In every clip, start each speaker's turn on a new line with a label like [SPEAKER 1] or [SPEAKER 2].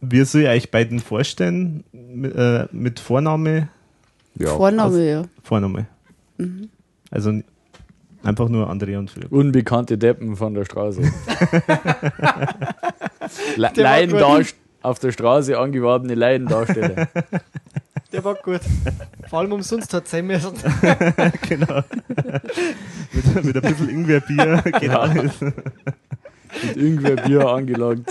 [SPEAKER 1] Wie soll ich euch beiden vorstellen? Mit, äh, mit Vorname?
[SPEAKER 2] Ja.
[SPEAKER 1] aus-
[SPEAKER 3] Vorname, ja.
[SPEAKER 1] Vorname. Also n- einfach nur Andrea und Philipp.
[SPEAKER 2] Unbekannte Deppen von der Straße. Le
[SPEAKER 4] Der war
[SPEAKER 2] Laien
[SPEAKER 4] gut.
[SPEAKER 2] darst- auf der Straße angeworbene Laiendarsteller.
[SPEAKER 4] Der war gut. Vor allem umsonst hat sein müssen.
[SPEAKER 1] genau. mit, mit ein bisschen Ingwerbier geht
[SPEAKER 3] Genau.
[SPEAKER 2] Ja.
[SPEAKER 1] alles.
[SPEAKER 2] Mit irgendwer Bier angelangt.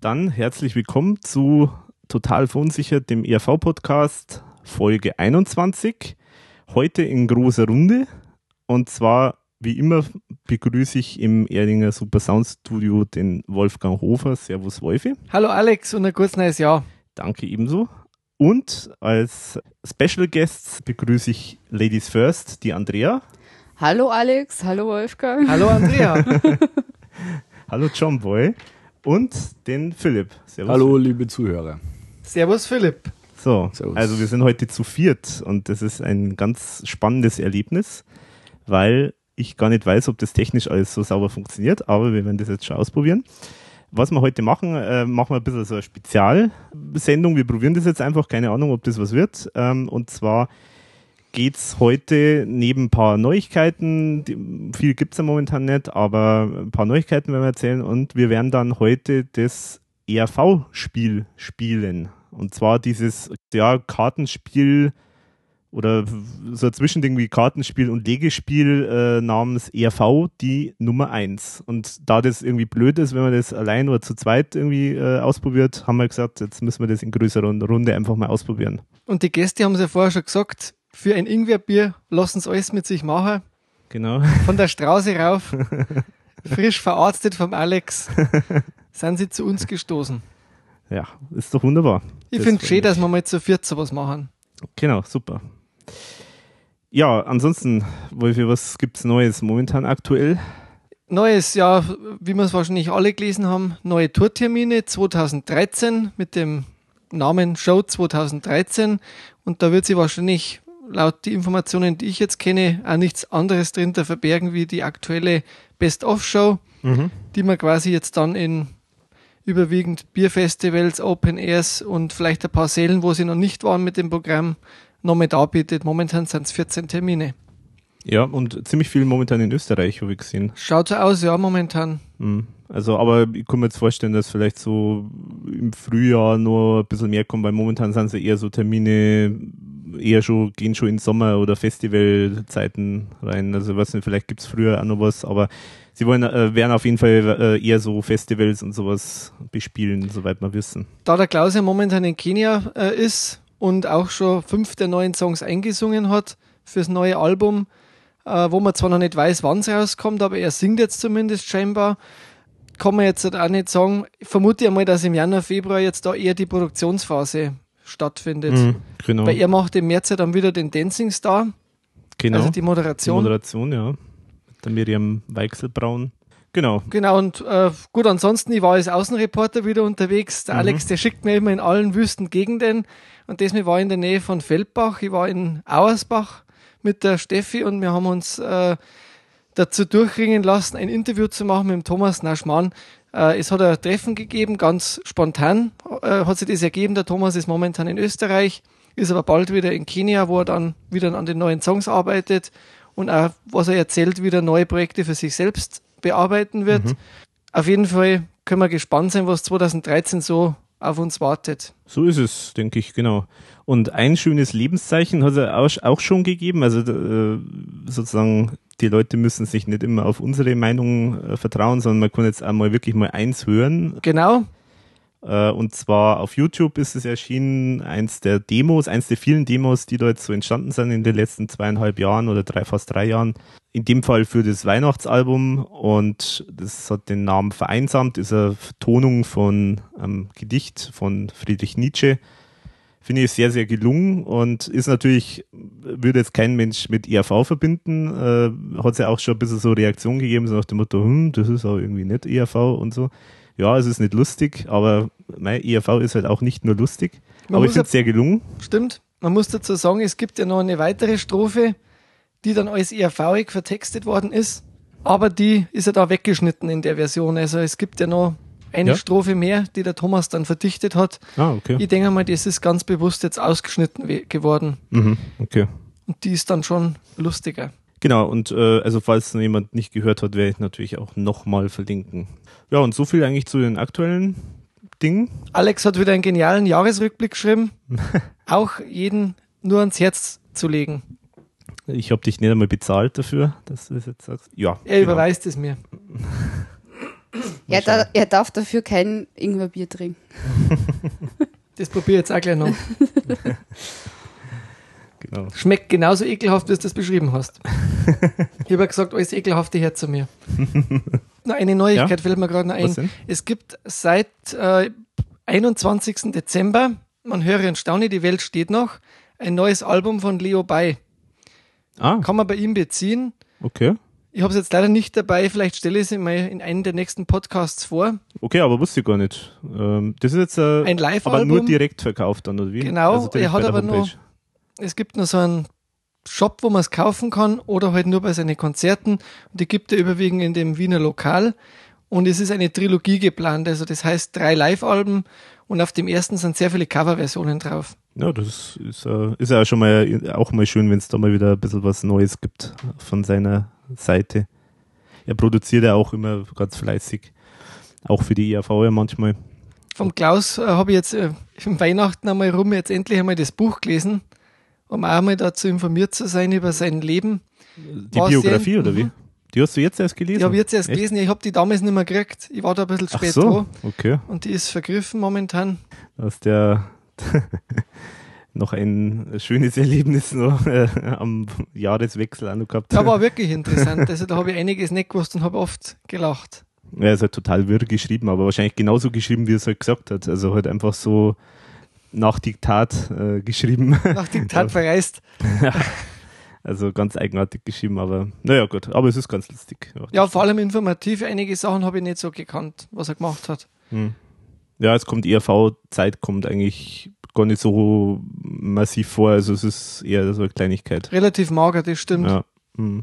[SPEAKER 1] Dann herzlich willkommen zu Total verunsichert, dem ERV-Podcast, Folge 21. Heute in großer Runde. Und zwar, wie immer, begrüße ich im Erdinger Super Sound Studio den Wolfgang Hofer. Servus, Wolfi.
[SPEAKER 4] Hallo Alex und ein gutes neues Jahr.
[SPEAKER 1] Danke ebenso. Und als Special Guests begrüße ich Ladies First, die Andrea.
[SPEAKER 3] Hallo Alex, hallo Wolfgang.
[SPEAKER 4] Hallo Andrea.
[SPEAKER 1] Hallo, John Boy. Und den Philipp. Servus.
[SPEAKER 2] Hallo, liebe Zuhörer.
[SPEAKER 4] Servus Philipp.
[SPEAKER 1] So,
[SPEAKER 2] Servus.
[SPEAKER 1] also wir sind heute zu viert und das ist ein ganz spannendes Erlebnis, weil ich gar nicht weiß, ob das technisch alles so sauber funktioniert, aber wir werden das jetzt schon ausprobieren. Was wir heute machen, äh, machen wir ein bisschen so eine Spezialsendung. Wir probieren das jetzt einfach, keine Ahnung, ob das was wird. Ähm, und zwar geht es heute neben ein paar Neuigkeiten, die, viel gibt es ja momentan nicht, aber ein paar Neuigkeiten werden wir erzählen und wir werden dann heute das ERV-Spiel E spielen. Und zwar dieses ja, Kartenspiel oder so ein Zwischending wie Kartenspiel und Legespiel äh, namens ERV, die Nummer 1. Und da das irgendwie blöd ist, wenn man das allein oder zu zweit irgendwie äh, ausprobiert, haben wir gesagt, jetzt müssen wir das in größerer Runde einfach mal ausprobieren.
[SPEAKER 4] Und die Gäste haben es ja vorher schon gesagt, für ein Ingwerbier lassen sie alles mit sich machen.
[SPEAKER 1] Genau.
[SPEAKER 4] Von der Straße rauf, frisch verarztet vom Alex, sind sie zu uns gestoßen.
[SPEAKER 1] Ja, ist doch wunderbar.
[SPEAKER 4] Ich
[SPEAKER 1] Das
[SPEAKER 4] finde es
[SPEAKER 1] freut
[SPEAKER 4] schön,
[SPEAKER 1] mich.
[SPEAKER 4] dass wir mal zu viert sowas machen.
[SPEAKER 1] Genau, super. Ja, ansonsten, Wolfi, was gibt's Neues momentan aktuell?
[SPEAKER 4] Neues Jahr, wie wir es wahrscheinlich alle gelesen haben, neue Tourtermine 2013 mit dem Namen Show 2013. Und da wird sie wahrscheinlich laut die Informationen, die ich jetzt kenne, auch nichts anderes drunter verbergen wie die aktuelle Best-of-Show, die man quasi jetzt dann in überwiegend Bierfestivals, Open Airs und vielleicht ein paar Sälen, wo sie noch nicht waren mit dem Programm, noch mit darbietet. Momentan sind es 14 Termine.
[SPEAKER 1] Ja, und ziemlich viel momentan in Österreich, habe ich gesehen.
[SPEAKER 4] Schaut so aus, ja, momentan.
[SPEAKER 1] Mhm. Also, aber ich kann mir jetzt vorstellen, dass vielleicht so im Frühjahr nur ein bisschen mehr kommt, weil momentan sind sie eher so Termine, eher schon, gehen schon in Sommer- oder Festivalzeiten rein. Also, weiß nicht, vielleicht gibt's früher auch noch was, aber sie wollen, äh, werden auf jeden Fall äh, eher so Festivals und sowas bespielen, soweit wir wissen.
[SPEAKER 4] da der Klaus ja momentan in Kenia äh, ist und auch schon fünf der neuen Songs eingesungen hat fürs neue Album, äh, wo man zwar noch nicht weiß, wann es rauskommt, aber er singt jetzt zumindest scheinbar. Kann man jetzt halt auch nicht sagen. Ich vermute einmal, dass im Januar, Februar jetzt da eher die Produktionsphase stattfindet.
[SPEAKER 1] Mhm, genau.
[SPEAKER 4] Weil er macht im März ja dann wieder den Dancing Star,
[SPEAKER 1] genau.
[SPEAKER 4] also die Moderation.
[SPEAKER 1] Moderation, ja. Mit der Miriam Weichselbraun. Genau.
[SPEAKER 4] Genau, und äh, gut, ansonsten, ich war als Außenreporter wieder unterwegs. Der Alex, der schickt mir immer in allen wüsten Gegenden. Und diesmal war ich in der Nähe von Feldbach. Ich war in Auersbach mit der Steffi und wir haben uns äh, dazu durchringen lassen, ein Interview zu machen mit dem Thomas Naschmann. Äh, es hat ein Treffen gegeben, ganz spontan äh, hat sich das ergeben. Der Thomas ist momentan in Österreich, ist aber bald wieder in Kenia, wo er dann wieder an den neuen Songs arbeitet und auch, was er erzählt, wieder neue Projekte für sich selbst bearbeiten wird. Auf jeden Fall können wir gespannt sein, was 2013 so auf uns wartet.
[SPEAKER 1] So ist es, denke ich, genau. Und ein schönes Lebenszeichen hat er auch, auch schon gegeben. Also äh, sozusagen, die Leute müssen sich nicht immer auf unsere Meinung äh, vertrauen, sondern man kann jetzt einmal wirklich mal eins hören.
[SPEAKER 4] Genau,
[SPEAKER 1] Äh, und zwar auf YouTube ist es erschienen, eins der Demos, eins der vielen Demos, die da jetzt so entstanden sind in den letzten zweieinhalb Jahren oder drei, fast drei Jahren. In dem Fall für das Weihnachtsalbum und das hat den Namen ähm, Vereinsamt, ist eine Vertonung von einem Gedicht von Friedrich Nietzsche. Finde ich sehr, sehr gelungen und ist natürlich, würde jetzt kein Mensch mit ERV verbinden. Äh, Hat es ja auch schon ein bisschen so Reaktion gegeben, so nach dem Motto, hm, das ist auch irgendwie nicht ERV und so. Ja, es ist nicht lustig, aber mein ERV ist halt auch nicht nur lustig.
[SPEAKER 4] Man
[SPEAKER 1] aber
[SPEAKER 4] muss
[SPEAKER 1] ich finde es
[SPEAKER 4] ja-
[SPEAKER 1] sehr gelungen.
[SPEAKER 4] Stimmt. Man muss dazu sagen, es gibt ja noch eine weitere Strophe, die dann als E ERV vertextet worden ist. Aber die ist ja da weggeschnitten in der Version. Also es gibt ja noch eine
[SPEAKER 1] Ja.
[SPEAKER 4] Strophe mehr, die der Thomas dann verdichtet hat.
[SPEAKER 1] Ah, okay.
[SPEAKER 4] Ich denke mal, das ist ganz bewusst jetzt ausgeschnitten we- geworden.
[SPEAKER 1] Mhm, okay.
[SPEAKER 4] Und die ist dann schon lustiger.
[SPEAKER 1] Genau, und äh, also falls noch jemand nicht gehört hat, werde ich natürlich auch nochmal verlinken. Ja, und so viel eigentlich zu den aktuellen Dingen.
[SPEAKER 4] Alex hat wieder einen genialen Jahresrückblick geschrieben. Auch jeden nur ans Herz zu legen.
[SPEAKER 1] Ich habe dich nicht einmal bezahlt dafür, dass du das jetzt sagst. Ja.
[SPEAKER 4] Er überweist es mir.
[SPEAKER 3] Er, da, er darf dafür kein Ingwerbier trinken.
[SPEAKER 4] Das probiere ich jetzt auch gleich noch.
[SPEAKER 1] Genau.
[SPEAKER 4] Schmeckt genauso ekelhaft, wie du das beschrieben hast. Ich habe ja gesagt, alles Ekelhafte her zu mir. Na, eine Neuigkeit fällt mir gerade noch
[SPEAKER 1] Was
[SPEAKER 4] ein.
[SPEAKER 1] denn?
[SPEAKER 4] Es gibt seit äh, 21. Dezember, man höre und staune, die Welt steht noch, ein neues Album von Leo Bay.
[SPEAKER 1] Ah,
[SPEAKER 4] Kann man bei ihm beziehen.
[SPEAKER 1] okay.
[SPEAKER 4] Ich habe es jetzt leider nicht dabei, vielleicht stelle ich es mal in einem der nächsten Podcasts vor.
[SPEAKER 1] Okay, aber wusste ich gar nicht. Ähm, das ist jetzt äh,
[SPEAKER 4] Ein Live-Album.
[SPEAKER 1] aber nur direkt verkauft dann, oder wie? Also
[SPEAKER 4] Genau,
[SPEAKER 1] direkt
[SPEAKER 4] er hat
[SPEAKER 1] bei der
[SPEAKER 4] aber nur-
[SPEAKER 1] Homepage.
[SPEAKER 4] es gibt noch so einen Shop, wo man es kaufen kann oder halt nur bei seinen Konzerten. Und die gibt er überwiegend in dem Wiener Lokal. Und es ist eine Trilogie geplant. Also das heißt drei Live-Alben und auf dem ersten sind sehr viele Coverversionen drauf.
[SPEAKER 1] Ja, das ist, äh, ist ja schon mal auch mal schön, wenn es da mal wieder ein bisschen was Neues gibt von seiner Seite. Er produziert ja auch immer ganz fleißig. Auch für die IAV ja manchmal.
[SPEAKER 4] Vom Klaus äh, habe ich jetzt äh, im Weihnachten einmal rum jetzt endlich einmal das Buch gelesen, um auch einmal dazu informiert zu sein über sein Leben.
[SPEAKER 1] Die
[SPEAKER 4] Was
[SPEAKER 1] Biografie,
[SPEAKER 4] denn?
[SPEAKER 1] oder wie?
[SPEAKER 4] Mhm.
[SPEAKER 1] Die hast du jetzt erst gelesen?
[SPEAKER 4] Die habe ich jetzt erst
[SPEAKER 1] Echt?
[SPEAKER 4] gelesen, ich habe die damals nicht mehr gekriegt. Ich war da ein bisschen
[SPEAKER 1] Ach
[SPEAKER 4] spät
[SPEAKER 1] so,
[SPEAKER 4] dran
[SPEAKER 1] okay.
[SPEAKER 4] und die ist vergriffen momentan.
[SPEAKER 1] dass der noch ein schönes Erlebnis noch, äh, am Jahreswechsel auch noch gehabt
[SPEAKER 4] Da war wirklich interessant. Also da habe ich einiges nicht gewusst und habe oft gelacht.
[SPEAKER 1] Er ist halt total wirr geschrieben, aber wahrscheinlich genauso geschrieben, wie er es halt gesagt hat. Also halt einfach so nach Diktat äh, geschrieben.
[SPEAKER 4] nach Diktat verreist.
[SPEAKER 1] Also ganz eigenartig geschrieben, aber naja gut, aber es ist ganz lustig.
[SPEAKER 4] Ja, vor allem informativ. Einige Sachen habe ich nicht so gekannt, was er gemacht hat.
[SPEAKER 1] Ja, es kommt ERV-Zeit kommt eigentlich gar nicht so massiv vor, also es ist eher so eine Kleinigkeit.
[SPEAKER 4] Relativ mager, das stimmt.
[SPEAKER 1] Ja. mhm.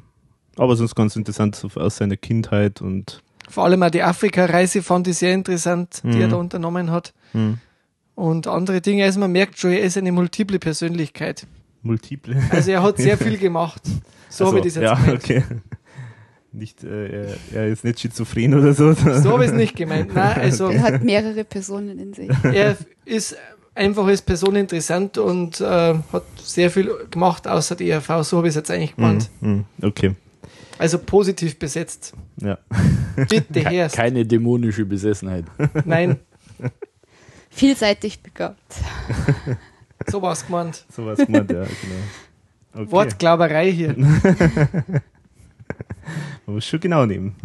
[SPEAKER 1] Aber sonst ganz interessant so aus seiner Kindheit und
[SPEAKER 4] Vor allem auch die Afrika-Reise fand ich sehr interessant, die
[SPEAKER 1] Mhm.
[SPEAKER 4] er da unternommen hat.
[SPEAKER 1] mhm.
[SPEAKER 4] Und andere Dinge. Also man merkt schon, er ist eine multiple Persönlichkeit.
[SPEAKER 1] Multiple.
[SPEAKER 4] Also er hat sehr viel gemacht. So habe ich das jetzt
[SPEAKER 1] Also, ja,
[SPEAKER 4] gemeint.
[SPEAKER 1] okay. Nicht, äh, er, er ist nicht schizophren oder so. Hm,
[SPEAKER 4] So habe ich es nicht gemeint. Nein, also
[SPEAKER 3] Er hat mehrere Personen in sich.
[SPEAKER 4] er ist einfach als Person interessant und äh, hat sehr viel gemacht außer die ERV. So habe ich es jetzt eigentlich
[SPEAKER 1] Mhm,
[SPEAKER 4] gemeint.
[SPEAKER 1] mhm, okay,
[SPEAKER 4] Also positiv besetzt.
[SPEAKER 1] ja.
[SPEAKER 4] Bitte
[SPEAKER 2] Ke
[SPEAKER 4] herst.
[SPEAKER 2] keine dämonische Besessenheit.
[SPEAKER 4] Nein,
[SPEAKER 3] Vielseitig begabt.
[SPEAKER 4] so war es gemeint.
[SPEAKER 1] Sowas meint er, genau. Okay.
[SPEAKER 4] Wortglauberei hier.
[SPEAKER 1] Man muss schon genau nehmen.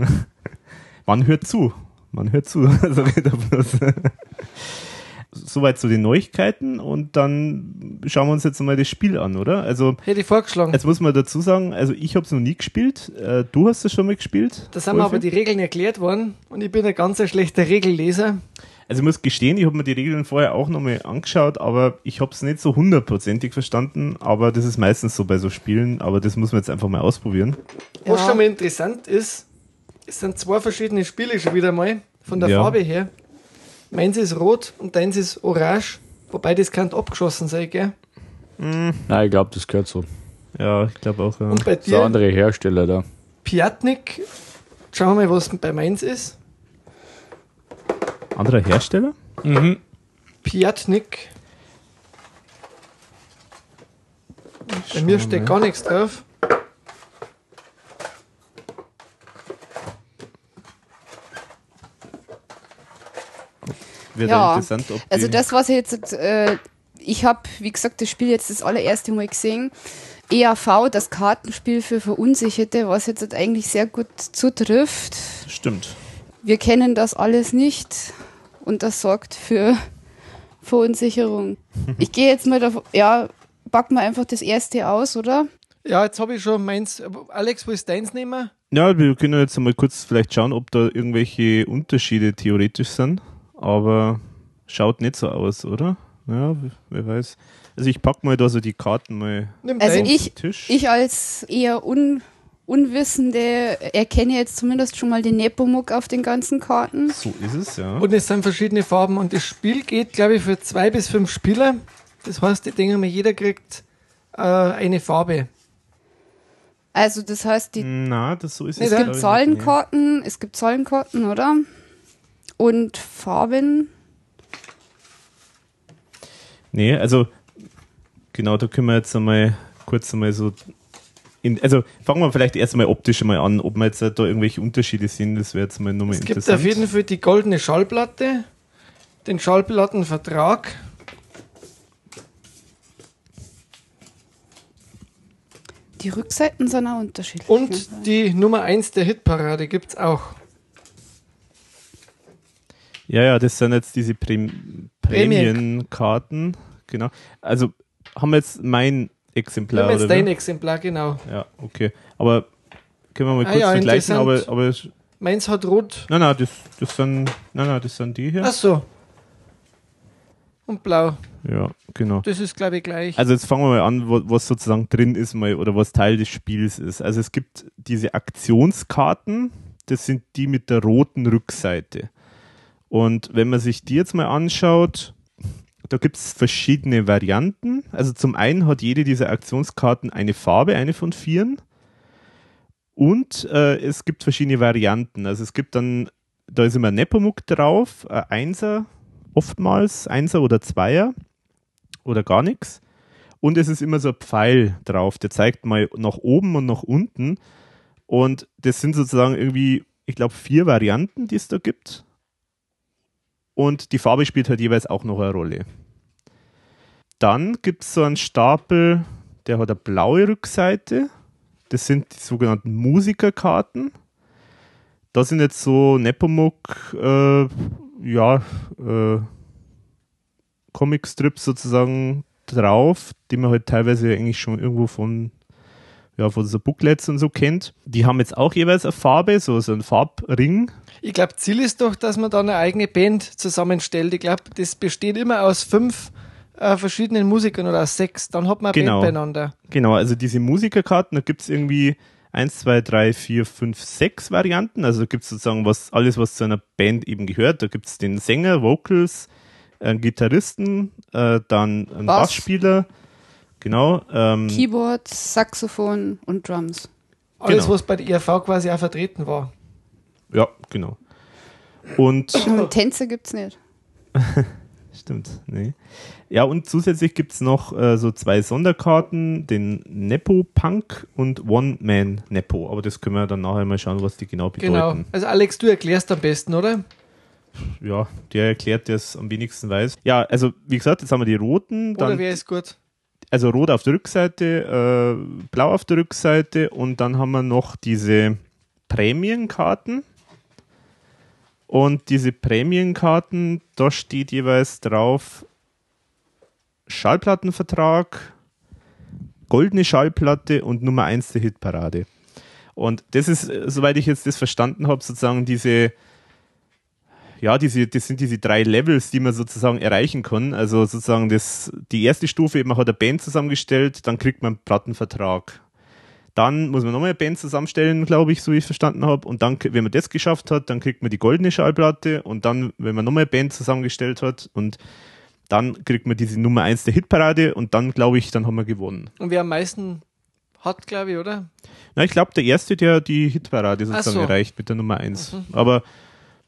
[SPEAKER 1] Man hört zu. Man hört zu. Also nicht bloß. Soweit zu den Neuigkeiten und dann schauen wir uns jetzt mal das Spiel an, oder? Also,
[SPEAKER 4] Hätte ich vorgeschlagen.
[SPEAKER 1] jetzt muss man dazu sagen, also ich habe es noch nie gespielt. Äh, du hast es schon mal gespielt.
[SPEAKER 4] Da sind mir aber
[SPEAKER 1] Wolfi?
[SPEAKER 4] die Regeln erklärt worden und ich bin ein ganz ein schlechter Regelleser.
[SPEAKER 1] Also ich muss gestehen, ich habe mir die Regeln vorher auch nochmal angeschaut, aber ich habe es nicht so hundertprozentig verstanden. Aber das ist meistens so bei so Spielen, aber das muss man jetzt einfach mal ausprobieren.
[SPEAKER 4] Was
[SPEAKER 3] Ja.
[SPEAKER 4] schon mal interessant ist, es sind zwei verschiedene Spiele schon wieder mal, von der
[SPEAKER 1] Ja.
[SPEAKER 4] Farbe her. Meins ist rot und deins ist orange, wobei das kann abgeschossen sein, gell?
[SPEAKER 2] Nein, ich glaube, das gehört so.
[SPEAKER 1] Ja, ich glaube auch. äh, Ja.
[SPEAKER 4] Und bei
[SPEAKER 2] So
[SPEAKER 4] dir,
[SPEAKER 2] andere Hersteller da.
[SPEAKER 4] Piatnik, schauen wir mal, was bei meins ist.
[SPEAKER 1] Anderer Hersteller?
[SPEAKER 4] Piatnik. Bei mir steht gar nichts drauf.
[SPEAKER 1] Wird
[SPEAKER 3] Ja.
[SPEAKER 1] ja interessant, ob
[SPEAKER 3] Also
[SPEAKER 1] die-
[SPEAKER 3] das, was ich jetzt, äh, ich habe, wie gesagt, das Spiel jetzt das allererste Mal gesehen. EAV, das Kartenspiel für Verunsicherte, was jetzt eigentlich sehr gut zutrifft.
[SPEAKER 1] Stimmt.
[SPEAKER 3] Wir kennen das alles nicht und das sorgt für Verunsicherung. Ich gehe jetzt mal davon, ja, packen wir einfach das erste aus, oder?
[SPEAKER 4] Ja, jetzt habe ich schon meins. Aber Alex, wo ist deins nehmen?
[SPEAKER 1] Ja, wir können jetzt mal kurz vielleicht schauen, ob da irgendwelche Unterschiede theoretisch sind. Aber schaut nicht so aus, oder? Ja, wer weiß. Also ich pack mal da so die Karten mal
[SPEAKER 4] Nimm
[SPEAKER 3] Also
[SPEAKER 4] deins.
[SPEAKER 3] ich,
[SPEAKER 1] Tisch.
[SPEAKER 3] ich als eher un, Unwissende erkenne jetzt zumindest schon mal den Nepomuk auf den ganzen Karten.
[SPEAKER 1] so ist es, ja.
[SPEAKER 4] Und es sind verschiedene Farben und das Spiel geht, glaube ich, für zwei bis fünf Spieler. Das heißt, ich denke mal, jeder kriegt äh, eine Farbe.
[SPEAKER 3] Also das heißt, die
[SPEAKER 1] Na, Hm, das so ist
[SPEAKER 4] Nee,
[SPEAKER 1] es.
[SPEAKER 4] da-
[SPEAKER 1] glaub ich,
[SPEAKER 3] gibt
[SPEAKER 1] nicht.
[SPEAKER 3] Zahlenkarten, es gibt Zahlenkarten, oder? Und Farben.
[SPEAKER 1] Nee, also genau, da können wir jetzt einmal kurz einmal so. In, also fangen wir vielleicht erst mal optisch mal an, ob wir jetzt da irgendwelche Unterschiede sehen, das wäre jetzt mal nochmal
[SPEAKER 4] Es gibt
[SPEAKER 1] interessant.
[SPEAKER 4] auf jeden Fall die goldene Schallplatte, den Schallplattenvertrag.
[SPEAKER 3] Die Rückseiten sind auch unterschiedlich. ne?
[SPEAKER 4] Und die Nummer 1 der Hitparade gibt es auch.
[SPEAKER 1] ja, ja, das sind jetzt diese Prem Prämienkarten. Genau. Also haben wir jetzt mein
[SPEAKER 4] Wir
[SPEAKER 1] Exemplar
[SPEAKER 4] haben jetzt
[SPEAKER 1] oder?
[SPEAKER 4] dein
[SPEAKER 1] wie?
[SPEAKER 4] Exemplar, genau.
[SPEAKER 1] Ja, okay. Aber können wir mal
[SPEAKER 4] Ah,
[SPEAKER 1] kurz
[SPEAKER 4] ja,
[SPEAKER 1] vergleichen, aber,
[SPEAKER 4] interessant.
[SPEAKER 1] aber
[SPEAKER 4] Meins hat rot.
[SPEAKER 1] nein, nein, das, das sind nein, nein, das sind die hier.
[SPEAKER 4] Ach so. Und blau.
[SPEAKER 1] Ja, genau.
[SPEAKER 4] Das ist, glaube ich, gleich.
[SPEAKER 1] Also jetzt fangen wir mal an, wo- was sozusagen drin ist mal, oder was Teil des Spiels ist. Also es gibt diese Aktionskarten, das sind die mit der roten Rückseite. Und wenn man sich die jetzt mal anschaut, da gibt es verschiedene Varianten. Also zum einen hat jede dieser Aktionskarten eine Farbe, eine von vieren. Und äh, es gibt verschiedene Varianten. Also es gibt dann, da ist immer Nepomuk drauf, äh, Einser oftmals, Einser oder Zweier oder gar nichts. Und es ist immer so ein Pfeil drauf, der zeigt mal nach oben und nach unten. Und das sind sozusagen irgendwie, ich glaube, vier Varianten, die es da gibt. Und die Farbe spielt halt jeweils auch noch eine Rolle. Dann gibt es so einen Stapel, der hat eine blaue Rückseite. Das sind die sogenannten Musikerkarten. Da sind jetzt so Nepomuk, äh, ja, äh, Comicstrips sozusagen drauf, die man halt teilweise eigentlich schon irgendwo von, ja, von so Booklets und so kennt. Die haben jetzt auch jeweils eine Farbe, so, so einen Farbring.
[SPEAKER 4] ich glaube, Ziel ist doch, dass man da eine eigene Band zusammenstellt. Ich glaube, das besteht immer aus fünf äh, verschiedenen Musikern oder aus sechs. Dann hat man eine
[SPEAKER 1] Genau.
[SPEAKER 4] Band beieinander.
[SPEAKER 1] Genau, also diese Musikerkarten, da gibt es irgendwie 1, 2, 3, 4, 5, 6 Varianten. Also da gibt es sozusagen was, alles, was zu einer Band eben gehört. Da gibt es den Sänger, Vocals, einen Gitarristen, äh, dann einen
[SPEAKER 3] Bass.
[SPEAKER 1] Bassspieler. Genau. Ähm,
[SPEAKER 3] Keyboard, Saxophon und Drums.
[SPEAKER 4] Alles,
[SPEAKER 1] Genau.
[SPEAKER 4] was bei der IRV quasi auch vertreten war.
[SPEAKER 1] ja, genau. Und
[SPEAKER 3] Und Tänze gibt's nicht.
[SPEAKER 1] Stimmt, nee. Ja, und zusätzlich gibt es noch äh, so zwei Sonderkarten, den Nepo-Punk und One-Man-Nepo. Aber das können wir dann nachher mal schauen, was die genau
[SPEAKER 4] Genau.
[SPEAKER 1] bedeuten.
[SPEAKER 4] Also, Alex, du erklärst am besten, oder?
[SPEAKER 1] Genau. Ja, der erklärt, der es am wenigsten weiß. Ja, also wie gesagt, jetzt haben wir die roten,
[SPEAKER 4] Oder
[SPEAKER 1] dann,
[SPEAKER 4] wer ist gut?
[SPEAKER 1] also rot auf der Rückseite, äh, blau auf der Rückseite und dann haben wir noch diese Prämienkarten. Und diese Prämienkarten, da steht jeweils drauf Schallplattenvertrag, goldene Schallplatte und Nummer 1 der Hitparade. Und das ist, äh, soweit ich jetzt das verstanden habe, sozusagen diese, ja, diese, das sind diese drei Levels, die man sozusagen erreichen kann. Also sozusagen das, die erste Stufe, man hat eine Band zusammengestellt, dann kriegt man einen Plattenvertrag. Dann muss man nochmal eine Band zusammenstellen, glaube ich, so wie ich verstanden habe. Und dann, wenn man das geschafft hat, dann kriegt man die goldene Schallplatte. Und dann, wenn man nochmal eine Band zusammengestellt hat, und dann kriegt man diese Nummer 1 der Hitparade. Und dann, glaube ich, dann haben wir gewonnen.
[SPEAKER 4] Und wer am meisten hat, glaube ich, oder?
[SPEAKER 1] Na, ich glaube, der erste, der die Hitparade
[SPEAKER 4] Ach
[SPEAKER 1] sozusagen
[SPEAKER 4] so. Mhm.
[SPEAKER 1] erreicht mit der Nummer 1. Aber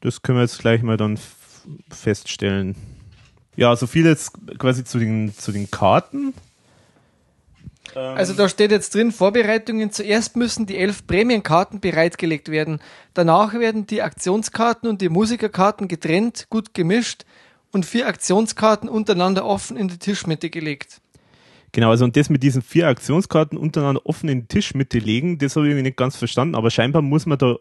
[SPEAKER 1] das können wir jetzt gleich mal dann f- feststellen. Ja, so viel jetzt quasi zu den, zu den Karten.
[SPEAKER 4] Also da steht jetzt drin, Vorbereitungen. Zuerst müssen die elf Prämienkarten bereitgelegt werden. Danach werden die Aktionskarten und die Musikerkarten getrennt, gut gemischt und vier Aktionskarten untereinander offen in die Tischmitte gelegt.
[SPEAKER 1] Genau, also und das mit diesen vier Aktionskarten untereinander offen in die Tischmitte legen, das habe ich irgendwie nicht ganz verstanden, aber scheinbar muss man da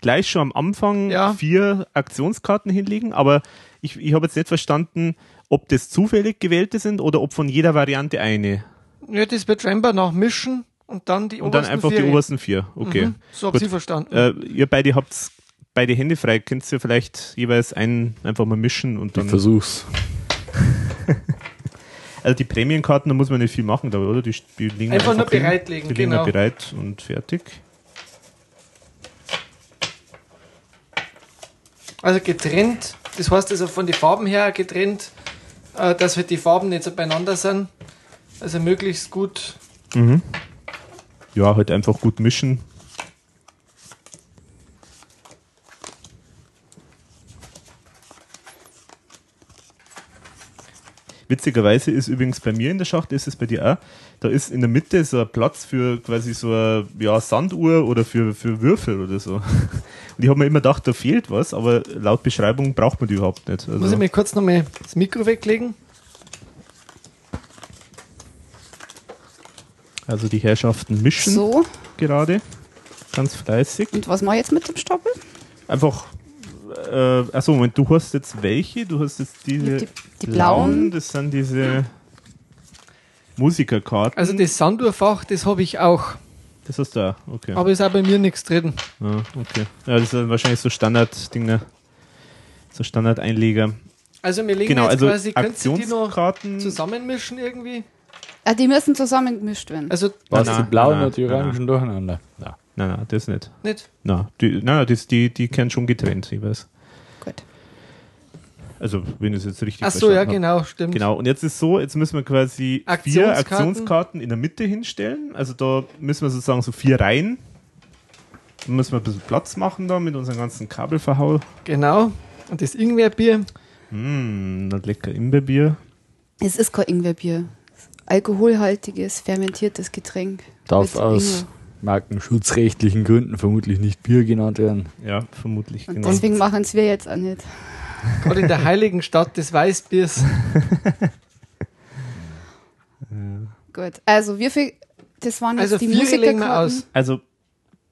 [SPEAKER 1] gleich schon am Anfang
[SPEAKER 4] Ja.
[SPEAKER 1] vier Aktionskarten hinlegen, aber ich, ich habe jetzt nicht verstanden, ob das zufällig gewählte sind oder ob von jeder Variante eine.
[SPEAKER 4] Ja, das wird scheinbar nach Mischen und dann die
[SPEAKER 1] Und dann einfach die
[SPEAKER 4] Ferien.
[SPEAKER 1] obersten vier. Okay.
[SPEAKER 4] Mhm, so hab
[SPEAKER 1] Gut.
[SPEAKER 4] ich verstanden.
[SPEAKER 1] Äh, ihr beide habt beide Hände frei. Könnt ihr vielleicht jeweils einen einfach mal mischen und
[SPEAKER 2] Ich
[SPEAKER 1] dann.
[SPEAKER 2] versuch's.
[SPEAKER 1] Also die Prämienkarten, da muss man nicht viel machen, glaube ich, oder? Die, st- die liegen
[SPEAKER 4] Einfach nur
[SPEAKER 1] hin.
[SPEAKER 4] bereitlegen,
[SPEAKER 1] Die liegen
[SPEAKER 4] genau.
[SPEAKER 1] nur bereit und fertig.
[SPEAKER 4] Also getrennt, das heißt also von den Farben her getrennt, äh, dass halt die Farben nicht so beieinander sind. Also möglichst gut.
[SPEAKER 1] Ja, halt einfach gut mischen. Witzigerweise ist übrigens bei mir in der Schachtel, ist es bei dir auch, da ist in der Mitte so ein Platz für quasi so eine ja, Sanduhr oder für, für Würfel oder so. Und ich habe mir immer gedacht, da fehlt was, aber laut Beschreibung braucht man die überhaupt nicht.
[SPEAKER 4] Muss ich
[SPEAKER 1] Also,
[SPEAKER 4] mir kurz nochmal das Mikro weglegen?
[SPEAKER 1] also die Herrschaften mischen
[SPEAKER 3] So,
[SPEAKER 1] gerade ganz fleißig.
[SPEAKER 3] und was mache ich jetzt mit dem Stapel?
[SPEAKER 1] einfach. Äh, achso, Moment, du hast jetzt welche? Du hast jetzt diese.
[SPEAKER 3] Die- die blauen.
[SPEAKER 1] Das sind diese Musikerkarten.
[SPEAKER 4] Also das Sanduhrfach, das habe ich auch.
[SPEAKER 1] das hast du auch. Okay.
[SPEAKER 4] Aber ist auch bei mir nichts drin.
[SPEAKER 1] Ah, okay. Ja, das sind wahrscheinlich so Standard-Dinger. So Standard-Einleger.
[SPEAKER 4] Also wir legen
[SPEAKER 1] Genau,
[SPEAKER 4] jetzt
[SPEAKER 1] also
[SPEAKER 4] quasi, könnt ihr die noch
[SPEAKER 1] Aktionskarten.
[SPEAKER 4] zusammenmischen irgendwie?
[SPEAKER 3] Ah, die müssen zusammengemischt werden.
[SPEAKER 4] Also
[SPEAKER 2] Was
[SPEAKER 1] Nein,
[SPEAKER 2] die blauen
[SPEAKER 1] nein,
[SPEAKER 2] und die
[SPEAKER 1] nein,
[SPEAKER 2] orangen durcheinander? Ja.
[SPEAKER 1] Nein, nein, das nicht.
[SPEAKER 4] nicht.
[SPEAKER 1] Nein, die, nein, nein, das, die, die kennen schon getrennt, ich weiß.
[SPEAKER 3] Gut.
[SPEAKER 1] Also, wenn ich es jetzt richtig
[SPEAKER 4] Ach so, ja
[SPEAKER 1] verstanden hab.
[SPEAKER 4] genau, stimmt.
[SPEAKER 1] Genau, und jetzt ist so, jetzt müssen wir quasi vier
[SPEAKER 4] Aktionskarten.
[SPEAKER 1] Aktionskarten in der Mitte hinstellen. Also da müssen wir sozusagen so vier Reihen. Da müssen wir ein bisschen Platz machen da mit unserem ganzen Kabelverhau.
[SPEAKER 4] Genau. Und das Ingwerbier.
[SPEAKER 1] Mh, das Hm, lecker Imbeerbier.
[SPEAKER 3] Es ist kein Ingwerbier. Alkoholhaltiges, fermentiertes Getränk.
[SPEAKER 2] Darf
[SPEAKER 3] Mit
[SPEAKER 2] aus
[SPEAKER 3] Ingwer.
[SPEAKER 2] markenschutzrechtlichen Gründen vermutlich nicht Bier genannt werden.
[SPEAKER 1] Ja, vermutlich.
[SPEAKER 3] Und
[SPEAKER 1] Genau.
[SPEAKER 3] deswegen machen es wir jetzt auch nicht.
[SPEAKER 4] Gerade in der heiligen Stadt des Weißbiers.
[SPEAKER 3] Gut. Also, wie viel. Das waren jetzt
[SPEAKER 4] Also
[SPEAKER 3] die
[SPEAKER 4] vier legen wir
[SPEAKER 3] Musikerkarten.
[SPEAKER 4] aus.
[SPEAKER 1] Also,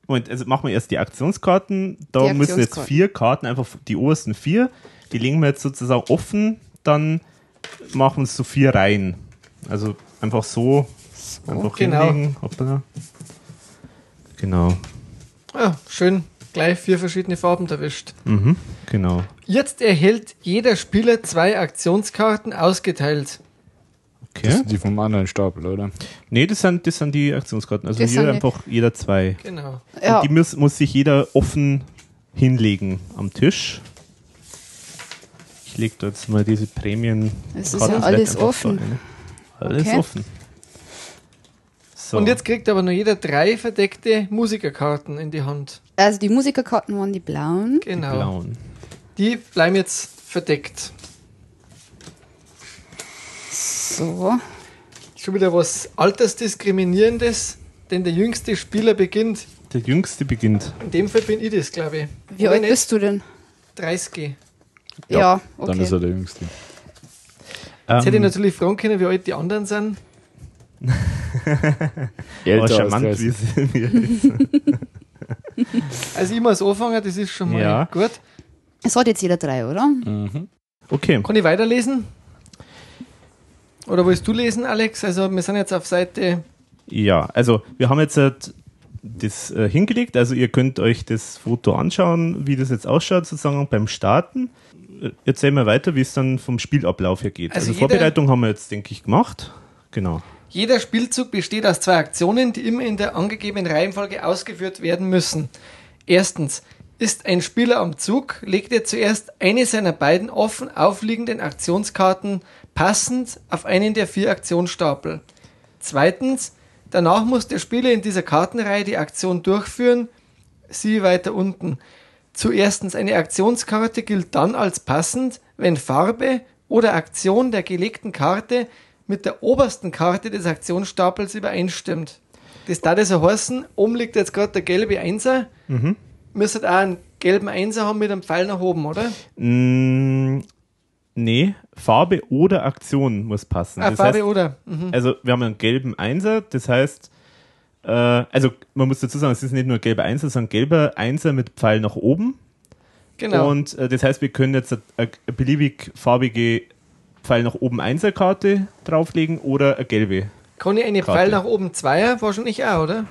[SPEAKER 1] Moment, also machen wir erst die Aktionskarten. Da
[SPEAKER 3] Die
[SPEAKER 1] müssen jetzt
[SPEAKER 3] Aktionskarten.
[SPEAKER 1] vier Karten, einfach die obersten vier, die legen wir jetzt sozusagen offen. Dann machen wir es so vier Reihen. Also einfach so. einfach
[SPEAKER 4] genau.
[SPEAKER 1] hinlegen. Hoppala. Genau.
[SPEAKER 4] Ja, schön gleich vier verschiedene Farben erwischt.
[SPEAKER 1] Mhm, genau.
[SPEAKER 4] Jetzt erhält jeder Spieler zwei Aktionskarten ausgeteilt.
[SPEAKER 2] Das
[SPEAKER 1] Okay.
[SPEAKER 2] sind die vom anderen Stapel, oder?
[SPEAKER 1] Nee, das sind, das sind die Aktionskarten. Also
[SPEAKER 3] Das
[SPEAKER 1] hier
[SPEAKER 3] sind die-
[SPEAKER 1] einfach jeder zwei.
[SPEAKER 4] Genau.
[SPEAKER 3] Ja,
[SPEAKER 1] Und die muss, muss sich jeder offen hinlegen am Tisch. Ich lege da jetzt mal diese Prämien.
[SPEAKER 3] Es ist ja alles offen.
[SPEAKER 1] Alles
[SPEAKER 3] Okay.
[SPEAKER 1] offen. So.
[SPEAKER 4] Und jetzt kriegt aber nur jeder drei verdeckte Musikerkarten in die Hand.
[SPEAKER 3] also die Musikerkarten waren die blauen.
[SPEAKER 1] die
[SPEAKER 4] Genau.
[SPEAKER 1] blauen.
[SPEAKER 4] Die bleiben jetzt verdeckt.
[SPEAKER 3] So.
[SPEAKER 4] Schon wieder was Altersdiskriminierendes, denn der jüngste Spieler beginnt.
[SPEAKER 1] Der jüngste beginnt.
[SPEAKER 4] In dem Fall bin ich das, glaube ich.
[SPEAKER 3] Wie alt bist du denn?
[SPEAKER 4] 30.
[SPEAKER 3] Ja,
[SPEAKER 2] Dann ist er
[SPEAKER 3] okay.
[SPEAKER 2] der Jüngste.
[SPEAKER 4] Jetzt hätte ich
[SPEAKER 1] Ähm,
[SPEAKER 4] natürlich fragen können, wie alt die anderen sind.
[SPEAKER 1] aber
[SPEAKER 2] als
[SPEAKER 1] oh, charmant,
[SPEAKER 2] 30.
[SPEAKER 1] wie sie mir
[SPEAKER 4] Also ich muss anfangen, das ist schon mal
[SPEAKER 1] Ja.
[SPEAKER 4] gut.
[SPEAKER 3] Es hat jetzt jeder drei, oder?
[SPEAKER 2] Mhm.
[SPEAKER 1] Okay.
[SPEAKER 4] Kann ich weiterlesen? Oder willst du lesen, Alex? Also wir sind jetzt auf Seite
[SPEAKER 1] Ja, also wir haben jetzt halt das äh, hingelegt. Also ihr könnt euch das Foto anschauen, wie das jetzt ausschaut, sozusagen beim Starten. Äh, Erzähl mal weiter, wie es dann vom Spielablauf her geht.
[SPEAKER 4] Also
[SPEAKER 1] Also,
[SPEAKER 4] jeder-
[SPEAKER 1] Vorbereitung haben wir jetzt, denke ich, gemacht. Genau.
[SPEAKER 4] Jeder Spielzug besteht aus zwei Aktionen, die immer in der angegebenen Reihenfolge ausgeführt werden müssen. Erstens ist ein Spieler am Zug, legt er zuerst eine seiner beiden offen aufliegenden Aktionskarten passend auf einen der vier Aktionsstapel. Zweitens, danach muss der Spieler in dieser Kartenreihe die Aktion durchführen, siehe weiter unten. Zuerstens eine Aktionskarte gilt dann als passend, wenn Farbe oder Aktion der gelegten Karte mit der obersten Karte des Aktionsstapels übereinstimmt. Das darf also heißen, oben liegt jetzt gerade der gelbe Einser.
[SPEAKER 1] Mhm.
[SPEAKER 4] Müsstet auch einen gelben Einser haben mit einem Pfeil nach oben, oder?
[SPEAKER 1] Mm, nee, Farbe oder Aktion muss passen.
[SPEAKER 4] Ah,
[SPEAKER 1] Das
[SPEAKER 4] Farbe
[SPEAKER 1] heißt,
[SPEAKER 4] oder? Mhm.
[SPEAKER 1] Also wir haben einen gelben Einser, das heißt, äh, also man muss dazu sagen, es ist nicht nur ein gelber Einser, sondern ein gelber Einser mit Pfeil nach oben.
[SPEAKER 4] Genau.
[SPEAKER 1] Und äh, das heißt, wir können jetzt eine, eine beliebig farbige Pfeil nach oben Einserkarte drauflegen oder eine gelbe.
[SPEAKER 4] Kann ich eine
[SPEAKER 1] Karte.
[SPEAKER 4] Pfeil nach oben Zweier? Wahrscheinlich auch, oder?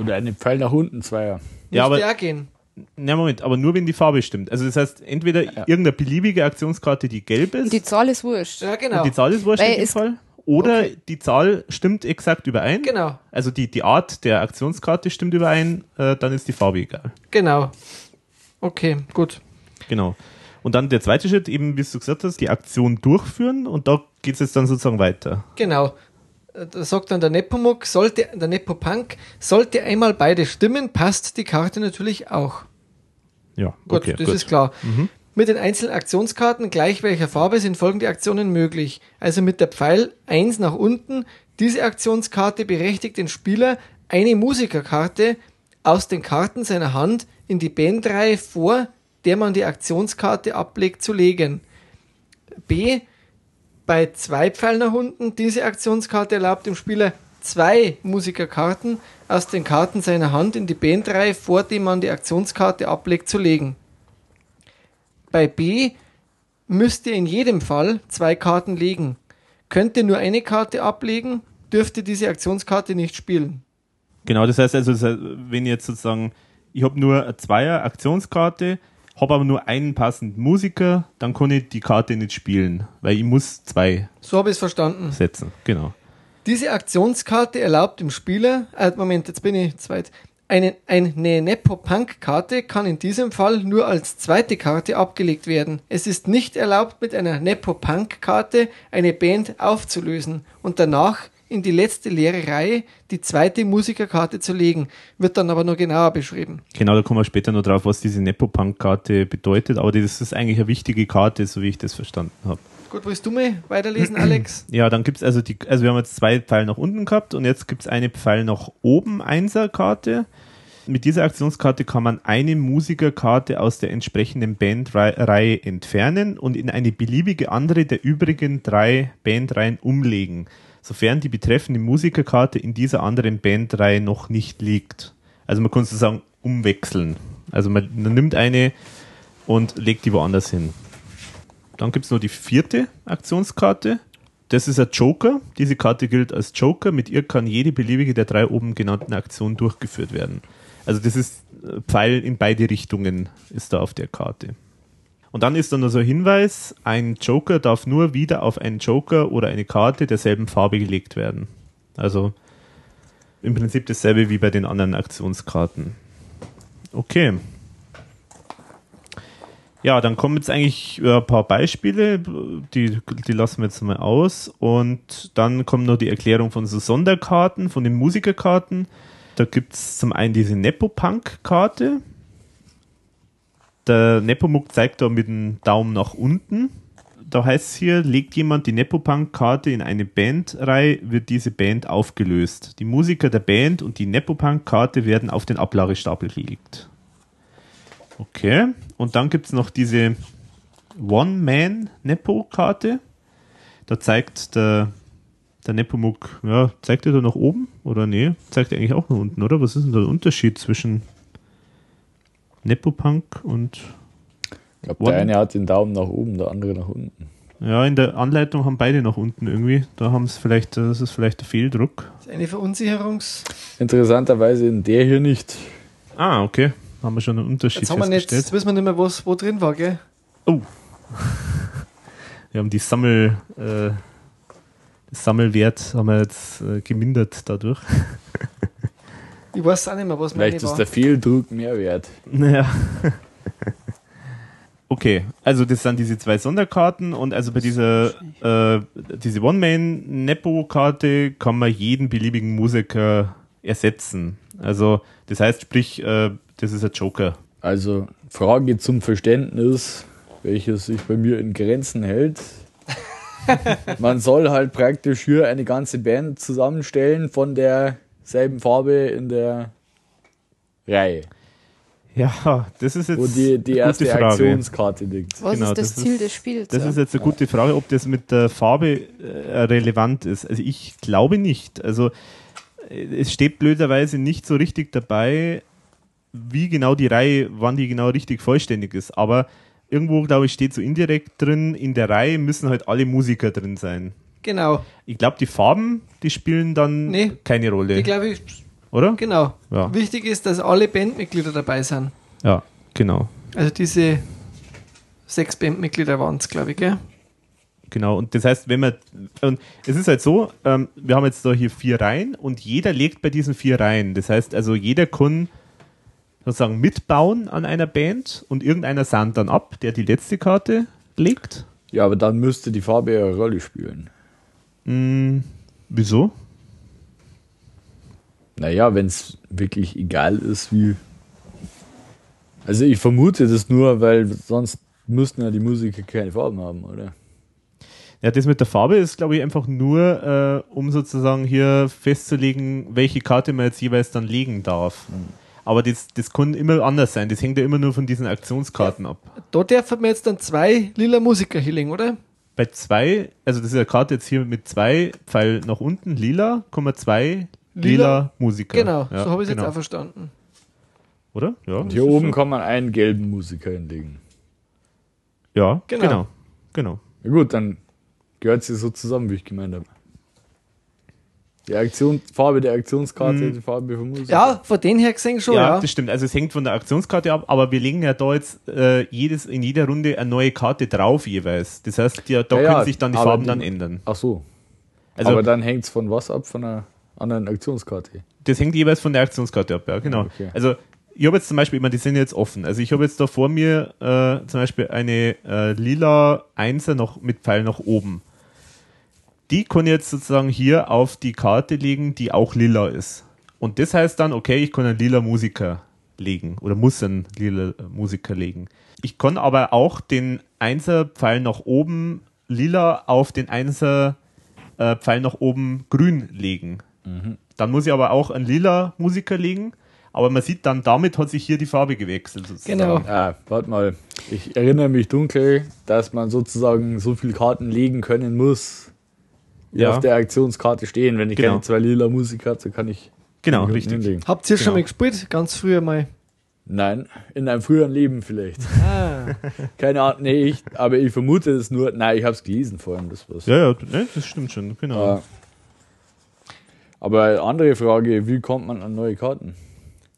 [SPEAKER 2] Oder einen Pfeil nach unten, Zweier.
[SPEAKER 1] Ja,
[SPEAKER 4] Müsste
[SPEAKER 1] aber-
[SPEAKER 4] auch gehen.
[SPEAKER 1] Na Moment, aber nur wenn die Farbe stimmt. Also das heißt, entweder irgendeine beliebige Aktionskarte, die gelb ist,
[SPEAKER 3] Die Zahl ist wurscht.
[SPEAKER 4] Ja, genau.
[SPEAKER 1] und die Zahl ist wurscht
[SPEAKER 3] Weil
[SPEAKER 1] in dem
[SPEAKER 3] es-
[SPEAKER 1] Fall, oder die Zahl stimmt exakt überein.
[SPEAKER 4] Genau,
[SPEAKER 1] Also die, die Art der Aktionskarte stimmt überein, äh, dann ist die Farbe egal.
[SPEAKER 4] genau. Okay, gut.
[SPEAKER 1] Genau. Und dann der zweite Schritt, eben wie du gesagt hast, die Aktion durchführen und da geht es jetzt dann sozusagen weiter.
[SPEAKER 4] Genau. Da sagt dann der Nepomuk, sollte, der Nepopunk, sollte einmal beide stimmen, passt die Karte natürlich auch.
[SPEAKER 1] Ja,
[SPEAKER 4] Gut,
[SPEAKER 1] okay,
[SPEAKER 4] das
[SPEAKER 1] gut. Mhm.
[SPEAKER 4] ist klar. Mit den einzelnen Aktionskarten gleich welcher Farbe sind folgende Aktionen möglich. Also mit der Pfeil 1 nach unten, diese Aktionskarte berechtigt den Spieler, eine Musikerkarte aus den Karten seiner Hand in die Bandreihe vor, der man die Aktionskarte ablegt, zu legen. B. Bei zwei Pfeilen nach unten, diese Aktionskarte erlaubt dem Spieler zwei Musikerkarten aus den Karten seiner Hand in die Bandreihe, vor dem man die Aktionskarte ablegt, zu legen. Bei B müsst ihr in jedem Fall zwei Karten legen. Könnt ihr nur eine Karte ablegen, dürft ihr diese Aktionskarte nicht spielen.
[SPEAKER 1] Genau, das heißt also, das heißt, wenn jetzt sozusagen, ich habe nur eine Zweier-Aktionskarte, habe aber nur einen passenden Musiker, dann kann ich die Karte nicht spielen, weil ich muss zwei
[SPEAKER 4] So habe ich es verstanden.
[SPEAKER 1] setzen. Genau.
[SPEAKER 4] Diese Aktionskarte erlaubt dem Spieler, äh, Moment, jetzt bin ich zweit. Eine, eine Nepopunk-Karte kann in diesem Fall nur als zweite Karte abgelegt werden. Es ist nicht erlaubt, mit einer Nepopunk-Karte eine Band aufzulösen und danach in die letzte leere Reihe die zweite Musikerkarte zu legen. Wird dann aber noch genauer beschrieben.
[SPEAKER 1] Genau, da kommen wir später noch drauf, was diese Nepopunk-Karte bedeutet, aber das ist eigentlich eine wichtige Karte, so wie ich das verstanden habe.
[SPEAKER 4] Gut, willst du mal weiterlesen, Alex?
[SPEAKER 1] Ja, dann gibt's also die, also wir haben jetzt zwei Pfeile nach unten gehabt und jetzt gibt's eine Pfeil nach oben, Einser-Karte. Mit dieser Aktionskarte kann man eine Musikerkarte aus der entsprechenden Bandreihe entfernen und in eine beliebige andere der übrigen drei Bandreihen umlegen, sofern die betreffende Musikerkarte in dieser anderen Bandreihe noch nicht liegt. Also man kann sozusagen umwechseln. Also man, man nimmt eine und legt die woanders hin. Dann gibt's noch die vierte Aktionskarte. Das ist ein Joker. Diese Karte gilt als Joker. Mit ihr kann jede beliebige der drei oben genannten Aktionen durchgeführt werden. Also das ist äh, Pfeil in beide Richtungen ist da auf der Karte. Und dann ist da noch so ein Hinweis, ein Joker darf nur wieder auf einen Joker oder eine Karte derselben Farbe gelegt werden. Also im Prinzip dasselbe wie bei den anderen Aktionskarten. Okay. Ja, dann kommen jetzt eigentlich äh, ein paar Beispiele, die, die lassen wir jetzt mal aus. Und dann kommt noch die Erklärung von so Sonderkarten, von den Musikerkarten. Da gibt es zum einen diese Nepopunk-Karte. Der Nepomuk zeigt da mit dem Daumen nach unten. Da heißt es hier, legt jemand die Nepopunk-Karte in eine Bandreihe, wird diese Band aufgelöst. Die Musiker der Band und die Nepopunk-Karte werden auf den Ablagestapel gelegt. Okay, und dann gibt es noch diese One-Man-Nepo-Karte. Da zeigt der, der Nepomuk, ja, zeigt er da nach oben? Oder nee, zeigt er eigentlich auch nach unten, oder? Was ist denn da der Unterschied zwischen Nepopunk und.
[SPEAKER 2] Ich glaube,
[SPEAKER 1] One-
[SPEAKER 2] der eine hat den Daumen nach oben, der andere nach unten.
[SPEAKER 1] Ja, in der Anleitung haben beide nach unten irgendwie. Da haben es vielleicht, das ist vielleicht der Fehldruck.
[SPEAKER 4] Das ist eine Verunsicherungs...
[SPEAKER 2] Interessanterweise in der hier nicht.
[SPEAKER 1] Ah, okay. Haben wir schon einen Unterschied
[SPEAKER 4] Jetzt haben wir nicht,
[SPEAKER 1] festgestellt.
[SPEAKER 4] jetzt wissen wir nicht mehr, was, wo drin war, gell?
[SPEAKER 1] Oh. Wir haben die Sammel, äh, das Sammelwert haben wir jetzt äh, gemindert dadurch.
[SPEAKER 4] Ich weiß auch nicht mehr, was
[SPEAKER 2] Vielleicht
[SPEAKER 4] meine
[SPEAKER 2] ist
[SPEAKER 4] war.
[SPEAKER 2] der Fehldruck mehr wert.
[SPEAKER 1] Naja. Okay, also das sind diese zwei Sonderkarten und also bei dieser äh, diese One-Man-Nepo-Karte kann man jeden beliebigen Musiker ersetzen. Also das heißt, sprich, äh, das ist ein Joker.
[SPEAKER 2] Also, Frage zum Verständnis, welches sich bei mir in Grenzen hält. Man soll halt praktisch hier eine ganze Band zusammenstellen von derselben Farbe in der Reihe,
[SPEAKER 1] Ja, das ist jetzt
[SPEAKER 2] wo die, die
[SPEAKER 1] eine gute
[SPEAKER 2] erste
[SPEAKER 1] Frage.
[SPEAKER 2] Aktionskarte liegt.
[SPEAKER 3] Was
[SPEAKER 1] Genau,
[SPEAKER 3] ist das,
[SPEAKER 1] das
[SPEAKER 3] Ziel
[SPEAKER 1] ist-
[SPEAKER 3] des Spiels?
[SPEAKER 1] Das
[SPEAKER 3] ja?
[SPEAKER 1] ist jetzt eine gute Frage, ob das mit der Farbe äh, relevant ist. Also ich glaube nicht. Also äh, es steht blöderweise nicht so richtig dabei, wie genau die Reihe, wann die genau richtig vollständig ist. Aber irgendwo, glaube ich, steht so indirekt drin, in der Reihe müssen halt alle Musiker drin sein.
[SPEAKER 4] Genau.
[SPEAKER 1] Ich glaube, die Farben, die spielen dann
[SPEAKER 4] Nee.
[SPEAKER 1] keine Rolle,
[SPEAKER 4] Ich glaube, ich,
[SPEAKER 1] oder?
[SPEAKER 4] genau.
[SPEAKER 1] Ja.
[SPEAKER 4] Wichtig ist, dass alle Bandmitglieder dabei sind.
[SPEAKER 1] Ja, genau.
[SPEAKER 4] Also diese sechs Bandmitglieder waren es, glaube ich, gell?
[SPEAKER 1] Genau, und das heißt, wenn man, und es ist halt so, ähm, wir haben jetzt da hier vier Reihen und jeder legt bei diesen vier Reihen. Das heißt also, jeder kann sozusagen mitbauen an einer Band und irgendeiner sandt dann ab, der die letzte Karte legt.
[SPEAKER 2] Ja, aber dann müsste die Farbe ja eine Rolle spielen.
[SPEAKER 1] Wieso?
[SPEAKER 2] Naja, wenn es wirklich egal ist, wie. Also ich vermute das nur, weil sonst müssten ja die Musiker keine Farben haben, oder?
[SPEAKER 1] Ja, das mit der Farbe ist, glaube ich, einfach nur, äh, um sozusagen hier festzulegen, welche Karte man jetzt jeweils dann legen darf. Aber das, das kann immer anders sein. Das hängt ja immer nur von diesen Aktionskarten ab.
[SPEAKER 4] Da dürfen wir jetzt dann zwei lila Musiker hinlegen, oder?
[SPEAKER 1] bei zwei, also das ist eine Karte jetzt hier mit zwei Pfeil nach unten, lila, Komma zwei lila,
[SPEAKER 4] Lila.
[SPEAKER 1] Musiker.
[SPEAKER 4] Genau,
[SPEAKER 1] Ja,
[SPEAKER 4] so habe ich es
[SPEAKER 1] genau.
[SPEAKER 4] jetzt auch verstanden.
[SPEAKER 1] Oder? Ja.
[SPEAKER 2] Und hier oben kann man einen gelben Musiker hinlegen.
[SPEAKER 1] Ja,
[SPEAKER 4] Genau.
[SPEAKER 1] genau. genau. Genau.
[SPEAKER 2] Na gut, dann gehört sie so zusammen, wie ich gemeint habe. Die Aktion, Farbe der Aktionskarte,
[SPEAKER 1] Hm.
[SPEAKER 2] die Farbe vom Musiker.
[SPEAKER 4] Ja, von den her gesehen schon,
[SPEAKER 1] ja,
[SPEAKER 4] ja.
[SPEAKER 1] das stimmt. Also es hängt von der Aktionskarte ab, aber wir legen ja da jetzt äh, jedes, in jeder Runde eine neue Karte drauf jeweils. Das heißt, ja, da
[SPEAKER 2] Ja, ja,
[SPEAKER 1] können sich dann die
[SPEAKER 2] aber
[SPEAKER 1] Farben
[SPEAKER 2] die-
[SPEAKER 1] dann ändern.
[SPEAKER 2] Ach so.
[SPEAKER 1] Also
[SPEAKER 2] aber dann hängt es von was ab? Von einer anderen Aktionskarte.
[SPEAKER 1] das hängt jeweils von der Aktionskarte ab, ja, genau.
[SPEAKER 2] Okay.
[SPEAKER 1] Also ich habe jetzt zum Beispiel, ich meine, die sind jetzt offen. Also ich habe jetzt da vor mir äh, zum Beispiel eine äh, lila Einser noch mit Pfeil nach oben. Die kann ich jetzt sozusagen hier auf die Karte legen, die auch lila ist. Und das heißt dann, okay, ich kann einen lila Musiker legen oder muss einen lila äh, Musiker legen. Ich kann aber auch den Einser Pfeil nach oben lila auf den Einser äh, Pfeil nach oben grün legen. Dann muss ich aber auch einen lila Musiker legen. Aber man sieht dann, damit hat sich hier die Farbe gewechselt. Sozusagen.
[SPEAKER 4] Genau.
[SPEAKER 2] Ah, warte mal. Ich erinnere mich dunkel, dass man sozusagen so viele Karten legen können muss, die
[SPEAKER 1] Ja.
[SPEAKER 2] auf der Aktionskarte stehen. Wenn ich
[SPEAKER 1] Genau.
[SPEAKER 2] keine zwei lila Musik habe, dann kann ich
[SPEAKER 1] Genau,
[SPEAKER 2] die unten
[SPEAKER 1] richtig.
[SPEAKER 2] hinlegen.
[SPEAKER 4] Habt ihr schon
[SPEAKER 1] Genau.
[SPEAKER 4] mal gespielt? Ganz früher mal.
[SPEAKER 2] Nein, in einem früheren Leben vielleicht.
[SPEAKER 1] Äh,
[SPEAKER 4] Ah,
[SPEAKER 2] Keine Ahnung, nee, ich, aber ich vermute es nur. Nein, ich habe es gelesen vor allem, das war's.
[SPEAKER 1] Ja, ja, ne, das stimmt schon, genau.
[SPEAKER 2] Ah. Aber andere Frage, wie kommt man an neue Karten?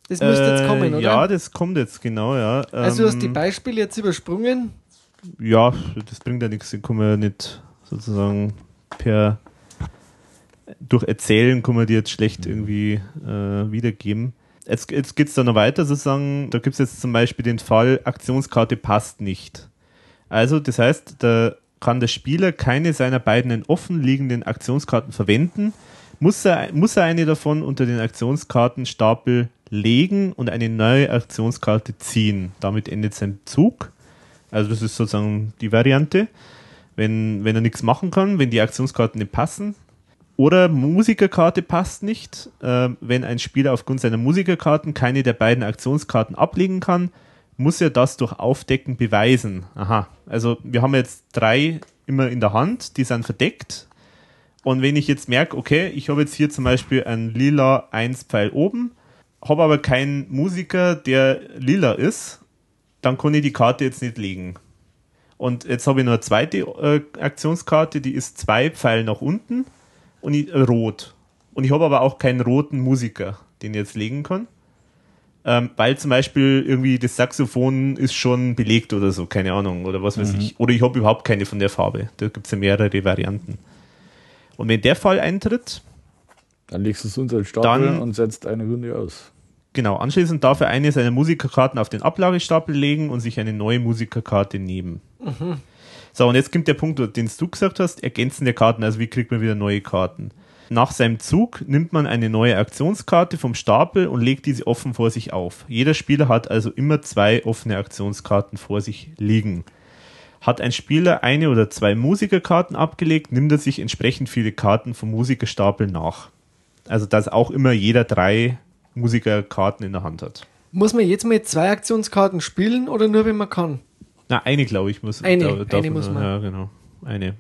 [SPEAKER 4] das müsste jetzt
[SPEAKER 1] Äh,
[SPEAKER 4] kommen, oder?
[SPEAKER 1] Ja, das kommt jetzt, genau, ja.
[SPEAKER 4] also du hast die
[SPEAKER 1] Ähm,
[SPEAKER 4] Beispiele jetzt übersprungen.
[SPEAKER 1] Ja, das bringt ja nichts, den kann man ja nicht sozusagen per durch Erzählen kann man die jetzt schlecht irgendwie äh, wiedergeben. Jetzt, jetzt geht es da noch weiter sozusagen. Da gibt es jetzt zum Beispiel den Fall, Aktionskarte passt nicht. Also, das heißt, da kann der Spieler keine seiner beiden offen liegenden Aktionskarten verwenden, muss er, muss er eine davon unter den Aktionskartenstapel legen und eine neue Aktionskarte ziehen. Damit endet sein Zug. Also das ist sozusagen die Variante, wenn, wenn er nichts machen kann, wenn die Aktionskarten nicht passen. Oder Musikerkarte passt nicht, äh, wenn ein Spieler aufgrund seiner Musikerkarten keine der beiden Aktionskarten ablegen kann, muss er das durch Aufdecken beweisen. Aha, also wir haben jetzt drei immer in der Hand, die sind verdeckt. Und wenn ich jetzt merke, okay, ich habe jetzt hier zum Beispiel einen lila 1 Pfeil oben, habe aber keinen Musiker, der lila ist, dann kann ich die Karte jetzt nicht legen. Und jetzt habe ich noch eine zweite äh, Aktionskarte, die ist zwei Pfeil nach unten und ich, äh, rot. Und ich habe aber auch keinen roten Musiker, den ich jetzt legen kann. Ähm, weil zum Beispiel irgendwie das Saxophon ist schon belegt oder so, keine Ahnung, oder was weiß ich. Oder ich habe überhaupt keine von der Farbe. Da gibt es ja mehrere Varianten. Und wenn der Fall eintritt,
[SPEAKER 2] Dann legst du es unter den Stapel
[SPEAKER 1] Dann-
[SPEAKER 2] und setzt eine Runde aus.
[SPEAKER 1] Genau, anschließend darf er eine seiner Musikerkarten auf den Ablagestapel legen und sich eine neue Musikerkarte nehmen. So, und jetzt kommt der Punkt, den du gesagt hast, ergänzende Karten, also wie kriegt man wieder neue Karten? Nach seinem Zug nimmt man eine neue Aktionskarte vom Stapel und legt diese offen vor sich auf. Jeder Spieler hat also immer zwei offene Aktionskarten vor sich liegen. Hat ein Spieler eine oder zwei Musikerkarten abgelegt, nimmt er sich entsprechend viele Karten vom Musikerstapel nach. Also, dass auch immer jeder drei Musikerkarten in der Hand hat.
[SPEAKER 4] Muss man jetzt mit zwei Aktionskarten spielen oder nur, wenn man kann?
[SPEAKER 1] Na, eine, glaube ich, muss
[SPEAKER 4] Eine,
[SPEAKER 1] da- darf
[SPEAKER 4] eine muss man.
[SPEAKER 1] Ja, genau. Eine.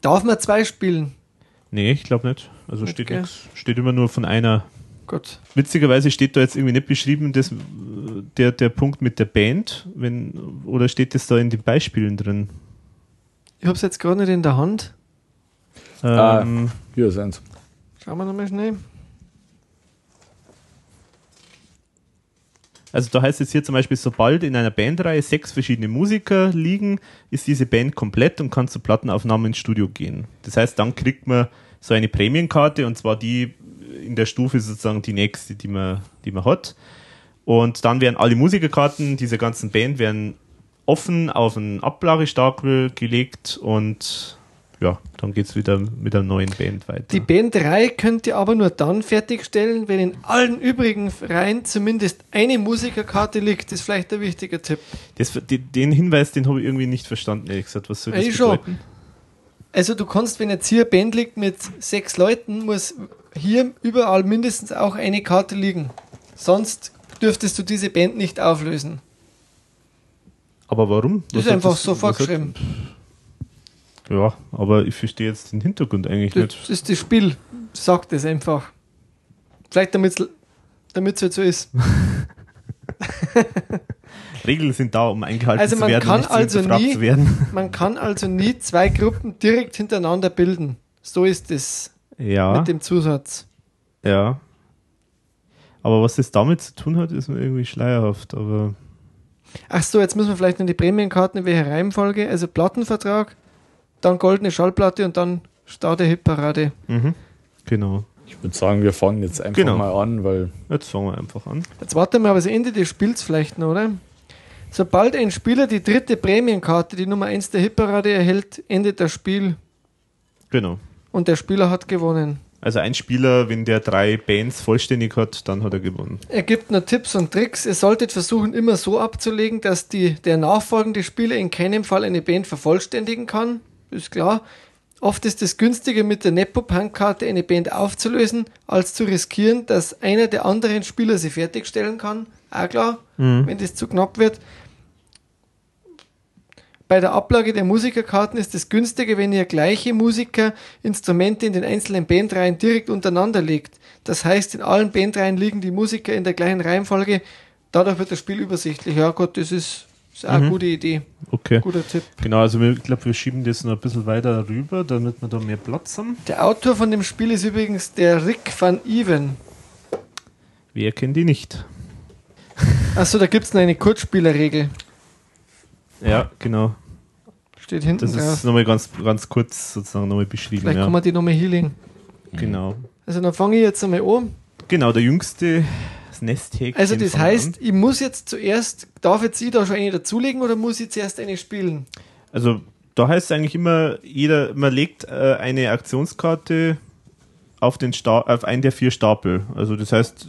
[SPEAKER 4] Darf man zwei spielen?
[SPEAKER 1] Nee, ich glaube nicht. Also steht
[SPEAKER 4] Okay.
[SPEAKER 1] nix. Steht immer nur von einer.
[SPEAKER 4] Gut.
[SPEAKER 1] Witzigerweise steht da jetzt irgendwie nicht beschrieben, dass, äh, der, der Punkt mit der Band? Wenn, oder steht das da in den Beispielen drin?
[SPEAKER 4] Ich habe es jetzt gerade nicht in der Hand.
[SPEAKER 2] Ah.
[SPEAKER 1] Ähm,
[SPEAKER 2] Hier sind
[SPEAKER 4] Schauen wir nochmal schnell.
[SPEAKER 1] Also da heißt es hier zum Beispiel, sobald in einer Bandreihe sechs verschiedene Musiker liegen, ist diese Band komplett und kann zur Plattenaufnahme ins Studio gehen. Das heißt, dann kriegt man so eine Prämienkarte und zwar die äh, in der Stufe sozusagen die nächste, die man, die man hat. Und dann werden alle Musikerkarten dieser ganzen Band werden offen auf einen Ablagestapel gelegt und ja, dann geht's wieder mit einer neuen Band weiter.
[SPEAKER 4] Die Band 3 könnt ihr aber nur dann fertigstellen, wenn in allen übrigen Reihen zumindest eine Musikerkarte liegt. Das ist vielleicht ein wichtiger Tipp.
[SPEAKER 1] das, die, den Hinweis, den habe ich irgendwie nicht verstanden, ehrlich gesagt. Was soll das
[SPEAKER 4] Ey, schon.
[SPEAKER 1] bedeuten?
[SPEAKER 4] Also du kannst, wenn jetzt hier eine Band liegt mit sechs Leuten, muss hier überall mindestens auch eine Karte liegen. Sonst dürftest du diese Band nicht auflösen.
[SPEAKER 1] Aber warum?
[SPEAKER 4] Das
[SPEAKER 1] Was
[SPEAKER 4] ist
[SPEAKER 1] hat
[SPEAKER 4] einfach so
[SPEAKER 1] was hat-
[SPEAKER 4] vorgeschrieben.
[SPEAKER 1] Ja, aber ich verstehe jetzt den Hintergrund eigentlich
[SPEAKER 4] Das
[SPEAKER 1] nicht.
[SPEAKER 4] ist das Spiel. Sagt es einfach. Vielleicht damit es halt so ist.
[SPEAKER 1] Regeln sind da, um eingehalten
[SPEAKER 4] Also
[SPEAKER 1] zu
[SPEAKER 4] man
[SPEAKER 1] werden,
[SPEAKER 4] kann
[SPEAKER 1] nicht
[SPEAKER 4] also
[SPEAKER 1] hinterfragt
[SPEAKER 4] nie-
[SPEAKER 1] zu werden.
[SPEAKER 4] Man kann also nie zwei Gruppen direkt hintereinander bilden. So ist es
[SPEAKER 1] Ja,
[SPEAKER 4] mit dem Zusatz.
[SPEAKER 1] ja. Aber was das damit zu tun hat, ist mir irgendwie schleierhaft. Aber
[SPEAKER 4] Ach so, jetzt müssen wir vielleicht noch die Prämienkarten in welcher Reihenfolge. Also Plattenvertrag, dann goldene Schallplatte und dann Start der Hitparade.
[SPEAKER 1] genau.
[SPEAKER 2] Ich würde sagen, wir fangen jetzt einfach
[SPEAKER 1] Genau.
[SPEAKER 2] mal an, weil
[SPEAKER 1] Jetzt fangen wir einfach an.
[SPEAKER 4] Jetzt warten wir aber das Ende des Spiels vielleicht noch, oder? Sobald ein Spieler die dritte Prämienkarte, die Nummer 1 der Hitparade, erhält, endet das Spiel
[SPEAKER 1] Genau.
[SPEAKER 4] und der Spieler hat gewonnen.
[SPEAKER 1] Also ein Spieler, wenn der drei Bands vollständig hat, dann hat er gewonnen.
[SPEAKER 4] Er gibt nur Tipps und Tricks. Ihr solltet versuchen, immer so abzulegen, dass die, der nachfolgende Spieler in keinem Fall eine Band vervollständigen kann. Ist klar. Oft ist es günstiger, mit der Nepopunk-Karte eine Band aufzulösen, als zu riskieren, dass einer der anderen Spieler sie fertigstellen kann. Auch klar, wenn das zu knapp wird. Bei der Ablage der Musikerkarten ist es günstiger, wenn ihr gleiche Musiker Instrumente in den einzelnen Bandreihen direkt untereinander legt. Das heißt, in allen Bandreihen liegen die Musiker in der gleichen Reihenfolge. Dadurch wird das Spiel übersichtlich. Ja Gott, das ist, ist auch
[SPEAKER 1] Mhm.
[SPEAKER 4] eine gute Idee.
[SPEAKER 1] Okay.
[SPEAKER 4] Guter Tipp.
[SPEAKER 1] Genau, also wir- ich glaube, wir schieben das noch ein bisschen weiter rüber, damit wir da mehr Platz haben.
[SPEAKER 4] Der Autor von dem Spiel ist übrigens der Rick van Even.
[SPEAKER 1] Wer kennt die nicht?
[SPEAKER 4] Achso, da gibt es noch eine Kurzspielerregel.
[SPEAKER 1] Ja, genau.
[SPEAKER 4] Steht hinten
[SPEAKER 1] Das
[SPEAKER 4] drauf.
[SPEAKER 1] ist nochmal ganz, ganz kurz sozusagen nochmal beschrieben.
[SPEAKER 4] Vielleicht
[SPEAKER 1] ja.
[SPEAKER 4] kann man die nochmal healing.
[SPEAKER 1] genau.
[SPEAKER 4] Also dann fange ich jetzt einmal an.
[SPEAKER 1] Genau, der jüngste, das Nesthäkchen.
[SPEAKER 4] Also das
[SPEAKER 1] fang
[SPEAKER 4] heißt,
[SPEAKER 1] an.
[SPEAKER 4] ich muss jetzt zuerst, darf jetzt ich da schon eine dazulegen oder muss ich zuerst eine spielen?
[SPEAKER 1] Also da heißt es eigentlich immer, jeder, man legt äh, eine Aktionskarte auf, den Sta auf einen der vier Stapel. Also das heißt,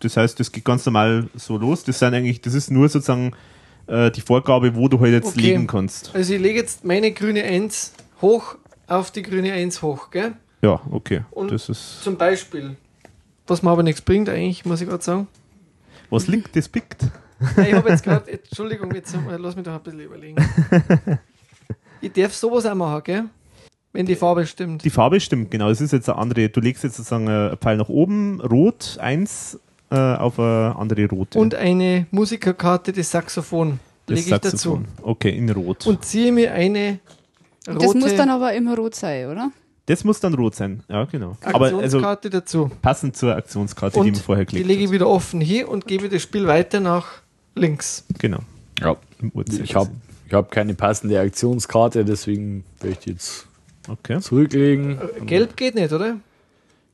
[SPEAKER 1] das heißt, das geht ganz normal so los. Das sind eigentlich, das ist nur sozusagen äh, die Vorgabe, wo du halt jetzt
[SPEAKER 4] Okay.
[SPEAKER 1] legen kannst.
[SPEAKER 4] Also ich lege jetzt meine grüne 1 hoch auf die grüne 1 hoch, gell?
[SPEAKER 1] Ja, okay.
[SPEAKER 4] Und-
[SPEAKER 1] das ist.
[SPEAKER 4] Zum Beispiel. Was mir aber nichts bringt eigentlich, muss ich gerade sagen.
[SPEAKER 1] Was linkt, das pickt.
[SPEAKER 4] Nein, ich habe jetzt gerade, Entschuldigung, jetzt äh, lass mich doch ein bisschen überlegen. Ich darf sowas auch machen, gell? Wenn die Farbe stimmt.
[SPEAKER 1] Die Farbe stimmt, genau. Es ist jetzt eine andere. Du legst jetzt sozusagen äh, einen Pfeil nach oben, rot, eins, äh, auf eine andere rote.
[SPEAKER 4] Und eine Musikerkarte, das Saxophon,
[SPEAKER 1] Das
[SPEAKER 4] lege ich dazu.
[SPEAKER 1] Saxophon. Okay, in rot.
[SPEAKER 4] Und ziehe mir eine rote
[SPEAKER 3] Das muss dann aber immer rot sein, oder?
[SPEAKER 1] Das muss dann rot sein, ja, genau. Aber also
[SPEAKER 4] Aktionskarte dazu.
[SPEAKER 1] passend zur Aktionskarte, die
[SPEAKER 4] Und
[SPEAKER 1] man vorher
[SPEAKER 4] die
[SPEAKER 1] klickt.
[SPEAKER 4] lege ich wieder offen hier und gebe das Spiel weiter nach links.
[SPEAKER 1] Genau,
[SPEAKER 2] ja,
[SPEAKER 1] im Uhrzeigersinn.
[SPEAKER 2] ich habe ich hab keine passende Aktionskarte, deswegen werde ich die jetzt
[SPEAKER 1] Okay.
[SPEAKER 2] zurücklegen.
[SPEAKER 4] Gelb geht nicht, oder?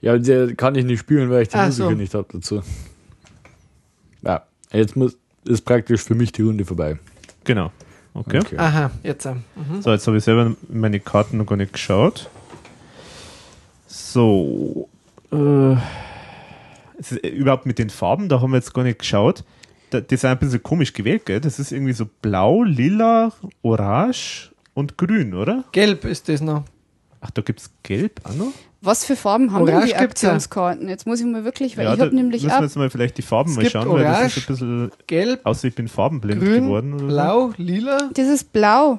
[SPEAKER 2] Ja, der kann ich nicht spielen, weil ich die
[SPEAKER 4] Ach
[SPEAKER 2] Musiker
[SPEAKER 4] so.
[SPEAKER 2] nicht habe dazu. Ja, jetzt muss, ist praktisch für mich die Runde vorbei.
[SPEAKER 1] Genau. Okay.
[SPEAKER 4] Aha, jetzt. auch. Mhm.
[SPEAKER 1] So, jetzt habe ich selber meine Karten noch gar nicht geschaut. So. Äh, es ist, äh, überhaupt mit den Farben, da haben wir jetzt gar nicht geschaut. Da, die sind ein bisschen komisch gewählt, gell? Das ist irgendwie so blau, lila, orange und grün, oder?
[SPEAKER 4] Gelb ist das noch.
[SPEAKER 1] Ach, da gibt es gelb auch noch?
[SPEAKER 3] Was für Farben haben denn
[SPEAKER 4] Orange
[SPEAKER 3] die
[SPEAKER 4] gibt's ja.
[SPEAKER 3] Aktionskarten? Jetzt muss ich mal wirklich, weil ich
[SPEAKER 1] da
[SPEAKER 3] habe nämlich
[SPEAKER 1] müssen wir
[SPEAKER 3] ab.
[SPEAKER 1] jetzt mal vielleicht die Farben
[SPEAKER 4] Es
[SPEAKER 1] mal
[SPEAKER 4] gibt
[SPEAKER 1] schauen, weil das ist
[SPEAKER 4] Orange,
[SPEAKER 1] ein bisschen
[SPEAKER 4] Gelb,
[SPEAKER 1] Außer ich bin farbenblind
[SPEAKER 4] grün,
[SPEAKER 1] geworden. Oder
[SPEAKER 4] blau, lila.
[SPEAKER 3] Das ist blau,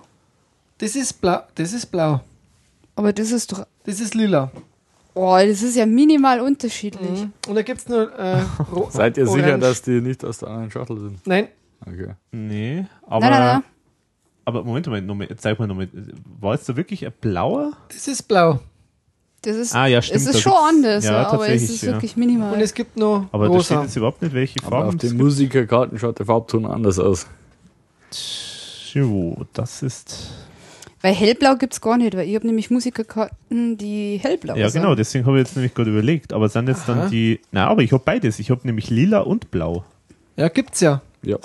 [SPEAKER 4] Das ist blau. Das ist blau.
[SPEAKER 3] aber das ist doch.
[SPEAKER 4] Das ist lila.
[SPEAKER 3] Oh, das ist ja minimal unterschiedlich.
[SPEAKER 4] Mhm. Und da gibt es nur äh, ro-
[SPEAKER 2] Seid ihr sicher,
[SPEAKER 4] orange.
[SPEAKER 2] dass die nicht aus der anderen Schachtel sind?
[SPEAKER 4] Nein,
[SPEAKER 2] Okay.
[SPEAKER 1] Nee, aber.
[SPEAKER 3] nein, nein,
[SPEAKER 1] Aber Moment, Moment, noch mal, jetzt zeig mal nochmal. War es da wirklich ein blauer?
[SPEAKER 4] das ist blau.
[SPEAKER 3] das ist,
[SPEAKER 1] Ah, ja, stimmt,
[SPEAKER 3] es
[SPEAKER 1] da
[SPEAKER 3] ist schon
[SPEAKER 1] gibt's-
[SPEAKER 3] anders,
[SPEAKER 1] ja,
[SPEAKER 3] ja, aber es
[SPEAKER 1] tatsächlich,
[SPEAKER 3] ist
[SPEAKER 1] ja.
[SPEAKER 3] wirklich
[SPEAKER 4] Und
[SPEAKER 3] minimal.
[SPEAKER 4] es gibt nur
[SPEAKER 1] Aber da steht
[SPEAKER 4] rosa.
[SPEAKER 1] jetzt überhaupt nicht, welche
[SPEAKER 2] Aber auf
[SPEAKER 1] Farben.
[SPEAKER 2] den Musikerkarten schaut der Farbton anders aus.
[SPEAKER 1] Tjo, das ist.
[SPEAKER 3] Weil hellblau gibt es gar nicht, weil ich habe nämlich Musikerkarten, die hellblau
[SPEAKER 1] Ja,
[SPEAKER 3] sind.
[SPEAKER 1] genau, deswegen habe ich jetzt nämlich gerade überlegt. Aber sind jetzt
[SPEAKER 4] Aha.
[SPEAKER 1] dann die. Na, aber ich habe beides. Ich habe nämlich lila und blau.
[SPEAKER 4] Ja, gibt's ja.
[SPEAKER 2] Ja.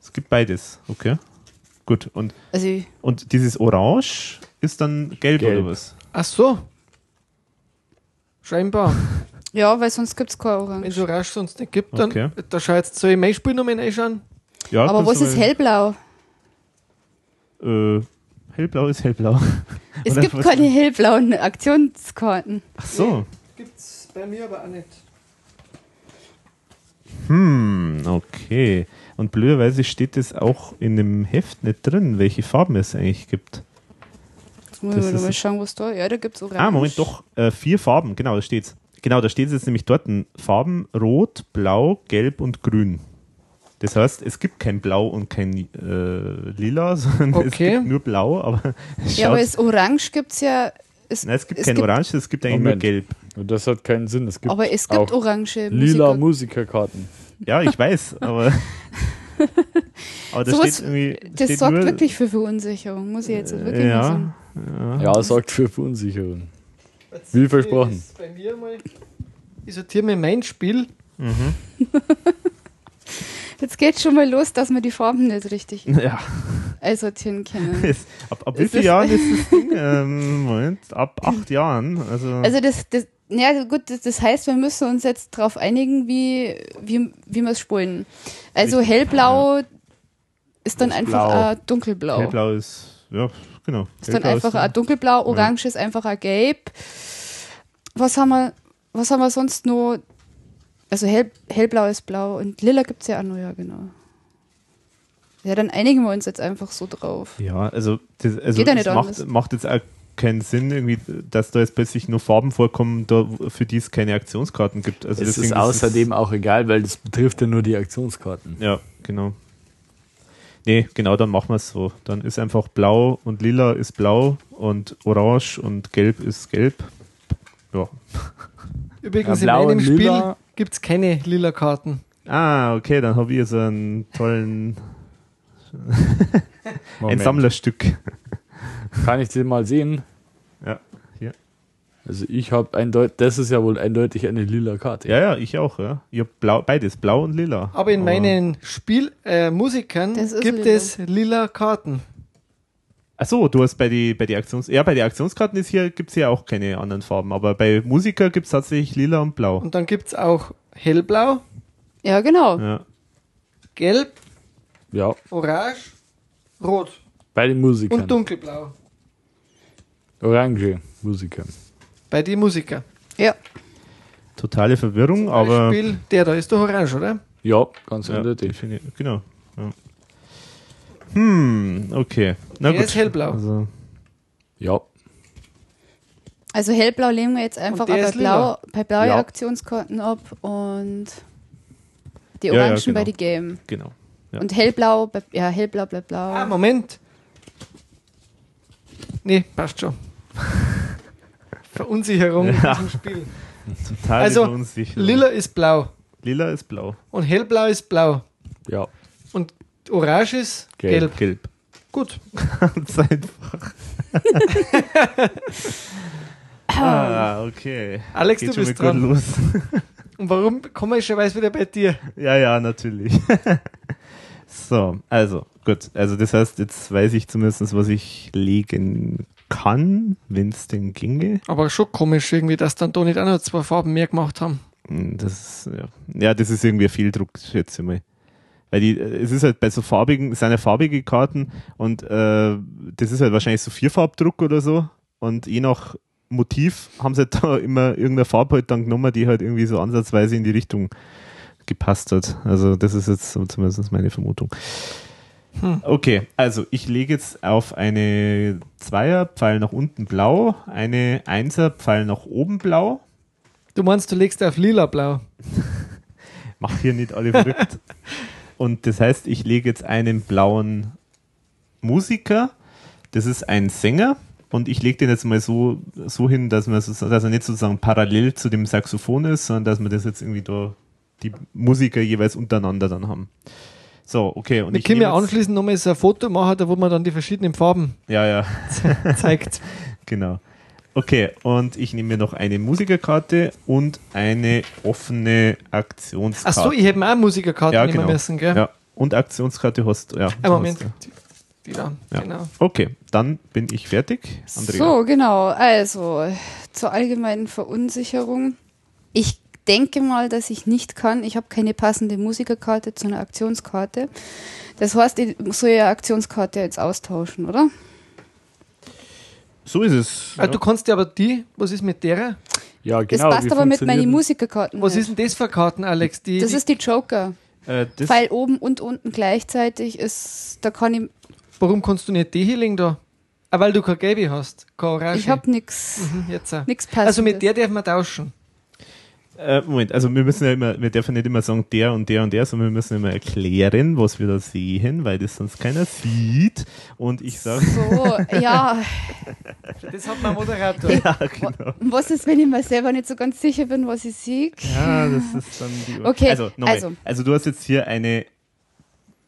[SPEAKER 1] Es gibt beides. Okay. Gut. Und,
[SPEAKER 3] Also, ich-
[SPEAKER 1] und dieses Orange ist dann gelb,
[SPEAKER 2] Gelb.
[SPEAKER 1] oder was?
[SPEAKER 4] Ach so. Scheinbar.
[SPEAKER 3] ja, weil sonst gibt es kein Orange.
[SPEAKER 4] Wenn es Orange sonst nicht gibt, dann
[SPEAKER 1] Okay.
[SPEAKER 4] da schau jetzt soll ich mein Spiel nochmal reinschauen.
[SPEAKER 1] Ja,
[SPEAKER 3] aber was
[SPEAKER 1] kannst du
[SPEAKER 3] ist
[SPEAKER 1] mal-
[SPEAKER 3] hellblau?
[SPEAKER 1] Äh, hellblau ist hellblau.
[SPEAKER 3] Es
[SPEAKER 1] Oder
[SPEAKER 3] gibt
[SPEAKER 1] was-
[SPEAKER 3] keine hellblauen Aktionskarten.
[SPEAKER 1] Ach so.
[SPEAKER 4] Gibt's bei mir aber auch nicht.
[SPEAKER 1] Hm, okay. Und blöderweise steht es auch in dem Heft nicht drin, welche Farben es eigentlich gibt.
[SPEAKER 3] Jetzt muss
[SPEAKER 1] Das
[SPEAKER 3] ich mal,
[SPEAKER 1] ist-
[SPEAKER 3] mal schauen, was da. Ja, da gibt es Orange.
[SPEAKER 1] Ah, Moment, doch. Äh, vier Farben, genau, da steht's. Genau, da steht es jetzt nämlich dort. Farben Rot, Blau, Gelb und Grün. Das heißt, es gibt kein Blau und kein äh, Lila, sondern es
[SPEAKER 4] Okay.
[SPEAKER 1] gibt nur Blau, aber es
[SPEAKER 3] Ja, aber
[SPEAKER 1] schaut-
[SPEAKER 3] es Orange gibt es ja. Es,
[SPEAKER 1] Nein, es gibt
[SPEAKER 3] es
[SPEAKER 1] kein
[SPEAKER 3] gibt-
[SPEAKER 1] Orange, es gibt eigentlich
[SPEAKER 2] Moment.
[SPEAKER 1] nur Gelb.
[SPEAKER 2] Und das hat keinen Sinn. Es gibt,
[SPEAKER 3] aber es gibt
[SPEAKER 2] auch
[SPEAKER 3] orange
[SPEAKER 2] lila
[SPEAKER 3] Musiker-
[SPEAKER 2] Musikerkarten.
[SPEAKER 1] Ja, ich weiß, aber. aber da
[SPEAKER 3] Sowas-
[SPEAKER 1] steht irgendwie.
[SPEAKER 3] Das
[SPEAKER 1] steht
[SPEAKER 3] sorgt
[SPEAKER 1] nur,
[SPEAKER 3] wirklich für Verunsicherung, muss ich jetzt auch wirklich mal sagen.
[SPEAKER 1] Ja.
[SPEAKER 2] Ja, sorgt für Verunsicherung. Wie versprochen.
[SPEAKER 4] Ist Bei mir mal. Ich sortiere mir mein Spiel.
[SPEAKER 3] Jetzt geht schon mal los, dass wir die Farben nicht richtig
[SPEAKER 1] Ja.
[SPEAKER 3] einsortieren können.
[SPEAKER 1] Ist, ab ab wie
[SPEAKER 3] Es
[SPEAKER 1] vielen
[SPEAKER 3] ist-
[SPEAKER 1] Jahren ist das Ding? Ähm, Moment, ab acht Jahren. Also,
[SPEAKER 3] Also das, das ja gut, das, das heißt, wir müssen uns jetzt darauf einigen, wie, wie, wie wir es spulen. Also
[SPEAKER 1] Richtig,
[SPEAKER 3] hellblau ist dann
[SPEAKER 1] Ist
[SPEAKER 3] einfach
[SPEAKER 1] blau.
[SPEAKER 3] auch dunkelblau.
[SPEAKER 1] hellblau ist, ja, genau.
[SPEAKER 3] ist dann
[SPEAKER 1] Hellblau
[SPEAKER 3] einfach auch dunkelblau, orange ist einfach auch gelb. Was haben wir, was haben wir sonst noch? Also hell, hellblau ist blau und lila gibt es ja auch noch, ja genau. Ja, dann einigen wir uns jetzt einfach so drauf.
[SPEAKER 1] ja, also, das, also
[SPEAKER 3] Geht ja
[SPEAKER 1] das
[SPEAKER 3] nicht
[SPEAKER 1] macht,
[SPEAKER 3] anders.
[SPEAKER 1] macht jetzt auch keinen Sinn, irgendwie, dass da jetzt plötzlich nur Farben vorkommen, da, für die es keine Aktionskarten gibt. Also
[SPEAKER 2] es
[SPEAKER 1] deswegen
[SPEAKER 2] ist außerdem auch egal, weil das betrifft ja nur die Aktionskarten.
[SPEAKER 1] ja, genau. Nee, genau, dann machen wir es so. Dann ist einfach blau und lila ist blau und orange und gelb ist gelb. Ja.
[SPEAKER 4] Übrigens,
[SPEAKER 2] Ja, blau
[SPEAKER 4] in meinem
[SPEAKER 2] und
[SPEAKER 4] Spiel
[SPEAKER 2] lila.
[SPEAKER 4] gibt's keine lila Karten.
[SPEAKER 1] Ah, okay, dann habe ich so einen tollen ein
[SPEAKER 2] Moment.
[SPEAKER 1] Sammlerstück.
[SPEAKER 2] Kann ich den mal sehen?
[SPEAKER 1] Ja, hier.
[SPEAKER 2] Also ich habe eindeutig, das ist ja wohl eindeutig eine lila Karte.
[SPEAKER 1] Ja, ja, ich auch, ja. Ich hab blau, beides, blau und lila.
[SPEAKER 4] Aber
[SPEAKER 2] Oh.
[SPEAKER 4] in meinen Spiel äh, Musikern
[SPEAKER 3] Das ist
[SPEAKER 4] gibt
[SPEAKER 3] lila.
[SPEAKER 4] es lila Karten.
[SPEAKER 1] Achso, du hast bei die, bei die Aktions, ja, bei den Aktionskarten ist hier, gibt's hier auch keine anderen Farben, aber bei Musiker gibt's tatsächlich lila und blau.
[SPEAKER 4] Und dann gibt's auch hellblau,
[SPEAKER 3] Ja, genau.
[SPEAKER 1] Ja,
[SPEAKER 4] gelb,
[SPEAKER 2] ja
[SPEAKER 4] orange, rot
[SPEAKER 2] bei den Musikern.
[SPEAKER 4] und dunkelblau.
[SPEAKER 2] Orange Musiker.
[SPEAKER 4] Bei den Musikern.
[SPEAKER 3] Ja.
[SPEAKER 1] totale Verwirrung, aber.
[SPEAKER 4] Beispiel, der da ist doch orange, oder?
[SPEAKER 2] Ja, ganz
[SPEAKER 1] Ja,
[SPEAKER 2] eindeutig.
[SPEAKER 1] defini- genau. Ja. Hm, okay. Na
[SPEAKER 4] Der
[SPEAKER 1] gut.
[SPEAKER 4] ist hellblau.
[SPEAKER 1] Also,
[SPEAKER 2] Ja.
[SPEAKER 3] Also hellblau lehnen wir jetzt einfach
[SPEAKER 4] der
[SPEAKER 3] auch bei,
[SPEAKER 4] ist lila.
[SPEAKER 3] blau, bei blaue
[SPEAKER 2] Ja.
[SPEAKER 3] Aktionskarten ab und die
[SPEAKER 1] Ja, ja,
[SPEAKER 3] Orangen
[SPEAKER 1] genau.
[SPEAKER 3] bei die Gelben.
[SPEAKER 1] genau. Ja.
[SPEAKER 3] Und hellblau, bleibt- ja, hellblau bleibt blau.
[SPEAKER 4] Ah, Moment. Nee, passt schon. Verunsicherung in diesem Spiel.
[SPEAKER 1] Total
[SPEAKER 4] Also,
[SPEAKER 1] unsicher.
[SPEAKER 4] Lila ist blau
[SPEAKER 1] lila ist blau.
[SPEAKER 4] und hellblau ist blau
[SPEAKER 2] Ja.
[SPEAKER 4] und orange ist
[SPEAKER 2] Gelb.
[SPEAKER 4] gelb.
[SPEAKER 1] Gelb.
[SPEAKER 4] Gut.
[SPEAKER 1] Ganz einfach. ah, okay.
[SPEAKER 4] Alex, du
[SPEAKER 1] schon
[SPEAKER 4] bist
[SPEAKER 1] mal
[SPEAKER 4] dran.
[SPEAKER 1] gut los.
[SPEAKER 4] Und warum komischerweise wieder bei dir?
[SPEAKER 1] Ja, ja, natürlich. so, also, gut. Also, das heißt, jetzt weiß ich zumindest, was ich legen kann, wenn es denn ginge.
[SPEAKER 4] Aber schon komisch irgendwie, dass dann da nicht auch noch zwei Farben mehr gemacht haben.
[SPEAKER 1] Hm, Das, ist, ja. ja, das ist irgendwie ein Fehldruck, schätze ich mal. Weil die, äh, es ist halt bei so farbigen, seine farbige Karten und äh, das ist halt wahrscheinlich so Vierfarbdruck oder so. Und je nach Motiv haben sie halt da immer irgendeine Farbe halt dann genommen, die halt irgendwie so ansatzweise in die Richtung gepasst hat. Also das ist jetzt so zumindest meine Vermutung.
[SPEAKER 4] Hm.
[SPEAKER 1] Okay, also ich lege jetzt auf eine Zweier, Pfeil nach unten blau, eine Einser, Pfeil nach oben blau
[SPEAKER 4] Du meinst, du legst auf lila-blau.
[SPEAKER 1] Mach hier nicht alle verrückt. Und das heißt, ich lege jetzt einen blauen Musiker. Das ist ein Sänger. Und ich lege den jetzt mal so, so hin, dass, man, so- dass er nicht sozusagen parallel zu dem Saxophon ist, sondern dass man das jetzt irgendwie da die Musiker jeweils untereinander dann haben. So, okay. Und
[SPEAKER 4] Wir
[SPEAKER 1] ich
[SPEAKER 4] können ja
[SPEAKER 1] nehme jetzt-
[SPEAKER 4] anschließend nochmal so ein Foto machen, da wo man dann die verschiedenen Farben
[SPEAKER 1] Ja, ja.
[SPEAKER 4] zeigt.
[SPEAKER 1] Genau. Okay, und ich nehme mir noch eine Musikerkarte und eine offene Aktionskarte.
[SPEAKER 4] Achso, ich hätte mir auch eine Musikerkarte
[SPEAKER 1] Ja,
[SPEAKER 4] nehmen
[SPEAKER 1] genau.
[SPEAKER 4] müssen, gell?
[SPEAKER 1] ja, und Aktionskarte hast du. Ja,
[SPEAKER 4] Ein Moment.
[SPEAKER 1] Hast du.
[SPEAKER 4] Die, die da,
[SPEAKER 1] Ja.
[SPEAKER 4] genau.
[SPEAKER 1] Okay, dann bin ich fertig. Andrea.
[SPEAKER 3] So, genau. Also, zur allgemeinen Verunsicherung. Ich denke mal, dass ich nicht kann. Ich habe keine passende Musikerkarte zu einer Aktionskarte. Das heißt, ich soll ja Aktionskarte jetzt austauschen, oder?
[SPEAKER 1] So ist es.
[SPEAKER 4] Ah, du kannst dir aber die, was ist mit derer?
[SPEAKER 2] Ja, genau,
[SPEAKER 3] das passt
[SPEAKER 2] wie
[SPEAKER 3] aber mit meinen
[SPEAKER 2] funktioniert-
[SPEAKER 3] Musikerkarten.
[SPEAKER 4] Genau, Was
[SPEAKER 3] nicht.
[SPEAKER 4] ist denn das für Karten, Alex? Die,
[SPEAKER 3] das
[SPEAKER 4] die
[SPEAKER 3] ist die Joker.
[SPEAKER 1] äh, das,
[SPEAKER 3] Pfeil oben und unten gleichzeitig ist, da kann ich,
[SPEAKER 4] Warum kannst du nicht die Healing da? Ah, weil du kein Gelbe hast, kein Orange.
[SPEAKER 3] ich habe nichts,
[SPEAKER 4] Mhm, jetzt auch.
[SPEAKER 3] nichts passendes.
[SPEAKER 4] Also mit der darf man tauschen.
[SPEAKER 1] äh, Moment, also wir müssen ja immer, wir dürfen nicht immer sagen, der und der und der, sondern wir müssen immer erklären, was wir da sehen, weil das sonst keiner sieht. Und ich sage,
[SPEAKER 3] So, ja.
[SPEAKER 4] Das hat mein Moderator.
[SPEAKER 1] ja, genau.
[SPEAKER 3] Und Was ist, wenn ich mir selber nicht so ganz sicher bin, was ich sehe?
[SPEAKER 1] Ja, das ist dann die.
[SPEAKER 3] Okay,
[SPEAKER 1] also, nochmal.
[SPEAKER 3] also.
[SPEAKER 1] also du hast jetzt hier eine,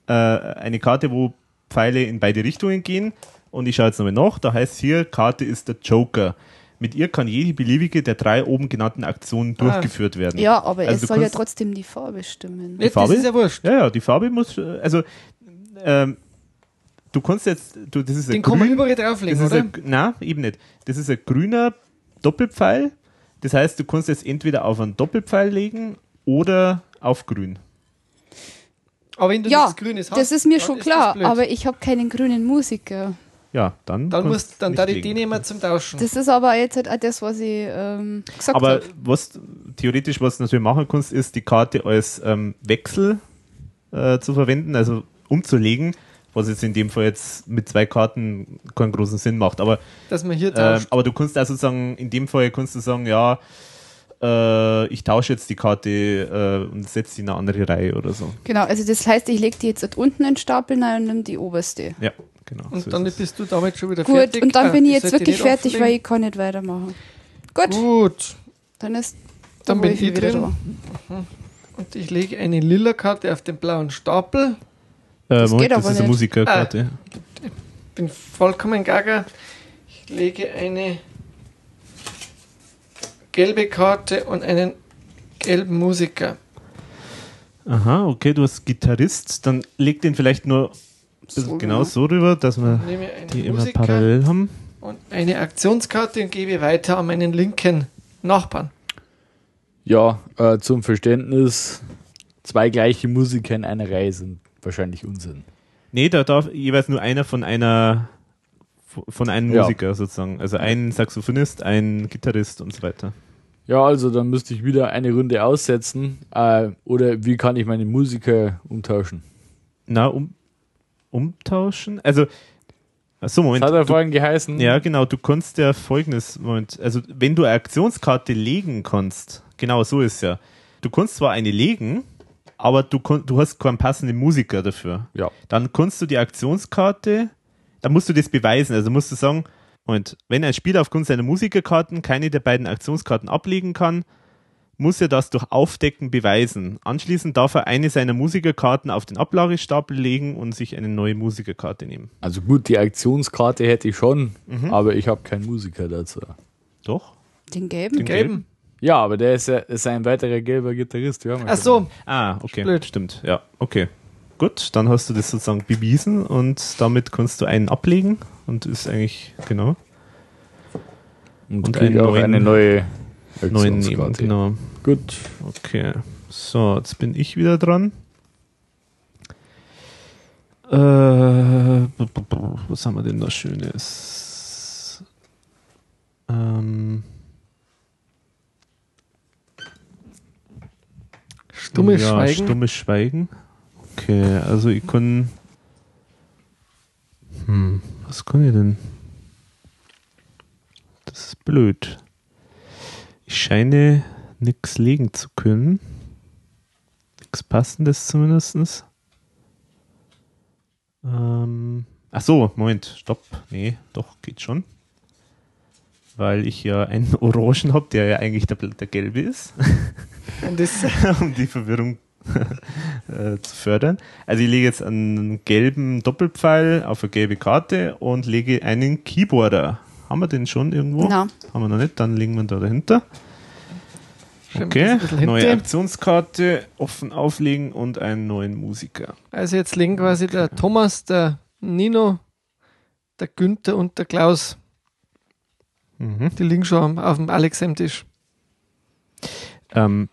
[SPEAKER 1] äh, eine Karte, wo Pfeile in beide Richtungen gehen. Und ich schaue jetzt nochmal nach. Da heißt hier, Karte ist der Joker. Mit ihr kann jede beliebige der drei oben genannten Aktionen durchgeführt werden.
[SPEAKER 3] Ah. Ja, aber
[SPEAKER 1] Also
[SPEAKER 3] es
[SPEAKER 1] du
[SPEAKER 3] soll ja
[SPEAKER 1] kannst-
[SPEAKER 3] trotzdem die Farbe stimmen.
[SPEAKER 4] Nicht, das
[SPEAKER 1] Farbe?
[SPEAKER 4] ist ja wurscht.
[SPEAKER 1] Ja, ja, die Farbe muss. äh, Also, ähm, du kannst jetzt. Du, das ist ein
[SPEAKER 4] Den kann man
[SPEAKER 1] grün,
[SPEAKER 4] überall
[SPEAKER 1] das
[SPEAKER 4] drauflegen,
[SPEAKER 1] ist
[SPEAKER 4] oder?
[SPEAKER 1] ein, Nein, eben nicht. Das ist ein grüner Doppelpfeil. Das heißt, du kannst jetzt entweder auf einen Doppelpfeil legen oder auf grün.
[SPEAKER 4] Aber wenn du
[SPEAKER 3] Ja,
[SPEAKER 4] nichts Grünes hast,
[SPEAKER 3] das ist mir
[SPEAKER 4] dann
[SPEAKER 3] schon
[SPEAKER 4] das
[SPEAKER 3] klar,
[SPEAKER 4] blöd.
[SPEAKER 3] aber ich habe keinen grünen Musiker.
[SPEAKER 1] Ja, dann.
[SPEAKER 4] dann
[SPEAKER 1] kannst
[SPEAKER 4] musst dann
[SPEAKER 1] nicht
[SPEAKER 4] da die
[SPEAKER 1] legen.
[SPEAKER 4] die nehmen zum Tauschen.
[SPEAKER 3] Das ist aber jetzt halt auch das, was ich ähm, gesagt
[SPEAKER 1] Aber
[SPEAKER 3] habe.
[SPEAKER 1] was theoretisch, was du natürlich machen kannst, ist die Karte als ähm, Wechsel äh, zu verwenden, also umzulegen, was jetzt in dem Fall jetzt mit zwei Karten keinen großen Sinn macht. Aber
[SPEAKER 4] dass man hier
[SPEAKER 1] Ähm,
[SPEAKER 4] tauscht.
[SPEAKER 1] aber du kannst also sagen, in dem Fall kannst du sagen, ja, äh, ich tausche jetzt die Karte äh, und setze sie in eine andere Reihe oder so.
[SPEAKER 3] Genau, also das heißt, ich lege die jetzt dort unten in den Stapel rein und nimm die oberste.
[SPEAKER 1] Ja, genau. so
[SPEAKER 4] und dann
[SPEAKER 1] ist es.
[SPEAKER 4] bist du damit schon wieder
[SPEAKER 3] Gut,
[SPEAKER 4] fertig.
[SPEAKER 3] und dann
[SPEAKER 4] Ah,
[SPEAKER 3] bin ich
[SPEAKER 4] die
[SPEAKER 3] jetzt
[SPEAKER 4] sollte
[SPEAKER 3] wirklich
[SPEAKER 4] nicht
[SPEAKER 3] fertig, weil ich kann nicht weitermachen. Gut,
[SPEAKER 4] auflegen. Gut.
[SPEAKER 3] dann ist
[SPEAKER 4] Dann
[SPEAKER 3] der
[SPEAKER 4] bin
[SPEAKER 3] Wolfi
[SPEAKER 4] ich drin. Und ich lege eine lila Karte auf den blauen Stapel.
[SPEAKER 1] äh,
[SPEAKER 3] das
[SPEAKER 1] Moment,
[SPEAKER 3] geht
[SPEAKER 1] das
[SPEAKER 3] aber
[SPEAKER 1] ist eine
[SPEAKER 3] nicht.
[SPEAKER 1] Musikerkarte.
[SPEAKER 4] bin vollkommen gaga. Ich lege eine gelbe Karte und einen gelben Musiker.
[SPEAKER 1] Aha, okay, du hast Gitarrist, dann leg den vielleicht nur
[SPEAKER 3] So,
[SPEAKER 1] genau
[SPEAKER 3] ja.
[SPEAKER 1] so rüber, dass wir
[SPEAKER 4] Nehme einen
[SPEAKER 1] die immer
[SPEAKER 4] Musiker
[SPEAKER 1] parallel haben.
[SPEAKER 4] und eine Aktionskarte und gebe weiter an meinen linken Nachbarn.
[SPEAKER 2] Ja, äh, zum Verständnis, zwei gleiche Musiker in einer Reihe sind wahrscheinlich Unsinn.
[SPEAKER 1] Nee, da darf jeweils nur einer von einer von einem
[SPEAKER 2] Ja.
[SPEAKER 1] Musiker sozusagen. Also ein Saxophonist, ein Gitarrist und so weiter.
[SPEAKER 2] Ja, also dann müsste ich wieder eine Runde aussetzen. Äh, oder wie kann ich meine Musiker umtauschen?
[SPEAKER 1] Na, um, umtauschen? Also, ach so, Moment.
[SPEAKER 2] das hat er
[SPEAKER 1] du-
[SPEAKER 2] vorhin geheißen.
[SPEAKER 1] Ja, genau. Du kannst ja folgendes, Moment, also wenn du eine Aktionskarte legen kannst, genau so ist ja. Du kannst zwar eine legen, aber du, kon- du hast keinen passenden Musiker dafür.
[SPEAKER 2] Ja.
[SPEAKER 1] Dann kannst du die Aktionskarte, dann musst du das beweisen. Also musst du sagen, Moment, wenn ein Spieler aufgrund seiner Musikerkarten keine der beiden Aktionskarten ablegen kann, muss er das durch Aufdecken beweisen. Anschließend darf er eine seiner Musikerkarten auf den Ablagestapel legen und sich eine neue Musikerkarte nehmen.
[SPEAKER 2] Also gut, die Aktionskarte hätte ich schon,
[SPEAKER 1] Mhm.
[SPEAKER 2] aber ich habe keinen Musiker dazu.
[SPEAKER 1] Doch?
[SPEAKER 3] Den gelben?
[SPEAKER 1] Den
[SPEAKER 4] Gelben.
[SPEAKER 1] gelben?
[SPEAKER 2] Ja, aber der ist, ja, ist ein weiterer gelber Gitarrist. wir haben ja
[SPEAKER 4] Ach
[SPEAKER 2] schon
[SPEAKER 4] so,
[SPEAKER 1] Ah, okay.
[SPEAKER 4] Blöd.
[SPEAKER 1] Stimmt, ja. Okay. Gut, dann hast du das sozusagen bewiesen und damit kannst du einen ablegen und ist eigentlich, genau,
[SPEAKER 2] Und,
[SPEAKER 1] Und
[SPEAKER 2] krieg
[SPEAKER 1] einen
[SPEAKER 2] auch
[SPEAKER 1] neuen-
[SPEAKER 2] eine neue
[SPEAKER 1] neuen nehmen.
[SPEAKER 2] Aktionskarte.
[SPEAKER 1] Genau.
[SPEAKER 2] Gut.
[SPEAKER 1] Okay. So, jetzt bin ich wieder dran. Äh, b- b- b- was haben wir denn da Schönes? Ähm,
[SPEAKER 4] stummes
[SPEAKER 1] ja,
[SPEAKER 4] Schweigen.
[SPEAKER 1] Stummes Schweigen. Okay, also ich kann. Hm, was kann ich denn? Das ist blöd. Ich scheine nichts legen zu können. Nichts passendes zumindest. Ähm, ach so, Moment, stopp. Nee, doch, geht schon. Weil ich ja einen Orangen habe, der ja eigentlich der, der gelbe ist,
[SPEAKER 4] Und das,
[SPEAKER 1] um die Verwirrung äh, zu fördern. Also ich lege jetzt einen gelben Doppelpfeil auf eine gelbe Karte und lege einen Keyboarder. Haben wir den schon irgendwo?
[SPEAKER 3] Na,
[SPEAKER 1] Haben wir noch nicht, dann legen wir ihn da dahinter.
[SPEAKER 4] Stimmt,
[SPEAKER 1] Okay,
[SPEAKER 4] das ist ein bisschen
[SPEAKER 1] neue
[SPEAKER 4] hinten.
[SPEAKER 1] Aktionskarte, offen auflegen und einen neuen Musiker.
[SPEAKER 4] Also jetzt liegen quasi der Thomas, der Nino, der Günther und der Klaus.
[SPEAKER 1] Mhm.
[SPEAKER 4] Die liegen schon am- auf dem Alex am Tisch.
[SPEAKER 1] Ähm,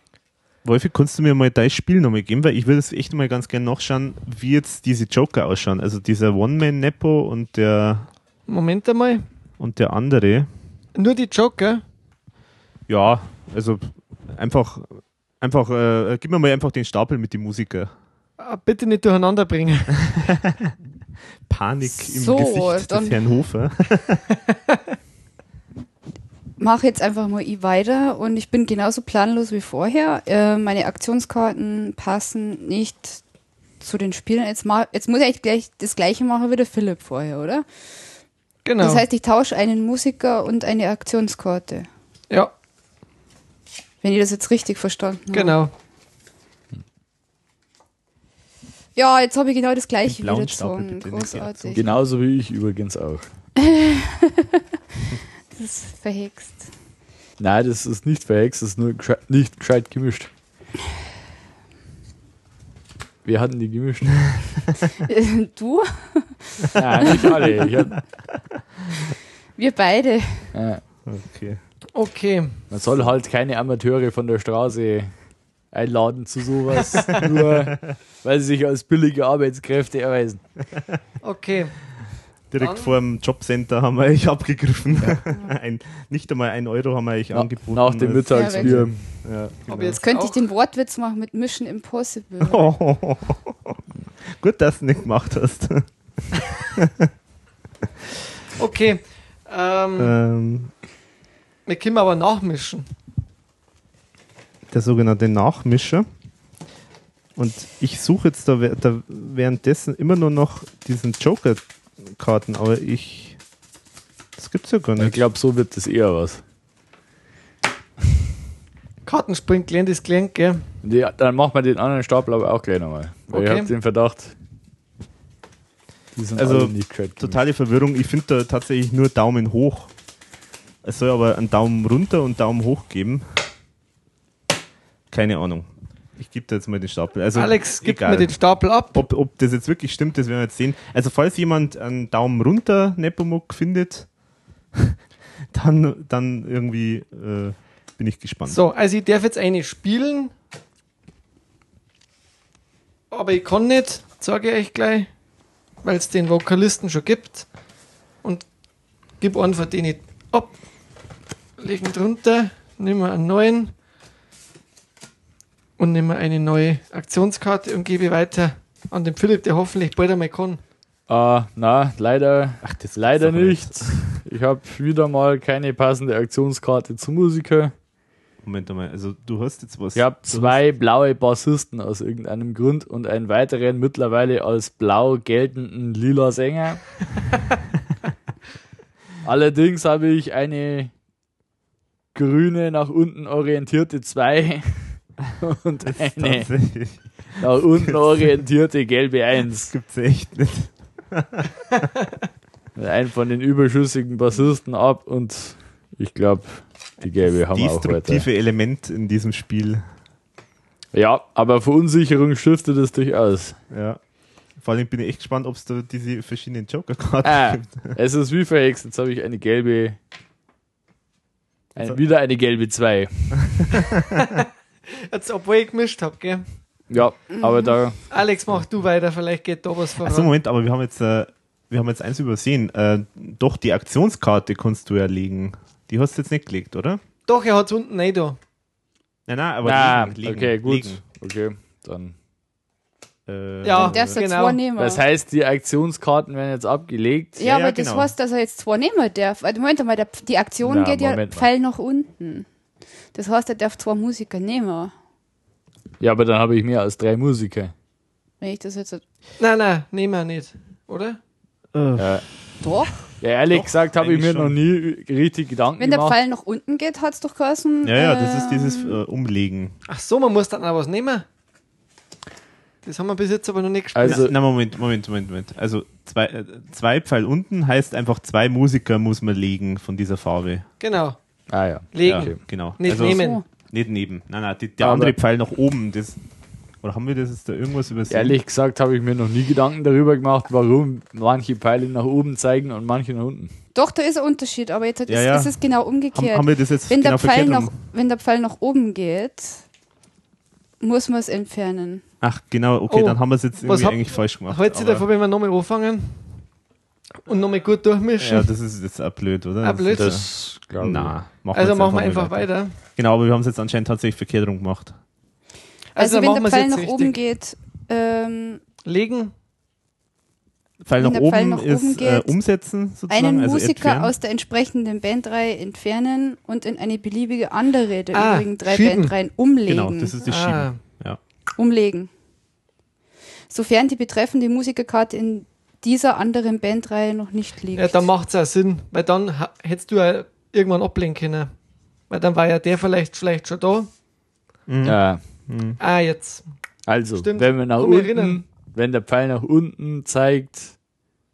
[SPEAKER 1] Wolfi, kannst du mir mal dein Spiel nochmal geben? Weil ich würde es echt mal ganz gerne nachschauen, wie jetzt diese Joker ausschauen. Also dieser One-Man-Nepo und der,
[SPEAKER 4] Moment einmal.
[SPEAKER 1] und der andere.
[SPEAKER 4] Nur die Joker.
[SPEAKER 1] Ja, also einfach, einfach, äh, gib mir mal einfach den Stapel mit den Musiker.
[SPEAKER 4] Ah, Bitte nicht durcheinander bringen.
[SPEAKER 1] Panik
[SPEAKER 3] So,
[SPEAKER 1] im Gesicht
[SPEAKER 3] dann-
[SPEAKER 1] des Herrn Hofer.
[SPEAKER 3] mache jetzt einfach mal ich weiter und ich bin genauso planlos wie vorher. Äh, meine Aktionskarten passen nicht zu den Spielen. Jetzt, ma- jetzt muss ich eigentlich gleich das gleiche machen wie der Philipp vorher, oder?
[SPEAKER 4] Genau.
[SPEAKER 3] Das heißt, ich tausche einen Musiker und eine Aktionskarte.
[SPEAKER 4] ja,
[SPEAKER 3] Wenn ihr das jetzt richtig verstanden habt.
[SPEAKER 4] genau.
[SPEAKER 3] Ja, jetzt habe ich genau das gleiche
[SPEAKER 1] Den genau. blauen
[SPEAKER 3] wieder
[SPEAKER 1] Stapel
[SPEAKER 3] gezogen.
[SPEAKER 1] bitte, nicht die Aktion.
[SPEAKER 3] Großartig.
[SPEAKER 2] Genauso wie ich übrigens auch.
[SPEAKER 3] Das ist verhext.
[SPEAKER 2] Nein, das ist nicht verhext, das ist nur gescheit, nicht gescheit gemischt. Wir hatten die gemischt.
[SPEAKER 3] du?
[SPEAKER 2] Nein, nicht alle. Ich hab,
[SPEAKER 3] Wir beide.
[SPEAKER 2] äh,
[SPEAKER 1] Okay.
[SPEAKER 4] Okay.
[SPEAKER 2] man soll halt keine Amateure von der Straße einladen zu sowas, nur weil sie sich als billige Arbeitskräfte erweisen.
[SPEAKER 4] Okay.
[SPEAKER 1] Direkt
[SPEAKER 4] Dann-
[SPEAKER 1] vor dem Jobcenter haben wir euch abgegriffen. ein, nicht einmal ein Euro haben wir euch
[SPEAKER 2] Na,
[SPEAKER 1] angeboten.
[SPEAKER 2] nach dem
[SPEAKER 1] Das-
[SPEAKER 2] Mittagsbier.
[SPEAKER 1] Ja,
[SPEAKER 4] Ob
[SPEAKER 1] genau.
[SPEAKER 4] jetzt
[SPEAKER 3] Könnte ich
[SPEAKER 4] auch-
[SPEAKER 3] den Wortwitz machen mit Mission Impossible?
[SPEAKER 1] Gut, dass du nicht gemacht hast.
[SPEAKER 4] Okay. Ähm,
[SPEAKER 1] Ähm,
[SPEAKER 4] Wir können aber nachmischen.
[SPEAKER 1] der sogenannte Nachmischer. Und ich suche jetzt da, we- da währenddessen immer nur noch diesen Joker-Karten, aber ich. Das gibt's ja gar
[SPEAKER 2] Ich
[SPEAKER 1] nicht.
[SPEAKER 2] glaube, so wird das eher was.
[SPEAKER 4] Kartenspringen gelernt ist gelernt, gell?
[SPEAKER 2] Die, dann machen wir den anderen Stapel aber auch gleich nochmal. Weil ich
[SPEAKER 4] Okay.
[SPEAKER 2] habe den Verdacht, die sind
[SPEAKER 1] Also,
[SPEAKER 2] alle nicht gescheit gemischt.
[SPEAKER 1] Totale Verwirrung. Ich finde da tatsächlich nur Daumen hoch. Es soll aber einen Daumen runter und Daumen hoch geben. Keine Ahnung. Ich gebe da jetzt mal den Stapel. Also,
[SPEAKER 4] Alex gibt
[SPEAKER 1] egal.
[SPEAKER 4] mir den Stapel ab.
[SPEAKER 1] ob, ob das jetzt wirklich stimmt, das werden wir jetzt sehen. Also falls jemand einen Daumen runter Nepomuk findet, dann, dann irgendwie äh, bin ich gespannt.
[SPEAKER 4] So, also ich darf jetzt eine spielen. Aber ich kann nicht, sage ich euch gleich, weil es den Vokalisten schon gibt. Und gib einen von denen ab. Leg ihn drunter, nimm mir einen neuen. Und nimm mir eine neue Aktionskarte und gebe weiter an den Philipp, der hoffentlich bald einmal kann.
[SPEAKER 2] Ah, na, leider,
[SPEAKER 1] Ach, das
[SPEAKER 2] leider
[SPEAKER 1] gibt's doch
[SPEAKER 2] nicht. Ich habe wieder mal keine passende Aktionskarte zum Musiker.
[SPEAKER 1] Moment mal, also du hast jetzt was.
[SPEAKER 2] Ich habe zwei blaue Bassisten aus irgendeinem Grund und einen weiteren mittlerweile als blau geltenden lila Sänger. Allerdings habe ich eine grüne nach unten orientierte 2 und eine
[SPEAKER 1] Tatsächlich,
[SPEAKER 2] nach unten orientierte gelbe 1.
[SPEAKER 1] das gibt's echt nicht.
[SPEAKER 2] einen von den überschüssigen Bassisten ab und ich glaube, die gelbe haben wir auch heute.
[SPEAKER 1] Destruktive Element in diesem Spiel.
[SPEAKER 2] Ja, aber Verunsicherung stiftet es durchaus.
[SPEAKER 1] Ja. Vor allem bin ich echt gespannt, ob es da diese verschiedenen Joker-Karten
[SPEAKER 2] Ah,
[SPEAKER 1] gibt.
[SPEAKER 2] es ist wie verhext. Jetzt habe ich eine gelbe.
[SPEAKER 1] Also-
[SPEAKER 2] Ein, wieder eine gelbe 2.
[SPEAKER 4] Jetzt, obwohl ich gemischt habe, gell?
[SPEAKER 2] Ja,
[SPEAKER 3] Mhm.
[SPEAKER 2] aber da.
[SPEAKER 4] Alex, mach du weiter, vielleicht geht da was voran.
[SPEAKER 1] Achso, Also Moment, aber wir haben jetzt, äh, wir haben jetzt eins übersehen. Äh, doch, die Aktionskarte kannst du ja legen. Die hast du jetzt nicht gelegt, oder?
[SPEAKER 4] Doch, er hat es unten rein da.
[SPEAKER 1] Nein, nein, aber
[SPEAKER 2] Na,
[SPEAKER 1] legen, legen,
[SPEAKER 2] ah, okay, gut.
[SPEAKER 1] Legen.
[SPEAKER 2] Okay, dann.
[SPEAKER 1] Äh,
[SPEAKER 4] Ja.
[SPEAKER 1] äh,
[SPEAKER 3] Der soll
[SPEAKER 4] Genau.
[SPEAKER 3] zwei nehmen.
[SPEAKER 2] Das heißt, die Aktionskarten werden jetzt abgelegt.
[SPEAKER 3] ja,
[SPEAKER 1] ja,
[SPEAKER 3] aber das
[SPEAKER 1] genau.
[SPEAKER 3] heißt, dass er jetzt zwei nehmen darf. Also Moment mal, der, die Aktion
[SPEAKER 2] Na,
[SPEAKER 3] geht
[SPEAKER 2] Moment
[SPEAKER 3] ja
[SPEAKER 2] mal.
[SPEAKER 3] Pfeil nach unten. Das heißt, er darf zwei Musiker nehmen,
[SPEAKER 2] Ja, aber dann habe ich mehr als drei Musiker.
[SPEAKER 3] wenn ich das jetzt.
[SPEAKER 4] Nein, nein, nehmen wir nicht, oder?
[SPEAKER 3] Doch.
[SPEAKER 2] Ja, ehrlich
[SPEAKER 1] Doch,
[SPEAKER 2] gesagt habe ich
[SPEAKER 1] eigentlich
[SPEAKER 2] mir
[SPEAKER 1] schon.
[SPEAKER 2] noch nie richtig Gedanken
[SPEAKER 3] Wenn der
[SPEAKER 2] gemacht.
[SPEAKER 3] Pfeil nach unten geht, hat es doch geheißen.
[SPEAKER 1] Genau. Ja, ja, das ist
[SPEAKER 3] ähm,
[SPEAKER 1] dieses äh, Umlegen.
[SPEAKER 4] Ach so, man muss dann auch was nehmen. Das haben wir bis jetzt aber noch nicht gespielt.
[SPEAKER 2] Also-
[SPEAKER 1] Also, na, Moment, Moment, Moment, Moment. Also zwei, äh, zwei Pfeil unten heißt einfach zwei Musiker muss man legen von dieser Farbe.
[SPEAKER 4] genau,
[SPEAKER 2] Ah ja.
[SPEAKER 4] legen.
[SPEAKER 1] Also, Ja, genau.
[SPEAKER 4] Nicht nehmen.
[SPEAKER 3] So.
[SPEAKER 1] Nicht neben. Nein, nein, die, der
[SPEAKER 2] Aber-
[SPEAKER 1] andere Pfeil nach oben. Das, oder haben wir das jetzt da irgendwas übersehen?
[SPEAKER 2] Ehrlich gesagt habe ich mir noch nie Gedanken darüber gemacht, warum manche Pfeile nach oben zeigen und manche nach unten.
[SPEAKER 3] Doch, da ist ein Unterschied, aber jetzt
[SPEAKER 1] Ja, ja.
[SPEAKER 3] Ist, ist es genau
[SPEAKER 1] haben,
[SPEAKER 3] umgekehrt.
[SPEAKER 1] haben wir das jetzt
[SPEAKER 3] wenn,
[SPEAKER 1] genau
[SPEAKER 3] der Pfeil
[SPEAKER 1] verkehrt
[SPEAKER 3] nach,
[SPEAKER 1] rum?
[SPEAKER 3] wenn der Pfeil nach oben geht, muss man es entfernen.
[SPEAKER 1] Ach, genau, okay,
[SPEAKER 4] Oh,
[SPEAKER 1] dann haben wir es jetzt
[SPEAKER 4] was
[SPEAKER 1] irgendwie
[SPEAKER 4] hab-
[SPEAKER 1] eigentlich falsch gemacht.
[SPEAKER 4] Heute sich
[SPEAKER 1] aber-
[SPEAKER 4] davon, wenn wir nochmal anfangen und nochmal gut durchmischen.
[SPEAKER 1] Ja, das ist jetzt auch blöd, oder?
[SPEAKER 4] Ah, blöd.
[SPEAKER 1] Das,
[SPEAKER 2] glaube ich.
[SPEAKER 1] na, machen
[SPEAKER 4] also
[SPEAKER 1] jetzt
[SPEAKER 4] machen wir einfach weiter.
[SPEAKER 1] Genau, aber wir haben es jetzt anscheinend tatsächlich verkehrt rum gemacht.
[SPEAKER 3] Also,
[SPEAKER 4] dann
[SPEAKER 3] wenn
[SPEAKER 4] machen
[SPEAKER 3] der
[SPEAKER 4] wir's
[SPEAKER 3] Pfeil
[SPEAKER 4] jetzt
[SPEAKER 3] nach oben
[SPEAKER 4] richtig.
[SPEAKER 3] geht, ähm,
[SPEAKER 4] Legen.
[SPEAKER 1] Pfeil
[SPEAKER 3] Wenn
[SPEAKER 1] nach
[SPEAKER 3] der
[SPEAKER 1] oben
[SPEAKER 3] Pfeil nach oben
[SPEAKER 1] ist äh,
[SPEAKER 3] geht,
[SPEAKER 1] umsetzen sozusagen.
[SPEAKER 3] einen
[SPEAKER 1] also
[SPEAKER 3] Musiker
[SPEAKER 1] entfernen.
[SPEAKER 3] aus der entsprechenden Bandreihe entfernen und in eine beliebige andere der
[SPEAKER 4] Ah,
[SPEAKER 3] übrigen drei
[SPEAKER 4] schieben.
[SPEAKER 3] Bandreihen umlegen.
[SPEAKER 1] Genau, das ist das
[SPEAKER 4] Ah.
[SPEAKER 1] Schieben. Ja.
[SPEAKER 3] umlegen. Sofern die betreffende Musikerkarte in dieser anderen Bandreihe noch nicht liegt.
[SPEAKER 4] Ja, dann macht es auch Sinn, weil dann ha- hättest du auch irgendwann ablenken können. Weil dann war ja der vielleicht, vielleicht schon da.
[SPEAKER 2] Ja,
[SPEAKER 1] Mhm.
[SPEAKER 4] Ah, jetzt.
[SPEAKER 2] also,
[SPEAKER 4] Stimmt.
[SPEAKER 2] wenn wir nach
[SPEAKER 4] Kann mich erinnern.
[SPEAKER 2] unten, wenn der Pfeil nach unten zeigt,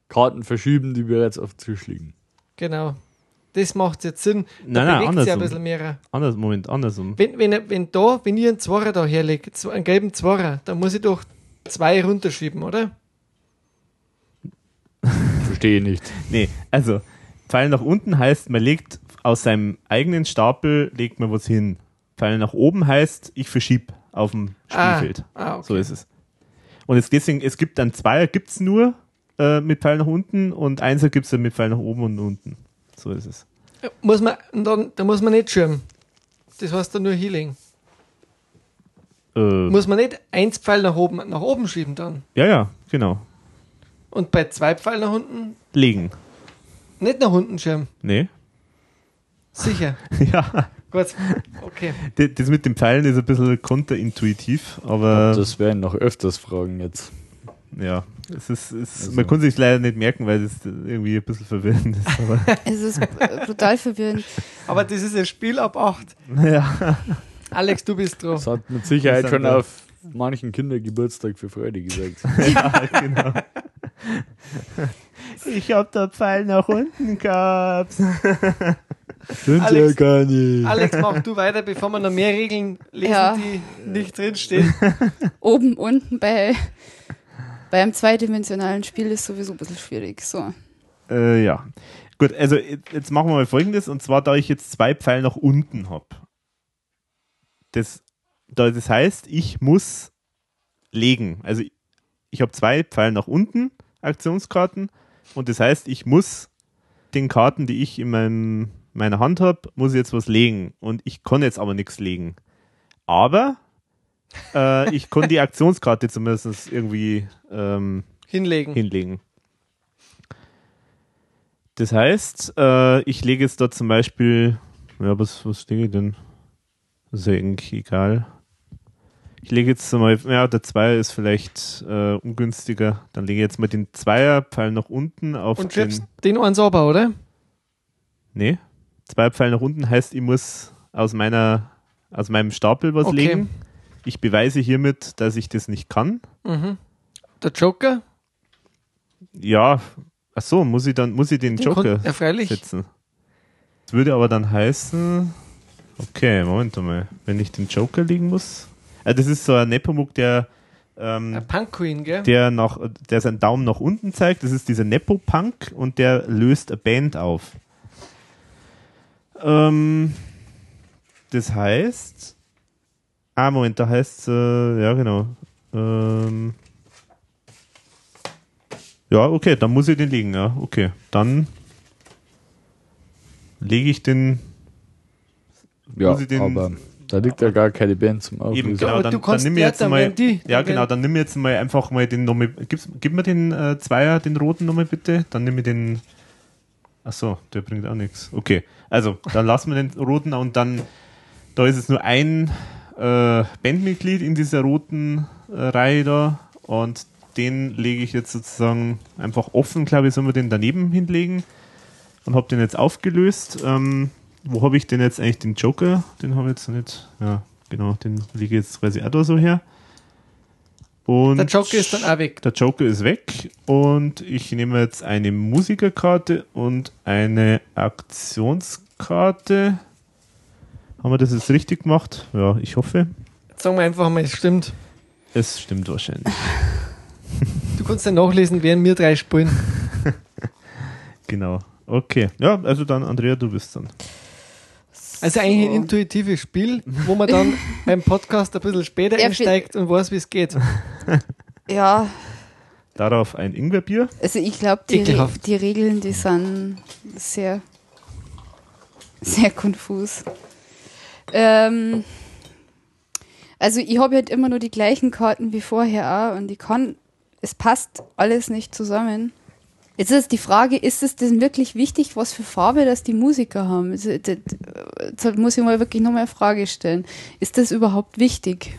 [SPEAKER 2] Karten verschieben, die bereits auf dem Tisch liegen.
[SPEAKER 4] Genau. Das macht jetzt Sinn.
[SPEAKER 1] Nein, nein,
[SPEAKER 4] Da bewegt sich ein
[SPEAKER 1] andersrum.
[SPEAKER 4] bisschen mehr.
[SPEAKER 1] Anders, Moment, andersrum.
[SPEAKER 4] Wenn, wenn, wenn da, wenn ich einen Zwarer da herlege, z- einen gelben Zwarer, dann muss ich doch zwei runterschieben, oder?
[SPEAKER 2] Verstehe nicht.
[SPEAKER 1] Nee, also Pfeil nach unten heißt, man legt aus seinem eigenen Stapel, legt man was hin. Pfeil nach oben heißt, ich verschieb auf dem Spielfeld.
[SPEAKER 4] Ah, ah, okay.
[SPEAKER 1] So ist es. Und es, deswegen, es gibt dann Zweier, gibt es nur äh, mit Pfeil nach unten und Einser gibt es dann mit Pfeil nach oben und unten. So ist es.
[SPEAKER 4] Muss man, und dann, da muss man nicht schirmen. Das heißt dann nur Healing.
[SPEAKER 1] Äh,
[SPEAKER 4] Muss man nicht eins Pfeil nach oben, nach oben schieben dann.
[SPEAKER 1] ja, ja, genau.
[SPEAKER 4] Und bei zwei Pfeil nach unten
[SPEAKER 1] Legen.
[SPEAKER 4] nicht nach unten schirmen.
[SPEAKER 1] Nee?
[SPEAKER 4] Sicher.
[SPEAKER 1] ja,
[SPEAKER 4] Gut. Okay.
[SPEAKER 1] d- das mit den Pfeilen ist ein bisschen konterintuitiv, aber
[SPEAKER 2] Das werden noch öfters Fragen jetzt.
[SPEAKER 1] ja, es ist, es,
[SPEAKER 2] Also-
[SPEAKER 1] man kann sich leider nicht merken, weil das irgendwie ein bisschen verwirrend ist. Aber
[SPEAKER 3] es ist äh, brutal verwirrend.
[SPEAKER 4] Aber das ist ein Spiel ab 8.
[SPEAKER 1] ja.
[SPEAKER 4] Alex, du bist dran.
[SPEAKER 2] Das hat mit Sicherheit
[SPEAKER 1] Das
[SPEAKER 2] schon
[SPEAKER 1] hat er-
[SPEAKER 2] auf manchen Kindergeburtstag für Freude gesagt.
[SPEAKER 1] Ich hab da Pfeil nach unten gehabt.
[SPEAKER 2] Stimmt
[SPEAKER 4] Alex-
[SPEAKER 2] gar nicht.
[SPEAKER 4] Alex, mach du weiter, bevor wir noch mehr Regeln lesen,
[SPEAKER 3] Ja.
[SPEAKER 4] die nicht drinstehen.
[SPEAKER 3] Oben, unten bei, bei einem zweidimensionalen Spiel ist sowieso ein bisschen schwierig. So.
[SPEAKER 1] Äh, ja. Gut, also j- jetzt machen wir mal folgendes, und zwar, da ich jetzt zwei Pfeil nach unten hab. Das, da- das heißt, ich muss legen. Also ich- ich habe zwei Pfeil nach unten Aktionskarten und das heißt, ich muss den Karten, die ich in meinem, meiner Hand habe, muss ich jetzt was legen. Und ich kann jetzt aber nichts legen. Aber äh, ich kann die Aktionskarte zumindest irgendwie ähm,
[SPEAKER 4] Hinlegen.
[SPEAKER 1] hinlegen. Das heißt, äh, ich lege jetzt dort zum Beispiel, ja, was, was lege ich denn? Das ist ja eigentlich egal. Ich lege jetzt mal, ja, der Zweier ist vielleicht äh, ungünstiger. Dann lege ich jetzt mal den Zweierpfeil nach unten auf
[SPEAKER 4] Und
[SPEAKER 1] den.
[SPEAKER 4] schiebst den einen sauber, oder?
[SPEAKER 1] Nee. Zweierpfeil nach unten heißt, ich muss aus meiner, aus meinem Stapel was
[SPEAKER 4] Okay.
[SPEAKER 1] legen. Ich beweise hiermit, dass ich das nicht kann.
[SPEAKER 4] Mhm. Der Joker?
[SPEAKER 1] Ja, ach so, muss ich dann, muss ich den,
[SPEAKER 4] Den
[SPEAKER 1] Joker
[SPEAKER 4] kon- Ja, freilich.
[SPEAKER 1] sitzen. Das würde aber dann heißen, okay, Moment mal, wenn ich den Joker legen muss. Ah, das ist so ein Nepomuk, der, ähm,
[SPEAKER 4] Der Punk Queen, gell?
[SPEAKER 1] der, nach, der seinen Daumen nach unten zeigt. Das ist dieser Nepopunk und der löst eine Band auf. Ähm, das heißt, ah, Moment, da heißt äh, ja genau. Ähm, ja, okay, dann muss ich den legen, ja, okay. Dann lege ich den
[SPEAKER 2] Ja,
[SPEAKER 1] Muss ich den-
[SPEAKER 2] aber da liegt ja gar keine Band zum
[SPEAKER 1] Eben,
[SPEAKER 2] Auflösen.
[SPEAKER 1] genau,
[SPEAKER 4] Aber
[SPEAKER 1] dann,
[SPEAKER 4] du
[SPEAKER 1] dann
[SPEAKER 4] kannst
[SPEAKER 1] nimm
[SPEAKER 4] ja
[SPEAKER 1] jetzt
[SPEAKER 4] dann,
[SPEAKER 1] mal,
[SPEAKER 4] wenn die-
[SPEAKER 1] ja
[SPEAKER 4] wenn-
[SPEAKER 1] genau, dann nimm jetzt mal einfach mal den nochmal, gib's, gib mir den äh, Zweier, den roten nochmal bitte, dann nimm ich den, ach so, der bringt auch nichts, okay, also, dann lassen wir den roten und dann Da ist es nur ein äh, Bandmitglied in dieser roten äh, Reihe da und den lege ich jetzt sozusagen einfach offen, glaube ich, soll man den daneben hinlegen und habe den jetzt aufgelöst. Ähm, wo habe ich denn jetzt eigentlich den Joker? Den habe ich jetzt noch nicht. Ja, genau, den lege ich jetzt quasi auch da so her. Und
[SPEAKER 4] Der Joker ist dann auch weg.
[SPEAKER 1] der Joker ist weg und ich nehme jetzt eine Musikerkarte und eine Aktionskarte. Haben wir das jetzt richtig gemacht? Ja, ich hoffe.
[SPEAKER 4] Jetzt sagen wir einfach mal, es stimmt.
[SPEAKER 1] Es stimmt wahrscheinlich.
[SPEAKER 4] Du kannst dann nachlesen, während wir drei spielen.
[SPEAKER 1] Genau. Okay. Ja, also dann, Andrea, du bist dann.
[SPEAKER 4] Also eigentlich ein intuitives Spiel, wo man dann beim Podcast ein bisschen später
[SPEAKER 3] Ja,
[SPEAKER 4] einsteigt und weiß, wie es geht.
[SPEAKER 3] Ja,
[SPEAKER 1] Darauf ein Ingwerbier.
[SPEAKER 3] also ich glaube, die, Re
[SPEAKER 4] Ekelhaft.
[SPEAKER 3] die Regeln, die sind sehr, sehr konfus. Ähm, also ich habe halt immer nur die gleichen Karten wie vorher auch und ich kann, es passt alles nicht zusammen. Jetzt ist die Frage, ist es denn wirklich wichtig, was für Farbe das die Musiker haben? Also, das, das muss ich mal wirklich nochmal eine Frage stellen. Ist das überhaupt wichtig?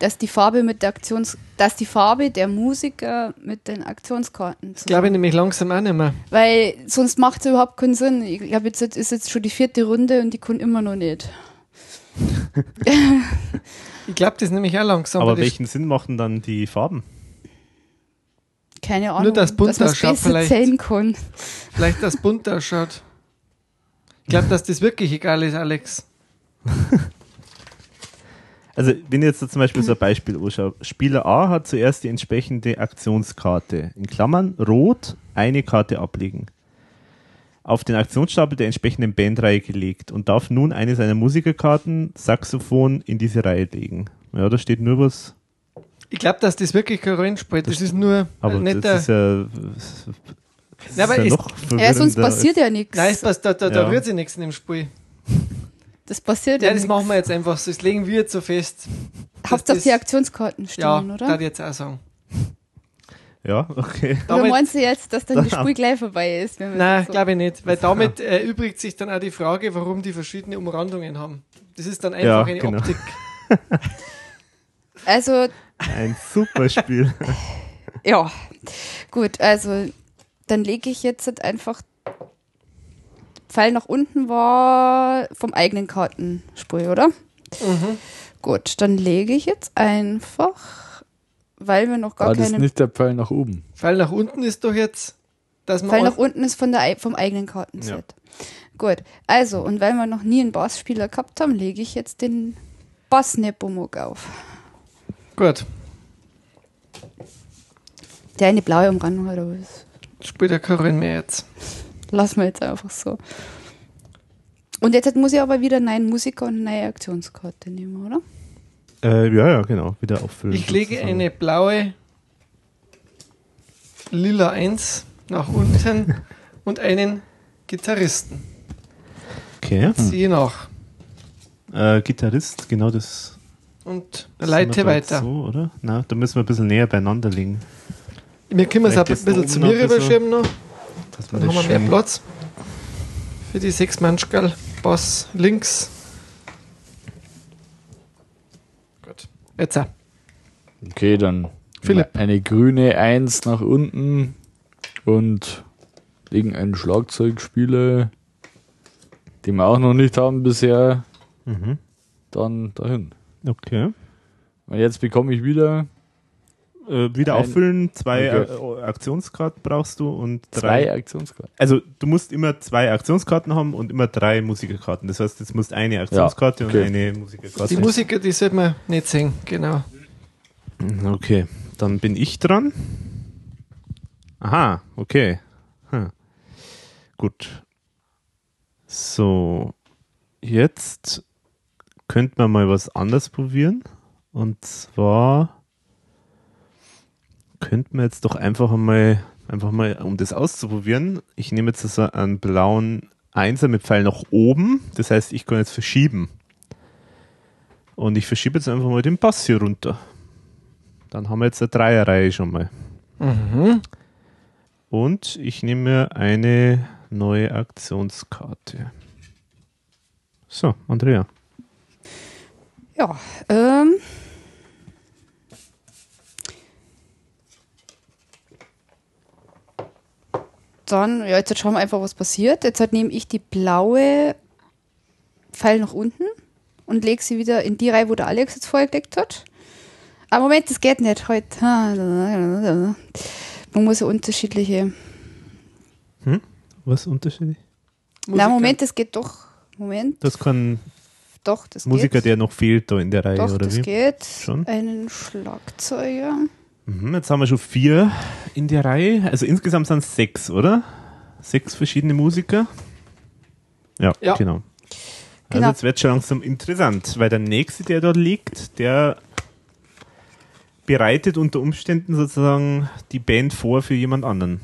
[SPEAKER 3] Dass die Farbe mit der Aktions, dass die Farbe der Musiker mit den Aktionskarten
[SPEAKER 4] Das glaube ich nämlich langsam auch nicht mehr.
[SPEAKER 3] Weil sonst macht es überhaupt keinen Sinn. Ich glaube, jetzt ist jetzt schon die vierte Runde und die kann immer noch nicht.
[SPEAKER 4] Ich glaube, das ist nämlich auch langsam.
[SPEAKER 1] Aber
[SPEAKER 4] weil das-
[SPEAKER 1] welchen Sinn machen dann die Farben?
[SPEAKER 3] Keine Ahnung.
[SPEAKER 4] das bunt
[SPEAKER 3] man's
[SPEAKER 4] ausschaut
[SPEAKER 3] besser
[SPEAKER 4] vielleicht.
[SPEAKER 3] zählen kann.
[SPEAKER 4] Vielleicht das bunt ausschaut. Ich glaube, dass das wirklich egal ist, Alex.
[SPEAKER 1] Also, wenn ich jetzt da zum Beispiel so ein Beispiel anschaue. Spieler A hat zuerst die entsprechende Aktionskarte. In Klammern rot, eine Karte ablegen. Auf den Aktionsstapel der entsprechenden Bandreihe gelegt und darf nun eine seiner Musikerkarten, Saxophon, in diese Reihe legen. Ja, da steht nur was.
[SPEAKER 4] Ich glaube, dass das wirklich keine Rolle spielt. Das ist nur
[SPEAKER 1] Aber
[SPEAKER 4] ein netter.
[SPEAKER 1] das ist ja. Das
[SPEAKER 4] Na, aber es-
[SPEAKER 3] Ja, sonst
[SPEAKER 1] verwirrender als-
[SPEAKER 3] passiert ja nichts.
[SPEAKER 4] Nein, es passt, da, da, da
[SPEAKER 1] Ja.
[SPEAKER 4] rührt sich nichts in dem Spiel.
[SPEAKER 3] Das passiert ja,
[SPEAKER 4] Ja, das
[SPEAKER 3] nichts.
[SPEAKER 4] machen wir jetzt einfach so. Das legen wir jetzt so fest.
[SPEAKER 3] Hauptsache
[SPEAKER 4] das-
[SPEAKER 3] die Aktionskarten
[SPEAKER 4] Ja,
[SPEAKER 3] stimmen,
[SPEAKER 4] da
[SPEAKER 3] oder?
[SPEAKER 4] ich jetzt auch sagen.
[SPEAKER 1] Ja, okay.
[SPEAKER 3] Oder
[SPEAKER 4] Damit-
[SPEAKER 3] meinst du jetzt, dass dann das
[SPEAKER 1] Ja.
[SPEAKER 3] Spiel gleich vorbei ist? Wenn wir
[SPEAKER 4] Nein,
[SPEAKER 3] das so
[SPEAKER 4] glaube ich nicht. Weil damit äh, erübrigt sich dann auch die Frage, warum die verschiedene Umrandungen haben. Das ist dann
[SPEAKER 1] Ja,
[SPEAKER 4] einfach eine
[SPEAKER 1] genau.
[SPEAKER 4] Optik.
[SPEAKER 3] also,
[SPEAKER 1] Ein super Spiel.
[SPEAKER 3] ja. Gut, also, dann lege ich jetzt halt einfach. Pfeil nach unten war vom eigenen Kartenspiel, oder?
[SPEAKER 4] Mhm.
[SPEAKER 3] Gut, dann lege ich jetzt einfach, weil wir noch gar
[SPEAKER 2] War das
[SPEAKER 3] keine.
[SPEAKER 2] nicht der Pfeil nach oben?
[SPEAKER 4] Pfeil nach unten ist doch jetzt, dass man
[SPEAKER 3] Pfeil nach unten ist von der, ei- vom eigenen Kartenset. Gut, also, und weil wir noch nie einen Bassspieler gehabt haben, lege ich jetzt den Bass-Nepomuk auf.
[SPEAKER 4] Gut,
[SPEAKER 3] Der eine blaue Umrandung hat, aber das
[SPEAKER 4] spielt ja keine Rolle mehr jetzt.
[SPEAKER 3] lassen wir jetzt einfach so. Und jetzt muss ich aber wieder einen neuen Musiker und eine neue Aktionskarte nehmen, oder?
[SPEAKER 1] äh, ja, ja, genau. Wieder auffüllen.
[SPEAKER 4] Ich lege
[SPEAKER 1] sozusagen.
[SPEAKER 4] eine blaue lila 1 nach unten und einen Gitarristen.
[SPEAKER 1] Okay.
[SPEAKER 4] Ziehe nach
[SPEAKER 1] Äh, Gitarrist, genau das.
[SPEAKER 4] und
[SPEAKER 1] sind wir
[SPEAKER 4] leite
[SPEAKER 1] grad
[SPEAKER 4] weiter.
[SPEAKER 1] So, oder? Na, da müssen wir ein bisschen näher beieinander liegen.
[SPEAKER 4] Wir können es auch ein
[SPEAKER 1] Vielleicht ist da
[SPEAKER 4] bisschen
[SPEAKER 1] oben
[SPEAKER 4] zu
[SPEAKER 1] noch
[SPEAKER 4] mir
[SPEAKER 1] ein bisschen-
[SPEAKER 4] rüberschieben noch.
[SPEAKER 1] Dass
[SPEAKER 4] Dann haben wir
[SPEAKER 1] das
[SPEAKER 4] mehr
[SPEAKER 1] schön-
[SPEAKER 4] Platz für die sechs Manschgal. Bass links. Gut. Jetzt auch.
[SPEAKER 2] Okay, dann
[SPEAKER 4] Philipp.
[SPEAKER 2] eine grüne Eins nach unten und legen einen Schlagzeugspieler, den wir auch noch nicht haben bisher,
[SPEAKER 1] Mhm.
[SPEAKER 2] dann dahin.
[SPEAKER 1] Okay.
[SPEAKER 2] Und jetzt bekomme ich wieder
[SPEAKER 1] Äh, wieder
[SPEAKER 2] Ein-
[SPEAKER 1] auffüllen, zwei
[SPEAKER 2] Okay.
[SPEAKER 1] äh, Aktionskarten brauchst du und drei.
[SPEAKER 2] drei Aktionskarten.
[SPEAKER 1] Also du musst immer zwei Aktionskarten haben und immer drei Musikerkarten. Das heißt, jetzt musst eine Aktionskarte
[SPEAKER 2] okay.
[SPEAKER 1] und eine Musikerkarte.
[SPEAKER 4] Die Musiker, die sollte man nicht sehen, genau.
[SPEAKER 1] Okay, dann bin ich dran. Aha, okay. Hm. Gut. So, jetzt könnte man mal was anderes probieren. Und zwar könnte man jetzt doch einfach mal, einfach mal, um das auszuprobieren, ich nehme jetzt so einen blauen Einser mit Pfeil nach oben. Das heißt, ich kann jetzt verschieben. Und ich verschiebe jetzt einfach mal den Bass hier runter. Dann haben wir jetzt eine Dreierreihe schon mal.
[SPEAKER 3] Mhm.
[SPEAKER 1] Und ich nehme mir eine neue Aktionskarte. So, Andrea.
[SPEAKER 3] Ja, ähm. Dann, ja, jetzt schauen wir einfach, was passiert. Jetzt halt nehme ich die blaue Pfeil nach unten und lege sie wieder in die Reihe, wo der Alex jetzt vorher gelegt hat. Aber Moment, das geht nicht heute. Man muss ja unterschiedliche.
[SPEAKER 1] Was unterschiedlich?
[SPEAKER 3] Na, Moment, das geht doch. Moment,
[SPEAKER 1] Das kann
[SPEAKER 3] doch, das
[SPEAKER 1] Musiker,
[SPEAKER 3] geht.
[SPEAKER 1] der noch fehlt da in der Reihe
[SPEAKER 3] Doch,
[SPEAKER 1] oder
[SPEAKER 3] das
[SPEAKER 1] wie?
[SPEAKER 3] geht.
[SPEAKER 1] Schon?
[SPEAKER 3] Einen Schlagzeuger.
[SPEAKER 1] Mhm, jetzt haben wir schon vier in der Reihe. Also insgesamt sind es sechs, oder? Sechs verschiedene Musiker. Ja,
[SPEAKER 4] Ja.
[SPEAKER 1] genau. Also
[SPEAKER 3] Genau.
[SPEAKER 1] jetzt wird schon langsam interessant, weil der nächste, der dort liegt, der bereitet unter Umständen sozusagen die Band vor für jemand anderen.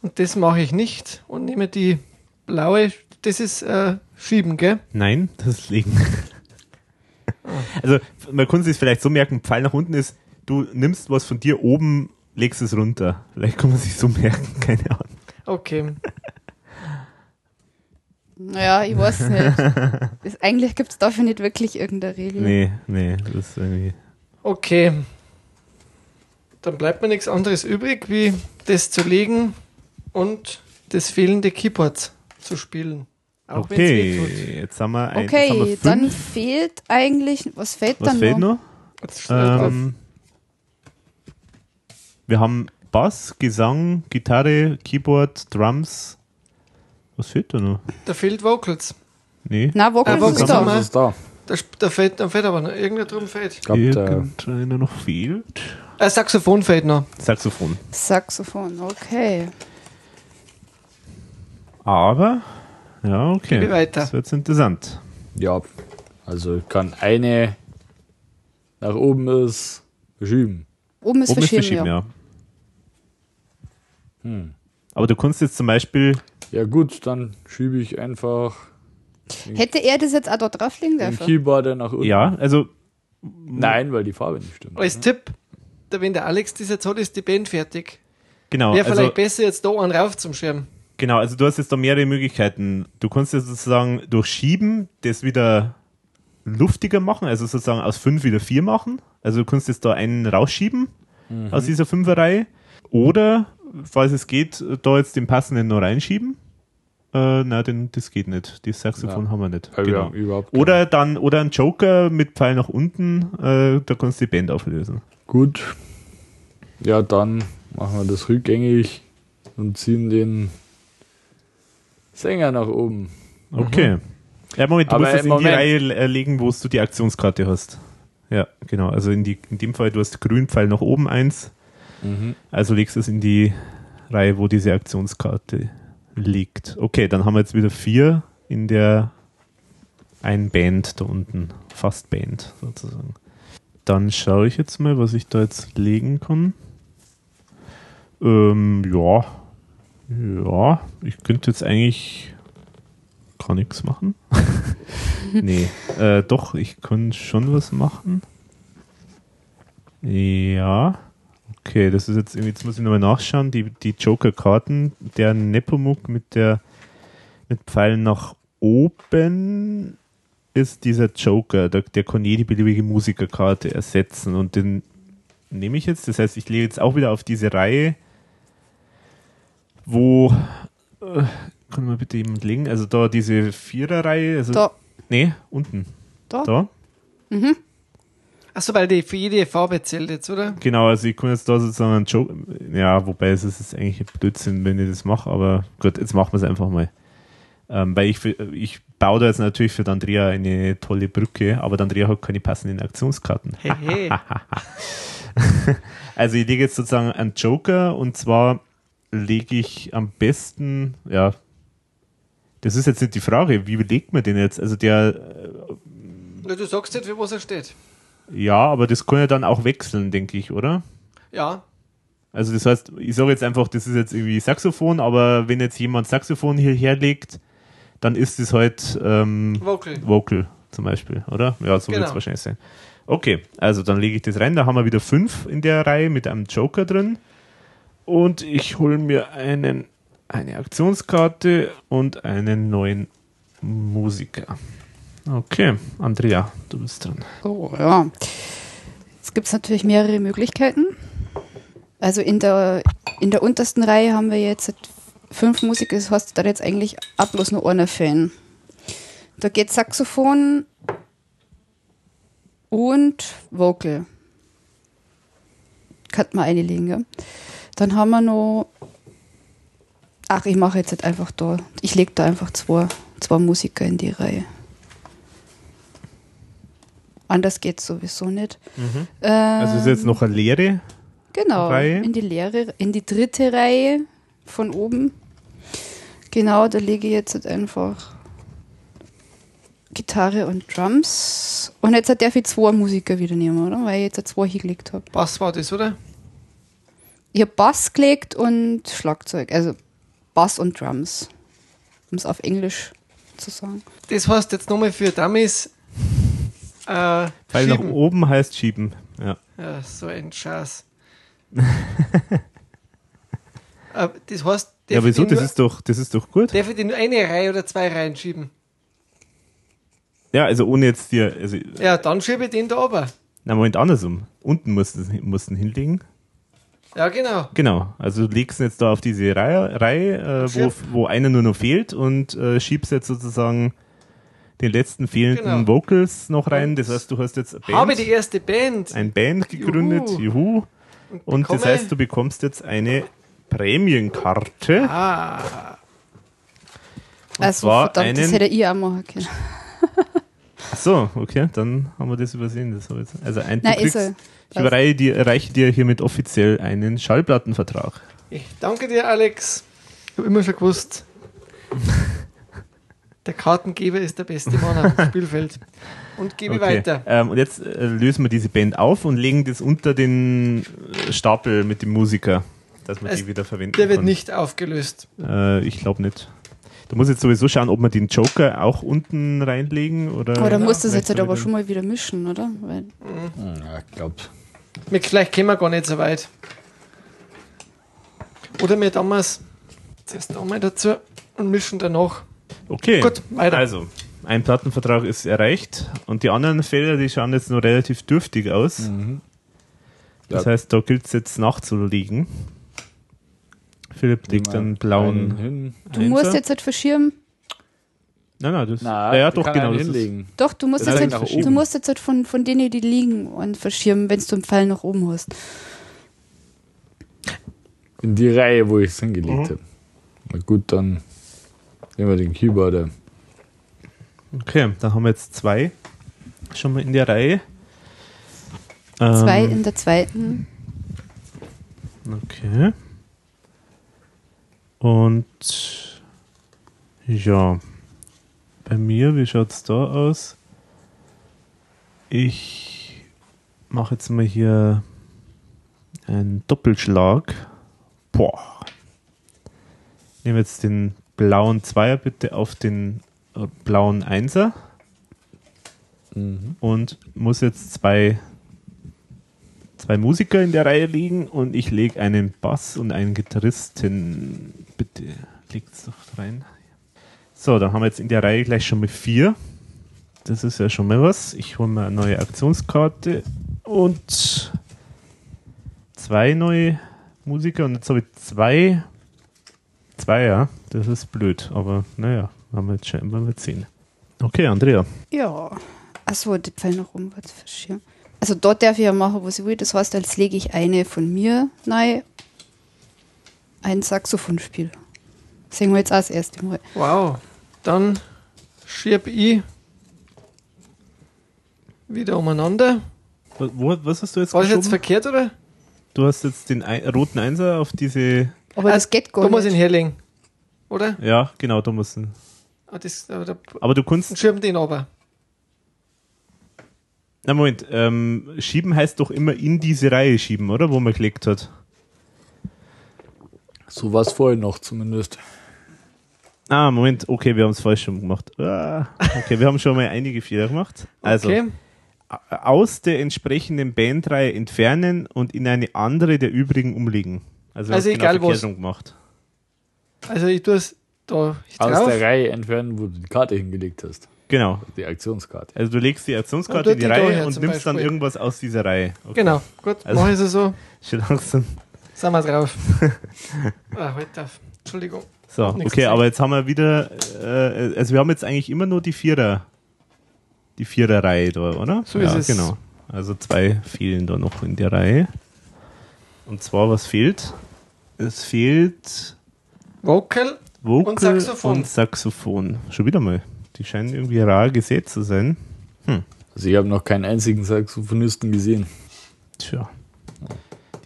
[SPEAKER 4] Und das mache ich nicht und nehme die blaue, das ist äh, Schieben, gell?
[SPEAKER 1] Nein, das ist Legen. Also man kann sich vielleicht so merken, Pfeil nach unten ist, du nimmst was von dir oben, legst es runter. Vielleicht kann man sich so merken, keine Ahnung.
[SPEAKER 4] Okay.
[SPEAKER 3] Ja, ich weiß nicht. Das, eigentlich gibt es dafür nicht wirklich irgendeine Regel.
[SPEAKER 1] Nee, nee, das ist irgendwie.
[SPEAKER 4] Okay. Dann bleibt mir nichts anderes übrig, wie das zu legen und das fehlende Keyboard zu spielen. Auch wenn's weh tut.
[SPEAKER 1] Okay, jetzt haben wir ein, jetzt haben wir
[SPEAKER 3] Okay,
[SPEAKER 1] fünf.
[SPEAKER 3] dann fehlt eigentlich. Was fehlt
[SPEAKER 1] Was
[SPEAKER 3] dann
[SPEAKER 1] fehlt noch?
[SPEAKER 4] Jetzt schnell drauf.
[SPEAKER 1] Ähm, wir haben Bass, Gesang, Gitarre, Keyboard, Drums. Was fehlt da noch?
[SPEAKER 4] Da fehlt Vocals.
[SPEAKER 1] Nee.
[SPEAKER 3] Na, Vocals
[SPEAKER 4] Äh, Vocals
[SPEAKER 3] ist
[SPEAKER 4] haben
[SPEAKER 3] da.
[SPEAKER 4] wir.
[SPEAKER 2] Das ist da.
[SPEAKER 4] Da, sp- da, fehlt, da fehlt aber noch. Irgendwer drum fehlt.
[SPEAKER 2] Ich glaube, der
[SPEAKER 1] Irgendeiner noch fehlt.
[SPEAKER 4] Äh, Saxophon fehlt noch.
[SPEAKER 1] Saxophon.
[SPEAKER 3] Saxophon, okay.
[SPEAKER 1] Aber, ja, okay.
[SPEAKER 4] Gebe weiter.
[SPEAKER 1] Das wird interessant.
[SPEAKER 2] Ja, also kann eine nach oben ist verschieben.
[SPEAKER 3] Oben ist
[SPEAKER 1] Oben ist
[SPEAKER 3] verschieden,
[SPEAKER 1] verschieben,
[SPEAKER 3] ja.
[SPEAKER 1] ja.
[SPEAKER 2] Hm.
[SPEAKER 1] Aber du kannst jetzt zum Beispiel
[SPEAKER 2] Ja gut, dann schiebe ich einfach
[SPEAKER 3] Hätte er das jetzt auch da drauf liegen
[SPEAKER 2] den
[SPEAKER 3] dürfen?
[SPEAKER 2] Keyboarder nach unten.
[SPEAKER 1] Ja, also
[SPEAKER 2] Nein, weil die Farbe nicht stimmt.
[SPEAKER 1] Mhm.
[SPEAKER 4] Als Tipp, da, wenn der Alex das jetzt hat, ist die Band fertig.
[SPEAKER 1] genau.
[SPEAKER 4] Wäre
[SPEAKER 1] also,
[SPEAKER 4] vielleicht besser, jetzt da einen rauf zum Schirm.
[SPEAKER 1] Genau, also du hast jetzt da mehrere Möglichkeiten. Du kannst jetzt sozusagen durch Schieben das wieder luftiger machen, also sozusagen aus fünf wieder vier machen. Also du kannst jetzt da einen rausschieben
[SPEAKER 2] Mhm.
[SPEAKER 1] aus dieser Fünferreihe. Oder, falls es geht, da jetzt den passenden noch reinschieben. Äh, na, den, das geht nicht. Das Saxophon
[SPEAKER 2] Ja.
[SPEAKER 1] haben wir nicht.
[SPEAKER 2] Weil wir haben überhaupt keine-
[SPEAKER 1] Genau. Oder dann, oder ein Joker mit Pfeil nach unten, äh, da kannst du die Band auflösen.
[SPEAKER 2] Gut. Ja, dann machen wir das rückgängig und ziehen den Sänger nach oben.
[SPEAKER 1] Okay. Mhm. Ja, Moment, du
[SPEAKER 2] Aber
[SPEAKER 1] musst es in die
[SPEAKER 2] Moment.
[SPEAKER 1] Reihe äh, legen, wo du die Aktionskarte hast. Ja, genau. Also in, die, in dem Fall, du hast grün Pfeil nach oben eins.
[SPEAKER 2] Mhm.
[SPEAKER 1] Also legst du es in die Reihe, wo diese Aktionskarte liegt. Okay, dann haben wir jetzt wieder vier in der ein Band da unten. Fast Band sozusagen. Dann schaue ich jetzt mal, was ich da jetzt legen kann. Ähm, ja. Ja, ich könnte jetzt eigentlich kann nichts machen. nee, äh, doch, ich kann schon was machen. Ja. Okay, das ist jetzt irgendwie, jetzt muss ich nochmal nachschauen, die, die Joker-Karten, der Nepomuk mit der mit Pfeilen nach oben ist dieser Joker, der, der kann jede beliebige Musikerkarte ersetzen und den nehme ich jetzt, das heißt, ich lege jetzt auch wieder auf diese Reihe, wo äh, kann man bitte jemand legen, also da diese Viererreihe, also
[SPEAKER 3] Da,
[SPEAKER 1] nee, unten,
[SPEAKER 3] da.
[SPEAKER 1] da,
[SPEAKER 4] Achso, weil die für jede Farbe zählt jetzt, oder?
[SPEAKER 1] Genau, also ich kann jetzt da sozusagen einen Joke. Ja, wobei es ist jetzt eigentlich ein Blödsinn, wenn ich das mache, aber gut, jetzt machen wir es einfach mal. Ähm, weil ich, fi- ich baue da jetzt natürlich für die Andrea eine tolle Brücke, aber die Andrea hat keine passenden Aktionskarten.
[SPEAKER 4] Hey, hey.
[SPEAKER 1] Also ich lege jetzt sozusagen einen Joker und zwar lege ich am besten, ja, das ist jetzt nicht die Frage, wie legt man den jetzt? Also der
[SPEAKER 4] Na, du sagst nicht, für was er steht.
[SPEAKER 1] Ja, aber das kann ja dann auch wechseln, denke ich, oder?
[SPEAKER 4] Ja,
[SPEAKER 1] Also das heißt, ich sage jetzt einfach, das ist jetzt irgendwie Saxophon, aber wenn jetzt jemand Saxophon hierher legt, dann ist es halt ähm,
[SPEAKER 4] Vocal.
[SPEAKER 1] Vocal zum Beispiel, oder? Ja, so wird es
[SPEAKER 4] Genau.
[SPEAKER 1] wahrscheinlich sein. Okay, also dann lege ich das rein. Da haben wir wieder fünf in der Reihe mit einem Joker drin. Und ich hole mir einen, eine Aktionskarte und einen neuen Musiker.
[SPEAKER 5] Okay, Andrea, du bist dran.
[SPEAKER 3] Oh ja. Jetzt gibt es natürlich mehrere Möglichkeiten. Also in der, in der untersten Reihe haben wir jetzt fünf Musiker, das heißt, da jetzt eigentlich auch bloß nur einer Fan. Da geht Saxophon und Vocal. Kann man einlegen, ja. Dann haben wir noch. Ach, ich mache jetzt halt einfach da. Ich lege da einfach zwei, zwei Musiker in die Reihe. Anders geht's sowieso nicht. Ähm,
[SPEAKER 1] Also ist jetzt noch eine Lehre.
[SPEAKER 3] Genau,
[SPEAKER 1] Reihe.
[SPEAKER 3] in die leere, in die dritte Reihe von oben. Genau, da lege ich jetzt halt einfach Gitarre und Drums. Und jetzt darf ich zwei Musiker wieder nehmen, oder? Weil ich jetzt zwei hingelegt habe.
[SPEAKER 4] Bass war das, oder?
[SPEAKER 3] Ich habe Bass gelegt und Schlagzeug. Also Bass und Drums. Um es auf Englisch zu sagen.
[SPEAKER 4] Das heißt jetzt nochmal für Dummies. Äh,
[SPEAKER 1] Weil nach
[SPEAKER 4] schieben.
[SPEAKER 1] oben heißt schieben. Ja.
[SPEAKER 4] Ja, so ein Schatz. äh, das heißt, darf
[SPEAKER 1] Ja, wieso?
[SPEAKER 4] ich die
[SPEAKER 1] Das
[SPEAKER 4] nur,
[SPEAKER 1] ist doch, das ist doch gut.
[SPEAKER 4] darf ich die nur eine Reihe oder zwei Reihen schieben?
[SPEAKER 1] Ja, also ohne jetzt dir, also,
[SPEAKER 4] Ja, dann schiebe ich den da oben.
[SPEAKER 1] na Moment, andersrum. Unten musst du musst du ihn hinlegen.
[SPEAKER 4] Ja, genau.
[SPEAKER 1] Genau, also du legst ihn jetzt da auf diese Reihe, Reihe äh, wo,
[SPEAKER 4] Schiff.
[SPEAKER 1] wo einer nur noch fehlt und äh, schiebst jetzt sozusagen den letzten fehlenden
[SPEAKER 4] Genau.
[SPEAKER 1] Vocals noch rein. Das heißt, du hast jetzt eine Band,
[SPEAKER 4] Habe die erste Band.
[SPEAKER 1] ein Band gegründet,
[SPEAKER 4] Juhu.
[SPEAKER 1] juhu. Und das
[SPEAKER 4] bekomme-
[SPEAKER 1] heißt, du bekommst jetzt eine Prämienkarte.
[SPEAKER 3] also
[SPEAKER 1] zwar
[SPEAKER 3] verdammt, das
[SPEAKER 1] einen-
[SPEAKER 3] hätte ich auch machen können.
[SPEAKER 1] Ach so, okay, dann haben wir das übersehen. Das habe ich jetzt. Also ein, du
[SPEAKER 3] Nein, ist
[SPEAKER 1] kriegst,
[SPEAKER 3] er.
[SPEAKER 1] ich überreiche dir, erreiche dir hiermit offiziell einen Schallplattenvertrag.
[SPEAKER 4] Ich danke dir, Alex. Ich habe immer schon gewusst, der Kartengeber ist der beste Mann auf dem Spielfeld. Und gebe weiter.
[SPEAKER 1] Ähm, und jetzt äh, lösen wir diese Band auf und legen das unter den äh, Stapel mit dem Musiker, dass man
[SPEAKER 4] Es-
[SPEAKER 1] die wieder verwenden
[SPEAKER 4] Der wird
[SPEAKER 1] kann.
[SPEAKER 4] nicht aufgelöst.
[SPEAKER 1] Äh, ich glaube nicht. Du musst jetzt sowieso schauen, ob wir den Joker auch unten reinlegen oder.
[SPEAKER 3] Aber da musst du es jetzt halt aber
[SPEAKER 1] den-
[SPEAKER 3] schon mal wieder mischen, oder? Weil
[SPEAKER 2] Ja, ich glaube.
[SPEAKER 4] Mit Vielleicht kommen wir gar nicht so weit. Oder wir damals zuerst nochmal dazu und mischen danach.
[SPEAKER 1] Okay.
[SPEAKER 4] Gut, weiter.
[SPEAKER 1] Also, ein Plattenvertrag ist erreicht und die anderen Felder, die schauen jetzt nur relativ dürftig aus. Das
[SPEAKER 2] Mhm. Ja.
[SPEAKER 1] heißt, da gilt es jetzt nachzulegen. Philipp legt einen blauen.
[SPEAKER 2] hin.
[SPEAKER 3] du musst
[SPEAKER 1] Einser.
[SPEAKER 3] jetzt halt verschirmen.
[SPEAKER 1] Nein, nein, das.
[SPEAKER 2] Na,
[SPEAKER 1] ja, ja,
[SPEAKER 2] ich
[SPEAKER 1] doch,
[SPEAKER 2] kann
[SPEAKER 1] genau.
[SPEAKER 2] einen
[SPEAKER 1] Das ist,
[SPEAKER 2] hinlegen.
[SPEAKER 3] Doch, du musst,
[SPEAKER 1] Das
[SPEAKER 3] jetzt
[SPEAKER 1] heißt
[SPEAKER 3] halt,
[SPEAKER 1] nach
[SPEAKER 3] du
[SPEAKER 1] oben.
[SPEAKER 3] musst jetzt halt von, von denen, die liegen, und verschirmen, wenn du einen Pfeil nach oben hast.
[SPEAKER 2] In die Reihe, wo ich es hingelegt
[SPEAKER 1] Mhm.
[SPEAKER 2] habe. Na gut, dann nehmen wir den Keyboarder.
[SPEAKER 1] Okay, da haben wir jetzt zwei schon mal in der Reihe.
[SPEAKER 3] Zwei
[SPEAKER 1] Ähm,
[SPEAKER 3] in der zweiten.
[SPEAKER 1] Okay. Und ja, bei mir, wie schaut es da aus? Ich mache jetzt mal hier einen Doppelschlag. Boah. Nehme jetzt den blauen Zweier bitte auf den äh, blauen Einser und muss jetzt zwei zwei Musiker in der Reihe liegen und ich lege einen Bass und einen Gitarristen. Bitte legt's doch rein. So, dann haben wir jetzt in der Reihe gleich schon mal vier. Das ist ja schon mal was. Ich hole mir eine neue Aktionskarte und zwei neue Musiker und jetzt habe ich zwei. Zwei, ja. Das ist blöd, aber naja, haben wir jetzt scheinbar mal zehn. Okay, Andrea.
[SPEAKER 3] Ja. Achso, den Pfeil nach oben wird verschirmen. Also dort darf ich ja machen, was ich will. Das heißt, als lege ich eine von mir nein, ein Saxophonspiel. Singen wir jetzt auch das erste Mal.
[SPEAKER 4] Wow. Dann schieb ich wieder umeinander.
[SPEAKER 1] Wo- Wo, was hast du jetzt
[SPEAKER 4] War das jetzt
[SPEAKER 1] geschoben?
[SPEAKER 4] verkehrt, oder?
[SPEAKER 1] Du hast jetzt den ei- roten Einser auf diese
[SPEAKER 3] Aber
[SPEAKER 4] Ah,
[SPEAKER 3] das geht gar
[SPEAKER 4] Da muss ich ihn
[SPEAKER 3] nicht.
[SPEAKER 4] herlegen. Oder?
[SPEAKER 1] Ja, genau, da muss ein-
[SPEAKER 4] Ah, das, aber da,
[SPEAKER 1] Aber du kannst.
[SPEAKER 4] schieben den aber.
[SPEAKER 1] Na Moment, ähm, schieben heißt doch immer in diese Reihe schieben, oder? Wo man geklickt hat.
[SPEAKER 2] So war es vorhin noch zumindest.
[SPEAKER 1] Ah, Moment, okay, wir haben es falsch schon gemacht. Ah, okay, wir haben schon mal einige Fehler gemacht. Also
[SPEAKER 4] Okay.
[SPEAKER 1] aus der entsprechenden Bandreihe entfernen und in eine andere der übrigen umlegen. Also, wir
[SPEAKER 4] Also
[SPEAKER 1] haben
[SPEAKER 4] egal,
[SPEAKER 1] Verkehrung
[SPEAKER 4] wo's-
[SPEAKER 1] gemacht.
[SPEAKER 4] Also ich tue es da
[SPEAKER 2] Aus
[SPEAKER 4] drauf.
[SPEAKER 2] der Reihe entfernen, wo du die Karte hingelegt hast.
[SPEAKER 1] Genau.
[SPEAKER 2] Die Aktionskarte.
[SPEAKER 1] Also du legst die
[SPEAKER 4] Und
[SPEAKER 1] Aktionskarte
[SPEAKER 4] dort
[SPEAKER 1] in die
[SPEAKER 4] die da
[SPEAKER 1] Reihe
[SPEAKER 4] her
[SPEAKER 1] und
[SPEAKER 4] zum
[SPEAKER 1] nimmst dann
[SPEAKER 4] Beispiel.
[SPEAKER 1] irgendwas aus dieser Reihe. Okay.
[SPEAKER 4] Genau, gut,
[SPEAKER 1] Also-
[SPEAKER 4] mach ich es so.
[SPEAKER 1] Schon langsam.
[SPEAKER 4] Sind wir drauf. ah, halt auf. Entschuldigung.
[SPEAKER 1] So,
[SPEAKER 4] Nix
[SPEAKER 1] okay,
[SPEAKER 4] gesagt.
[SPEAKER 1] aber jetzt haben wir wieder, äh, also wir haben jetzt eigentlich immer nur die Vierer, die Viererreihe da, oder?
[SPEAKER 4] So
[SPEAKER 1] ja,
[SPEAKER 4] ist es.
[SPEAKER 1] genau. Also zwei fehlen da noch in der Reihe. Und zwar, was fehlt? Es fehlt
[SPEAKER 4] Vocal?
[SPEAKER 1] Vocal
[SPEAKER 4] Und Saxophon.
[SPEAKER 1] und Saxophon. Schon wieder mal. Die scheinen irgendwie rar gesät zu sein.
[SPEAKER 2] Also ich habe noch keinen einzigen Saxophonisten gesehen.
[SPEAKER 1] Tja.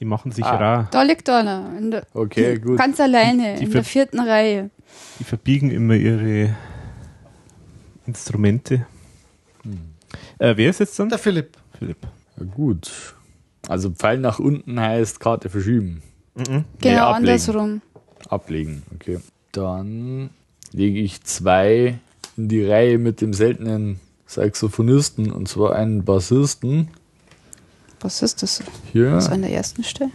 [SPEAKER 1] Die machen sich
[SPEAKER 2] Ah.
[SPEAKER 1] rar.
[SPEAKER 3] Da liegt einer. In der,
[SPEAKER 2] Okay, gut.
[SPEAKER 3] Ganz alleine,
[SPEAKER 1] Die- die
[SPEAKER 3] in der
[SPEAKER 1] fünf-
[SPEAKER 3] vierten Reihe.
[SPEAKER 1] Die verbiegen immer ihre Instrumente. Äh, wer ist jetzt dann?
[SPEAKER 4] Hm. Der Philipp.
[SPEAKER 1] Philipp.
[SPEAKER 2] Ja, gut. Also Pfeil nach unten heißt Karte verschieben. Nee,
[SPEAKER 3] Genau,
[SPEAKER 2] ablegen.
[SPEAKER 3] andersrum.
[SPEAKER 2] Ablegen, okay. Dann lege ich zwei in die Reihe mit dem seltenen Saxophonisten und zwar einen Bassisten
[SPEAKER 3] Was ist das?
[SPEAKER 2] hier
[SPEAKER 3] Das
[SPEAKER 1] Ah.
[SPEAKER 3] ist an der ersten Stelle.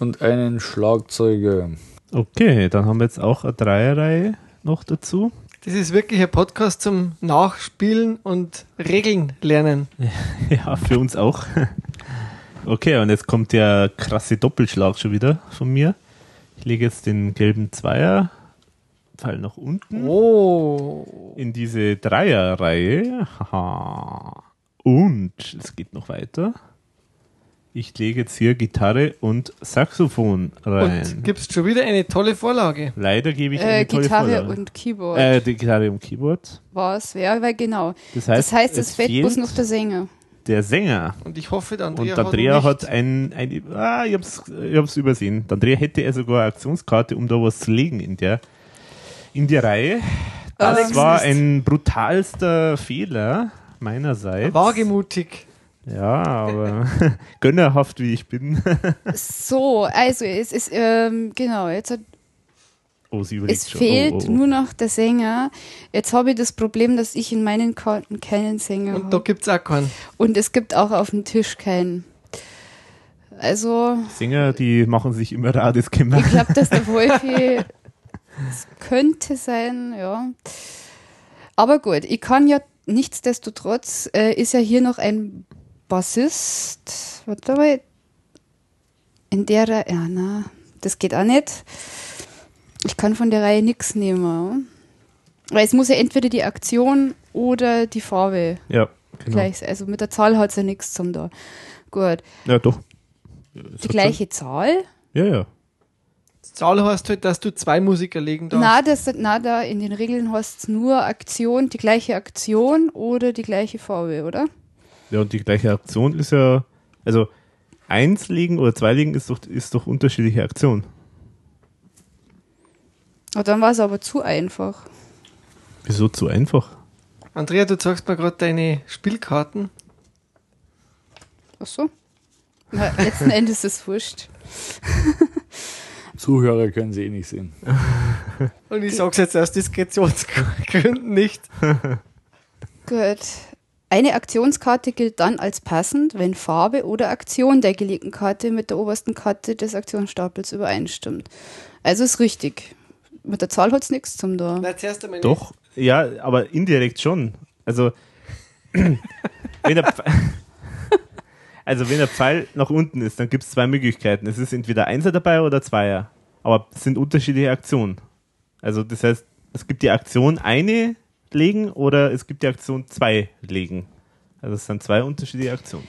[SPEAKER 2] und einen Schlagzeuger.
[SPEAKER 1] Okay, dann haben wir jetzt auch eine Dreierreihe noch dazu.
[SPEAKER 4] Das ist wirklich ein Podcast zum Nachspielen und Regeln lernen.
[SPEAKER 1] Ja, für uns auch. Okay, und jetzt kommt der krasse Doppelschlag schon wieder von mir. Ich lege jetzt den gelben Zweier, Pfeil nach unten,
[SPEAKER 4] Oh.
[SPEAKER 1] in diese Dreierreihe. Haha. Und es geht noch weiter. Ich lege jetzt hier Gitarre und Saxophon rein.
[SPEAKER 4] Und gibst schon wieder eine tolle Vorlage.
[SPEAKER 1] Leider gebe ich eine
[SPEAKER 3] Äh,
[SPEAKER 1] tolle
[SPEAKER 3] Gitarre
[SPEAKER 1] Vorlage.
[SPEAKER 3] und Keyboard.
[SPEAKER 1] äh, die Gitarre und Keyboard.
[SPEAKER 3] Was wäre, weil genau.
[SPEAKER 1] Das heißt,
[SPEAKER 3] Das heißt, es,
[SPEAKER 1] es
[SPEAKER 3] fehlt bloß
[SPEAKER 1] fehlt-
[SPEAKER 3] noch der Sänger.
[SPEAKER 1] Der Sänger
[SPEAKER 4] Und ich hoffe, der
[SPEAKER 1] Und
[SPEAKER 4] Andrea,
[SPEAKER 1] Andrea
[SPEAKER 4] hat,
[SPEAKER 1] hat ein, ein ah, ich hab's, ich hab's übersehen. Der Andrea hätte er sogar eine Aktionskarte, um da was zu legen in der, in der Reihe. Das
[SPEAKER 4] Alex
[SPEAKER 1] war
[SPEAKER 4] ist-
[SPEAKER 1] ein brutalster Fehler
[SPEAKER 4] nicht
[SPEAKER 1] meinerseits.
[SPEAKER 4] wagemutig.
[SPEAKER 1] Ja, aber gönnerhaft wie ich bin.
[SPEAKER 3] So, also es ist, ähm, genau, jetzt hat,
[SPEAKER 1] Oh, sie überlegt
[SPEAKER 3] es
[SPEAKER 1] schon.
[SPEAKER 3] fehlt
[SPEAKER 1] oh, oh, oh.
[SPEAKER 3] nur noch der Sänger. Jetzt habe ich das Problem, dass ich in meinen Karten keinen Sänger
[SPEAKER 4] Und da
[SPEAKER 3] habe.
[SPEAKER 4] gibt's auch keinen.
[SPEAKER 3] Und es gibt auch auf dem Tisch keinen. Also,
[SPEAKER 1] Sänger, die machen sich immer rar, das kennen wir.
[SPEAKER 3] ich glaube, dass der Wolfi, es könnte sein, ja. Aber gut, ich kann ja nichtsdestotrotz, äh, ist ja hier noch ein Bassist. Warte mal. In der Reihe, ja, na, das geht auch nicht. Ich kann von der Reihe nichts nehmen. Weil es muss ja entweder die Aktion oder die Farbe
[SPEAKER 1] Ja, genau.
[SPEAKER 3] gleich sein. Also mit der Zahl hat es ja nichts zum da. Gut.
[SPEAKER 1] Ja, doch.
[SPEAKER 3] Die gleiche Zahl?
[SPEAKER 1] Ja, ja.
[SPEAKER 4] Zahl heißt halt, dass du zwei Musiker legen darfst.
[SPEAKER 3] Na, das, na, da in den Regeln heißt es nur Aktion, die gleiche Aktion oder die gleiche Farbe, oder?
[SPEAKER 1] Ja, und die gleiche Aktion ist ja, also eins liegen oder zwei liegen ist doch, ist doch unterschiedliche Aktion.
[SPEAKER 3] Und dann war es aber zu einfach.
[SPEAKER 1] Wieso zu einfach?
[SPEAKER 4] Andrea, du zeigst mir gerade deine Spielkarten.
[SPEAKER 3] Ach so. Na, letzten Endes ist es wurscht.
[SPEAKER 2] Zuhörer können sie eh nicht sehen.
[SPEAKER 4] Und ich sag's jetzt aus Diskretionsgründen nicht.
[SPEAKER 3] Gut. Eine Aktionskarte gilt dann als passend, wenn Farbe oder Aktion der gelegten Karte mit der obersten Karte des Aktionsstapels übereinstimmt. Also ist richtig. Mit der Zahl hat es nichts zum da.
[SPEAKER 4] Na, zuerst einmal nicht.
[SPEAKER 1] Doch, ja, aber indirekt schon. Also, wenn der Pfeil, also wenn der Pfeil nach unten ist, dann gibt es zwei Möglichkeiten. Es ist entweder Einser dabei oder Zweier. Aber es sind unterschiedliche Aktionen. Also das heißt, es gibt die Aktion eine legen oder es gibt die Aktion zwei legen. Also es sind zwei unterschiedliche Aktionen.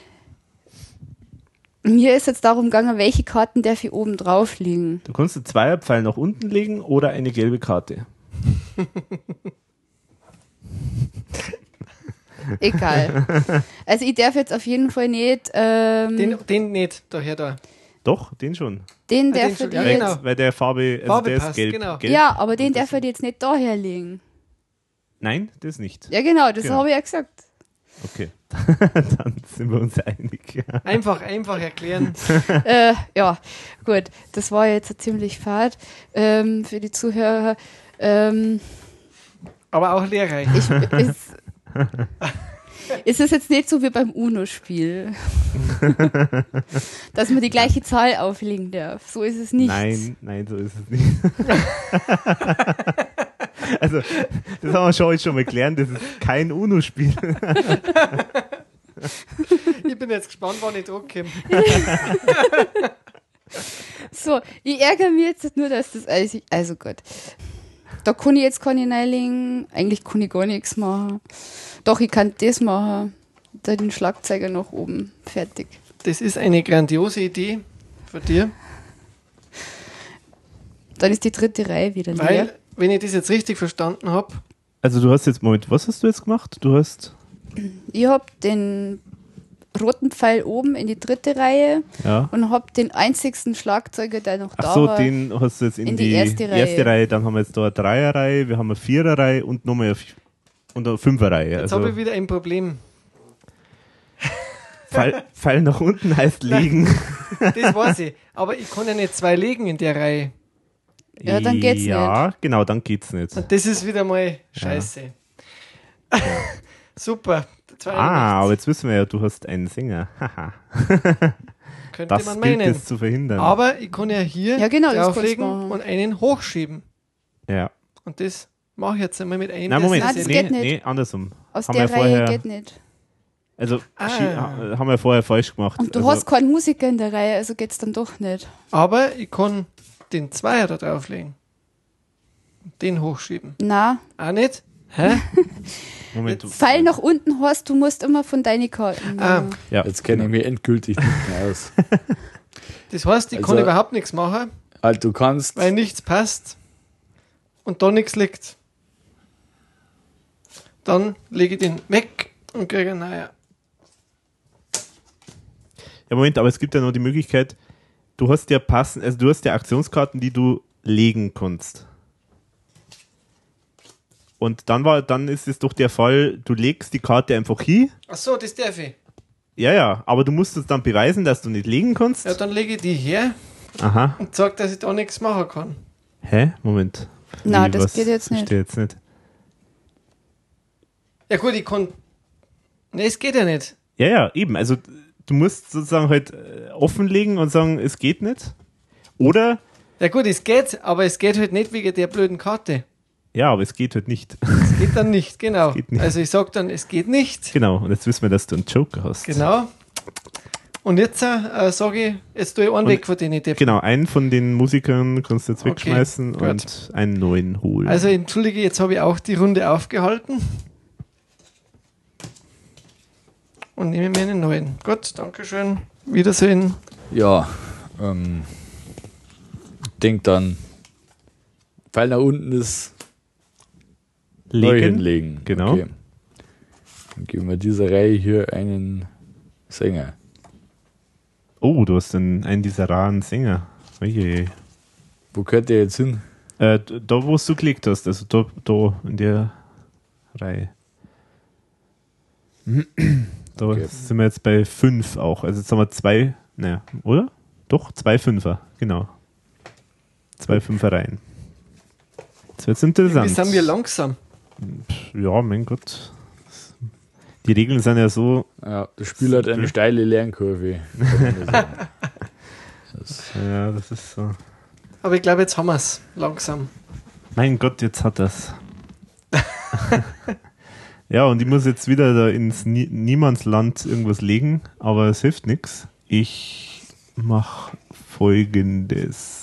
[SPEAKER 3] Mir ist jetzt darum gegangen, welche Karten darf ich oben drauf liegen.
[SPEAKER 1] Du kannst den Zweierpfeil nach unten legen oder eine gelbe Karte.
[SPEAKER 3] Egal. Also ich darf jetzt auf jeden Fall nicht, ähm, den,
[SPEAKER 4] Den, den nicht, daher da.
[SPEAKER 1] Doch, den schon.
[SPEAKER 4] Ah, den
[SPEAKER 3] darf
[SPEAKER 4] schon,
[SPEAKER 3] ich
[SPEAKER 4] ja,
[SPEAKER 3] jetzt,
[SPEAKER 4] genau.
[SPEAKER 1] Weil der Farbe, also
[SPEAKER 4] Farbe
[SPEAKER 1] der ist
[SPEAKER 4] passt,
[SPEAKER 1] gelb.
[SPEAKER 4] genau.
[SPEAKER 1] gelb.
[SPEAKER 3] ja, aber den darf ich jetzt nicht daher legen.
[SPEAKER 1] Nein, das nicht.
[SPEAKER 3] Ja genau, das
[SPEAKER 1] Genau.
[SPEAKER 3] habe ich ja gesagt.
[SPEAKER 1] Okay, dann sind wir uns einig.
[SPEAKER 4] Einfach, einfach erklären.
[SPEAKER 3] äh, ja, gut, das war jetzt ziemlich fad ähm, für die Zuhörer. Ähm,
[SPEAKER 4] Aber auch lehrreich.
[SPEAKER 3] ich, ist, ist es jetzt nicht so wie beim UNO-Spiel, dass man die gleiche Zahl auflegen darf. So ist es nicht.
[SPEAKER 1] Nein, nein, so ist es nicht. Also, das haben wir schon heute schon mal gelernt, das ist kein UNO-Spiel.
[SPEAKER 4] Ich bin jetzt gespannt, wann ich drucke.
[SPEAKER 3] So, ich ärgere mich jetzt nur, dass das alles. Also Gott. Da kann ich jetzt keine Neiling. Eigentlich kann ich gar nichts machen. Doch, ich kann das machen. Da den Schlagzeuger nach oben. Fertig.
[SPEAKER 4] Das ist eine grandiose Idee von dir,
[SPEAKER 3] Dann ist die dritte Reihe wieder leer.
[SPEAKER 4] weil, wenn ich das jetzt richtig verstanden habe,
[SPEAKER 1] Also, du hast jetzt, Moment, was hast du jetzt gemacht? Du hast,
[SPEAKER 3] Ich habe den roten Pfeil oben in die dritte Reihe
[SPEAKER 1] ja.
[SPEAKER 3] und habe den einzigsten Schlagzeuger, der noch da
[SPEAKER 1] Ach so,
[SPEAKER 3] war.
[SPEAKER 1] den hast du jetzt in,
[SPEAKER 3] in
[SPEAKER 1] die,
[SPEAKER 3] die erste Reihe.
[SPEAKER 1] Dann haben wir jetzt da eine Dreierreihe, wir haben eine Viererreihe und nochmal eine, F- und eine Fünferreihe.
[SPEAKER 4] jetzt
[SPEAKER 1] Also,
[SPEAKER 4] habe ich wieder ein Problem.
[SPEAKER 1] Fall, Fall nach unten heißt liegen.
[SPEAKER 4] Das weiß ich. Aber ich kann ja nicht zwei legen in der Reihe.
[SPEAKER 3] Ja, dann geht's
[SPEAKER 1] Ja, genau, dann geht's nicht.
[SPEAKER 4] Und das ist wieder mal scheiße. Super. Zwei
[SPEAKER 1] Ah, aber
[SPEAKER 4] nichts.
[SPEAKER 1] jetzt wissen wir ja, du hast einen Sänger. Haha.
[SPEAKER 4] könnte
[SPEAKER 1] Das
[SPEAKER 4] man
[SPEAKER 1] gilt
[SPEAKER 4] meinen.
[SPEAKER 1] es zu verhindern.
[SPEAKER 4] aber ich kann ja hier
[SPEAKER 3] Ja, genau, das kannst du
[SPEAKER 4] drauflegen
[SPEAKER 3] machen.
[SPEAKER 4] und einen hochschieben.
[SPEAKER 1] ja.
[SPEAKER 4] Und das mache ich jetzt einmal mit einem.
[SPEAKER 1] Nein,
[SPEAKER 4] der
[SPEAKER 1] Moment,
[SPEAKER 3] Nein,
[SPEAKER 4] sehr
[SPEAKER 3] das
[SPEAKER 1] nee,
[SPEAKER 3] geht nicht.
[SPEAKER 1] nee, andersum.
[SPEAKER 3] Aus
[SPEAKER 1] Haben
[SPEAKER 3] der
[SPEAKER 1] wir
[SPEAKER 3] Reihe
[SPEAKER 1] vorher-
[SPEAKER 3] geht nicht.
[SPEAKER 1] Also,
[SPEAKER 4] Ah.
[SPEAKER 1] schi- ha- haben wir vorher falsch gemacht.
[SPEAKER 3] Und du
[SPEAKER 1] also,
[SPEAKER 3] hast keinen Musiker in der Reihe, also geht's dann doch nicht.
[SPEAKER 4] Aber ich kann den Zweier da drauflegen. Und Den hochschieben.
[SPEAKER 3] Na,
[SPEAKER 4] Auch nicht? Hä?
[SPEAKER 1] Moment, du,
[SPEAKER 3] Pfeil nach unten hast, du musst immer von deinen Karten.
[SPEAKER 4] Ah.
[SPEAKER 3] nehmen.
[SPEAKER 1] ja,
[SPEAKER 2] Jetzt kenne ich mich endgültig nicht mehr aus.
[SPEAKER 4] Das heißt, ich kann
[SPEAKER 2] Also-
[SPEAKER 4] überhaupt nichts machen,
[SPEAKER 2] Halt, du kannst.
[SPEAKER 4] weil nichts passt und da nichts liegt. Dann lege ich den weg und kriege einen neuer.
[SPEAKER 1] Ja, Moment, aber es gibt ja noch die Möglichkeit, du hast ja passen, also du hast ja Aktionskarten, die du legen kannst. Und dann war, dann ist es doch der Fall, du legst die Karte einfach hin.
[SPEAKER 4] Achso, das darf ich.
[SPEAKER 1] Ja, ja, aber du musst es dann beweisen, dass du nicht legen kannst.
[SPEAKER 4] Ja, dann lege ich die her
[SPEAKER 1] Aha.
[SPEAKER 4] und sage, dass ich da nichts machen kann.
[SPEAKER 1] Hä? Moment.
[SPEAKER 3] Nein,
[SPEAKER 1] Wie,
[SPEAKER 3] das
[SPEAKER 1] was?
[SPEAKER 3] geht jetzt nicht.
[SPEAKER 1] Verstehe jetzt nicht.
[SPEAKER 4] Ja gut, ich kann. Ne, es geht ja nicht.
[SPEAKER 1] Ja, ja, eben. Also du musst sozusagen halt äh, offenlegen und sagen, es geht nicht. Oder,
[SPEAKER 4] Ja gut, es geht, aber es geht halt nicht wegen der blöden Karte.
[SPEAKER 1] ja, aber es geht halt nicht.
[SPEAKER 4] Es geht dann nicht, genau.
[SPEAKER 1] geht nicht.
[SPEAKER 4] Also ich sage dann, es geht nicht.
[SPEAKER 1] genau, und jetzt wissen wir, dass du einen Joker hast.
[SPEAKER 4] Genau. Und jetzt äh, sage ich, jetzt tue ich einen weg von denen. Depp.
[SPEAKER 1] Genau, einen von den Musikern kannst du jetzt
[SPEAKER 4] Okay,
[SPEAKER 1] wegschmeißen
[SPEAKER 4] gut.
[SPEAKER 1] und einen neuen holen.
[SPEAKER 4] Also entschuldige, jetzt habe ich auch die Runde aufgehalten. Und nehme mir einen neuen. Gut, Dankeschön. Wiedersehen.
[SPEAKER 2] Ja, ähm, denk dann, Pfeil nach unten ist neu hinlegen.
[SPEAKER 1] Genau.
[SPEAKER 2] Dann geben wir dieser Reihe hier einen Sänger.
[SPEAKER 1] Oh, du hast einen, einen dieser raren Sänger. Oje.
[SPEAKER 2] Wo gehört der jetzt hin?
[SPEAKER 1] Äh, d- da, wo du geklickt hast, also da, da in der Reihe. Da
[SPEAKER 2] Okay.
[SPEAKER 1] sind wir jetzt bei 5 auch. Also jetzt haben wir zwei, naja, oder? Doch, zwei Fünfer, genau. Zwei Fünferreihen. Jetzt wird's interessant.
[SPEAKER 4] Wie sind wir langsam?
[SPEAKER 1] Ja, mein Gott. Die Regeln sind ja so
[SPEAKER 2] Ja, das Spiel hat eine steile Lernkurve.
[SPEAKER 1] Ja, das ist so.
[SPEAKER 4] Aber ich glaube, jetzt haben wir es langsam.
[SPEAKER 1] Mein Gott, jetzt hat das. ja, und ich muss jetzt wieder da ins Nie Niemandsland irgendwas legen, aber es hilft nichts. Ich mach folgendes.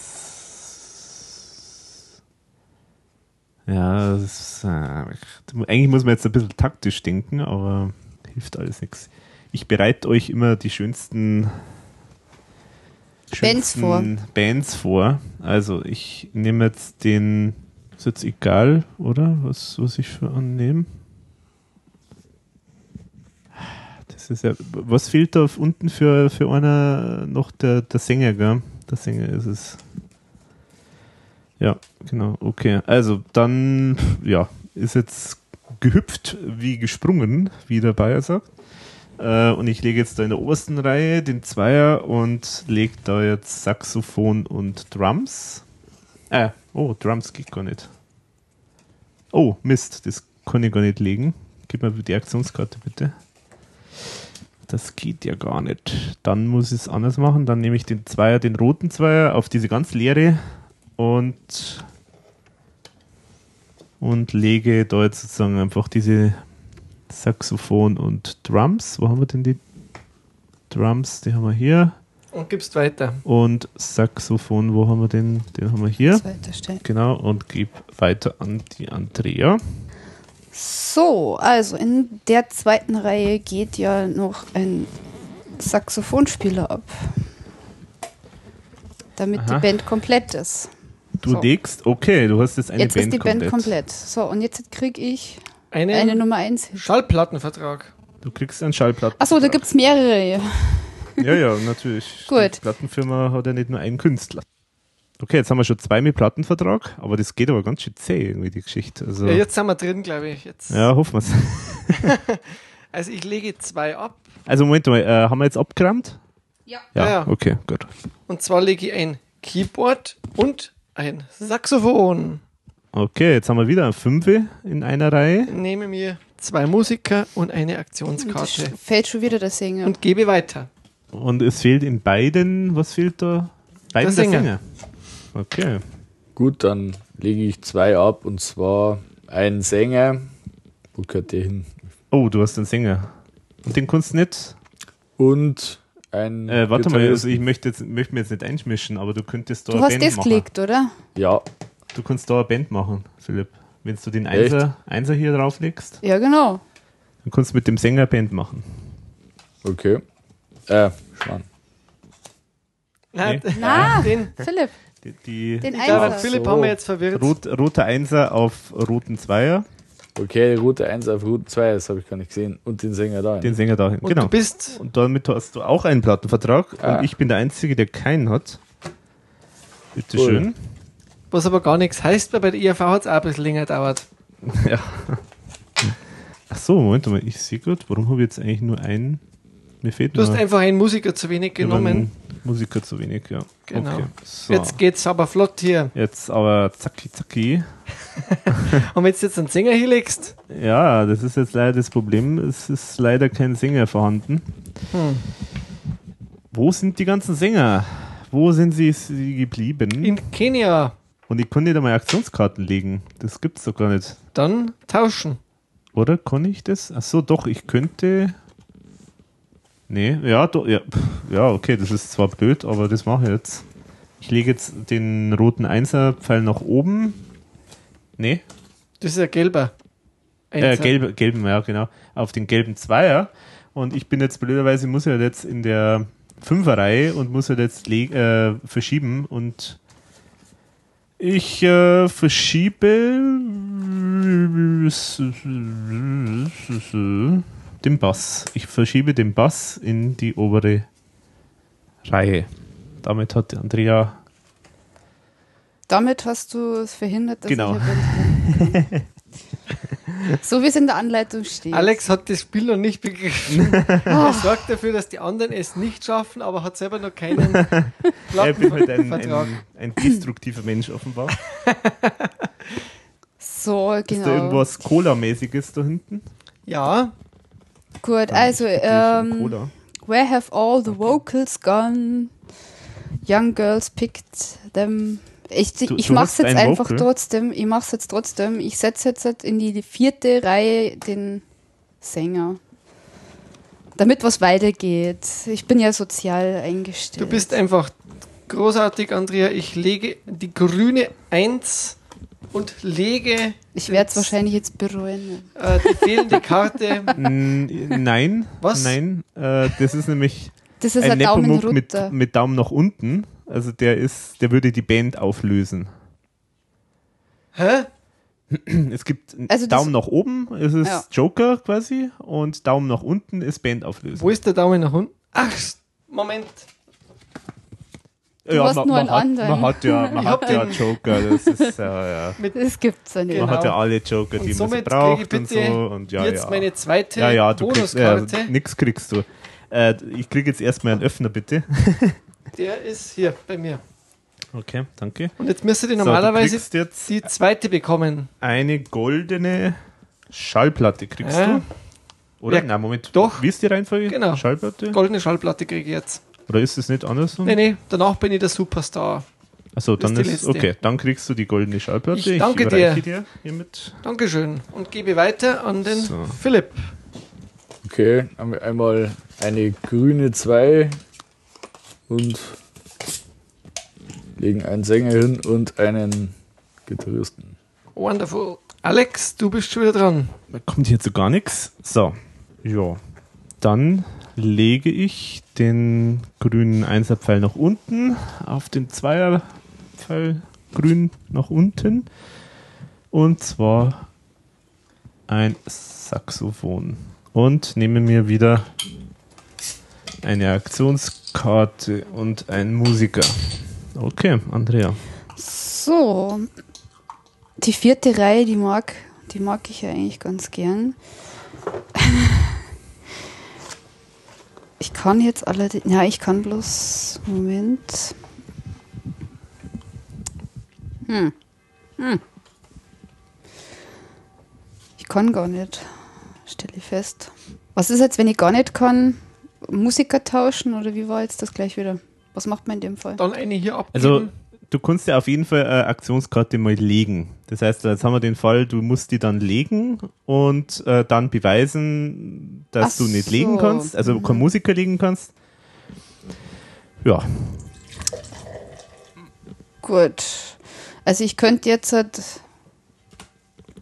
[SPEAKER 1] Ja, das ist, äh, eigentlich muss man jetzt ein bisschen taktisch denken, aber hilft alles nichts. Ich bereite euch immer die schönsten,
[SPEAKER 3] Bands vor.
[SPEAKER 1] Bands vor. Also ich nehme jetzt den, ist jetzt egal, oder? Was, was ich für annehme? Das ist ja, was fehlt da unten für, für einer noch der, der Sänger, gell? Der Sänger ist es. Ja, genau, okay. Also dann, ja, ist jetzt gehüpft wie gesprungen, wie der Bayer sagt. Äh, und ich lege jetzt da in der obersten Reihe den Zweier und lege da jetzt Saxophon und Drums. Äh, oh, Drums geht gar nicht. Oh, Mist, das kann ich gar nicht legen. Gib mir die Aktionskarte bitte. Das geht ja gar nicht. Dann muss ich es anders machen. Dann nehme ich den Zweier, den roten Zweier auf diese ganz leere und und lege da jetzt sozusagen einfach diese Saxophon und Drums. Wo haben wir denn die Drums? Die haben wir hier.
[SPEAKER 4] Und gibst weiter.
[SPEAKER 1] Und Saxophon, wo haben wir den? Den haben wir hier.
[SPEAKER 3] Zweiter Stelle.
[SPEAKER 1] Genau, und gebe weiter an die Andrea.
[SPEAKER 3] So, also in der zweiten Reihe geht ja noch ein Saxophonspieler ab. Damit
[SPEAKER 1] Aha.
[SPEAKER 3] die Band komplett ist.
[SPEAKER 1] Du
[SPEAKER 3] So.
[SPEAKER 1] legst, okay, du hast jetzt eine
[SPEAKER 3] jetzt
[SPEAKER 1] Band
[SPEAKER 3] ist die Band
[SPEAKER 1] komplett.
[SPEAKER 3] komplett. So, und jetzt kriege ich
[SPEAKER 4] Einen
[SPEAKER 3] eine Nummer 1.
[SPEAKER 4] Schallplattenvertrag.
[SPEAKER 1] Du kriegst einen Schallplatten.
[SPEAKER 3] Achso, da gibt es mehrere.
[SPEAKER 1] Ja, ja, natürlich.
[SPEAKER 3] Gut.
[SPEAKER 1] Die Plattenfirma hat ja nicht nur einen Künstler. Okay, jetzt haben wir schon zwei mit Plattenvertrag, aber das geht aber ganz schön zäh, irgendwie die Geschichte. Also,
[SPEAKER 4] Ja,
[SPEAKER 1] ja,
[SPEAKER 4] jetzt sind wir drin, glaube ich. Jetzt.
[SPEAKER 1] hoffen wir's.
[SPEAKER 4] Also ich lege zwei ab.
[SPEAKER 1] Also Moment mal, äh, haben wir jetzt abgerammt?
[SPEAKER 3] Ja.
[SPEAKER 1] Ja,
[SPEAKER 4] Ja, ja.
[SPEAKER 1] okay, gut.
[SPEAKER 4] Und zwar lege ich ein Keyboard und ein Saxophon.
[SPEAKER 1] Okay, jetzt haben wir wieder eine Fünfe in einer Reihe.
[SPEAKER 4] Nehme mir zwei Musiker und eine
[SPEAKER 3] Sch-
[SPEAKER 4] Aktionskarte.
[SPEAKER 3] Fällt schon wieder der Sänger.
[SPEAKER 4] Und gebe weiter.
[SPEAKER 1] Und es fehlt in beiden, was fehlt da? Beiden
[SPEAKER 4] Der Sänger.
[SPEAKER 1] Okay.
[SPEAKER 2] Gut, dann lege ich zwei ab und zwar einen Sänger. Wo gehört der hin?
[SPEAKER 1] Oh, du hast einen Sänger. Und den kannst du nicht.
[SPEAKER 2] Und ein.
[SPEAKER 1] Äh, warte mal, also
[SPEAKER 2] Gitarristen.
[SPEAKER 1] ich möchte, jetzt, möchte mir jetzt nicht einmischen, aber du könntest da
[SPEAKER 3] du
[SPEAKER 1] eine
[SPEAKER 3] hast
[SPEAKER 1] Band
[SPEAKER 3] das
[SPEAKER 1] machen.
[SPEAKER 3] gelegt, oder?
[SPEAKER 2] Ja,
[SPEAKER 1] Du kannst da eine Band machen, Philipp. Wenn du den
[SPEAKER 2] Echt?
[SPEAKER 1] Einser, Einser hier drauflegst,
[SPEAKER 3] Ja, genau.
[SPEAKER 1] dann kannst du mit dem Sänger eine Band machen.
[SPEAKER 2] okay. Äh, Schwan.
[SPEAKER 4] Nein,
[SPEAKER 3] Na,
[SPEAKER 4] den,
[SPEAKER 3] Philipp,
[SPEAKER 1] Die, die
[SPEAKER 3] den
[SPEAKER 4] Sarah und
[SPEAKER 3] Einser.
[SPEAKER 4] Philipp haben wir jetzt verwirrt.
[SPEAKER 1] Rot, roter Einser auf roten Zweier,
[SPEAKER 2] Okay, Route 1 auf Route 2, das habe ich gar nicht gesehen. Und den Sänger da.
[SPEAKER 1] den Sänger dahin.
[SPEAKER 4] Und
[SPEAKER 1] genau.
[SPEAKER 4] du bist
[SPEAKER 1] Und damit hast du auch einen Plattenvertrag
[SPEAKER 2] Ah.
[SPEAKER 1] und ich bin der Einzige, der keinen hat. Bitteschön.
[SPEAKER 4] Was aber gar nichts heißt, weil bei der E IAV hat es auch ein bisschen länger gedauert.
[SPEAKER 1] Ach so, Moment mal, ich sehe gerade, warum habe ich jetzt eigentlich nur einen? Mir fehlt
[SPEAKER 4] Du hast
[SPEAKER 1] nur
[SPEAKER 4] einfach einen Musiker zu wenig
[SPEAKER 1] nur
[SPEAKER 4] genommen.
[SPEAKER 1] einen Musiker zu wenig, ja.
[SPEAKER 4] Genau.
[SPEAKER 1] Okay. So.
[SPEAKER 4] Jetzt
[SPEAKER 1] Jetzt,
[SPEAKER 4] geht's aber flott hier.
[SPEAKER 1] aber zacki zacki.
[SPEAKER 4] Und wenn du jetzt einen Sänger hinlegst,
[SPEAKER 1] Ja, das ist jetzt leider das Problem. Es ist leider kein Sänger vorhanden.
[SPEAKER 4] Hm.
[SPEAKER 1] Wo sind die ganzen Sänger? Wo sind sie, sie geblieben?
[SPEAKER 4] in Kenia,
[SPEAKER 1] Und ich kann nicht einmal Aktionskarten legen. Das gibt's doch gar nicht.
[SPEAKER 4] dann tauschen.
[SPEAKER 1] Oder kann ich das? Ach so, doch, ich könnte. Nee, ja, do, ja, pff, ja, okay, das ist zwar blöd, aber das mache ich jetzt. Ich lege jetzt den roten Einser-Pfeil nach oben. Nee,
[SPEAKER 4] Das ist ein gelber.
[SPEAKER 1] äh,
[SPEAKER 4] Einser.
[SPEAKER 1] gelb, gelben, ja, genau. Auf den gelben Zweier. Und ich bin jetzt blöderweise, muss ja jetzt in der Fünferreihe und muss ja jetzt leg- äh, verschieben. Und ich äh, verschiebe den Bass. Ich verschiebe den Bass in die obere Reihe. Damit hat Andrea
[SPEAKER 3] Damit hast du es verhindert, dass
[SPEAKER 1] Genau.
[SPEAKER 3] ich hier bin. So wie es in der Anleitung steht.
[SPEAKER 4] Alex hat das Spiel noch nicht begriffen. er sorgt dafür, dass die anderen es nicht schaffen, aber hat selber noch keinen
[SPEAKER 1] er bin halt ein,
[SPEAKER 4] Plattenvertrag.
[SPEAKER 1] ein, ein destruktiver Mensch offenbar.
[SPEAKER 3] So,
[SPEAKER 1] Ist da
[SPEAKER 3] genau.
[SPEAKER 1] irgendwas Cola-mäßiges da hinten?
[SPEAKER 4] Ja,
[SPEAKER 3] Gut, also,
[SPEAKER 1] Ich hab wirklich
[SPEAKER 3] ähm,
[SPEAKER 1] Cola.
[SPEAKER 3] where have all the vocals gone? Young girls picked them. Ich,
[SPEAKER 1] Du-
[SPEAKER 3] ich
[SPEAKER 1] du
[SPEAKER 3] mach's
[SPEAKER 1] hast
[SPEAKER 3] jetzt
[SPEAKER 1] ein
[SPEAKER 3] einfach
[SPEAKER 1] Vocal?
[SPEAKER 3] trotzdem. Ich mach's jetzt trotzdem. Ich setze jetzt halt in die vierte Reihe den Sänger. Damit was weitergeht. Ich bin ja sozial eingestellt.
[SPEAKER 4] du bist einfach großartig, Andrea. Ich lege die grüne 1 und lege
[SPEAKER 3] ich werde es wahrscheinlich jetzt bereuen.
[SPEAKER 4] äh, die fehlende Karte.
[SPEAKER 1] Mm, Nein.
[SPEAKER 4] Was?
[SPEAKER 1] Nein. Äh, das ist nämlich
[SPEAKER 3] Das ist
[SPEAKER 1] ein
[SPEAKER 3] ein, Daumen
[SPEAKER 1] Nepomuk mit,
[SPEAKER 3] runter.
[SPEAKER 1] mit Daumen nach unten. Also der ist, der würde die Band auflösen.
[SPEAKER 4] Hä?
[SPEAKER 1] Es gibt einen
[SPEAKER 3] Also das-
[SPEAKER 1] Daumen nach oben, es ist
[SPEAKER 3] Ja.
[SPEAKER 1] Joker quasi und Daumen nach unten ist Band auflösen.
[SPEAKER 4] Wo ist der Daumen nach unten? Ach, Moment.
[SPEAKER 3] Du hast nur einen
[SPEAKER 1] hat,
[SPEAKER 3] anderen.
[SPEAKER 1] man hat ja, man
[SPEAKER 4] Ich hab
[SPEAKER 1] hat ja
[SPEAKER 4] den-
[SPEAKER 1] Joker, das ist ja, ja.
[SPEAKER 3] Das gibt's ja nicht.
[SPEAKER 1] Man
[SPEAKER 4] Genau.
[SPEAKER 1] hat ja alle Joker, die
[SPEAKER 4] Und
[SPEAKER 1] man so
[SPEAKER 4] somit kriege ich
[SPEAKER 1] braucht und
[SPEAKER 4] bitte
[SPEAKER 1] so und ja,
[SPEAKER 4] Jetzt
[SPEAKER 1] ja.
[SPEAKER 4] meine zweite
[SPEAKER 1] ja, ja, du kriegst,
[SPEAKER 4] Bonuskarte.
[SPEAKER 1] äh, nix kriegst du. Äh, ich krieg jetzt erstmal einen Öffner, bitte.
[SPEAKER 4] Der ist hier bei mir.
[SPEAKER 1] Okay, danke.
[SPEAKER 4] Und jetzt müsste die
[SPEAKER 1] So,
[SPEAKER 4] normalerweise
[SPEAKER 1] du kriegst jetzt
[SPEAKER 4] die zweite bekommen.
[SPEAKER 1] eine goldene Schallplatte kriegst
[SPEAKER 4] Ja.
[SPEAKER 1] du. Oder?
[SPEAKER 4] Ja,
[SPEAKER 1] Nein, Moment.
[SPEAKER 4] doch.
[SPEAKER 1] Wie ist die Reihenfolge?
[SPEAKER 4] Genau.
[SPEAKER 1] Schallplatte?
[SPEAKER 4] Goldene Schallplatte kriege ich jetzt.
[SPEAKER 1] Hm. Oder ist es nicht andersrum?
[SPEAKER 4] Nee, nee, danach bin ich der Superstar.
[SPEAKER 1] Achso, dann
[SPEAKER 4] Das
[SPEAKER 1] ist,
[SPEAKER 4] ist die letzte.
[SPEAKER 1] okay, dann kriegst du die goldene Schallplatte.
[SPEAKER 4] Ich danke
[SPEAKER 1] überreiche
[SPEAKER 4] dir.
[SPEAKER 1] dir hiermit.
[SPEAKER 4] Dankeschön. Und gebe weiter an den
[SPEAKER 1] So.
[SPEAKER 4] Philipp.
[SPEAKER 2] Okay, haben wir einmal eine grüne 2 und legen einen Sänger hin und einen Gitarristen.
[SPEAKER 4] Wonderful. Alex, du bist schon wieder dran.
[SPEAKER 1] Da kommt hier zu gar nichts. So, ja. Dann lege ich den grünen Einserpfeil nach unten, auf den Zweierpfeil grün nach unten. Und zwar ein Saxophon. Und nehme mir wieder eine Aktionskarte und einen Musiker. Okay, Andrea.
[SPEAKER 3] So. Die vierte Reihe, die mag, die mag ich ja eigentlich ganz gern. Ich kann jetzt allerdings. Ja, ich kann bloß. Moment. Hm. Hm. Ich kann gar nicht. Stelle ich fest. Was ist jetzt, wenn ich gar nicht kann? Musiker tauschen oder wie war jetzt das gleich wieder? Was macht man in dem Fall?
[SPEAKER 4] Dann eine hier abgeben.
[SPEAKER 3] Mhm.
[SPEAKER 1] Also, du kannst ja auf jeden Fall eine Aktionskarte mal legen. Das heißt, jetzt haben wir den Fall, du musst die dann legen und äh, dann beweisen, dass
[SPEAKER 3] Ach
[SPEAKER 1] du nicht
[SPEAKER 3] so. Mhm.
[SPEAKER 1] legen kannst, also kein Musiker legen kannst. Ja,
[SPEAKER 3] Gut. Also ich könnte jetzt halt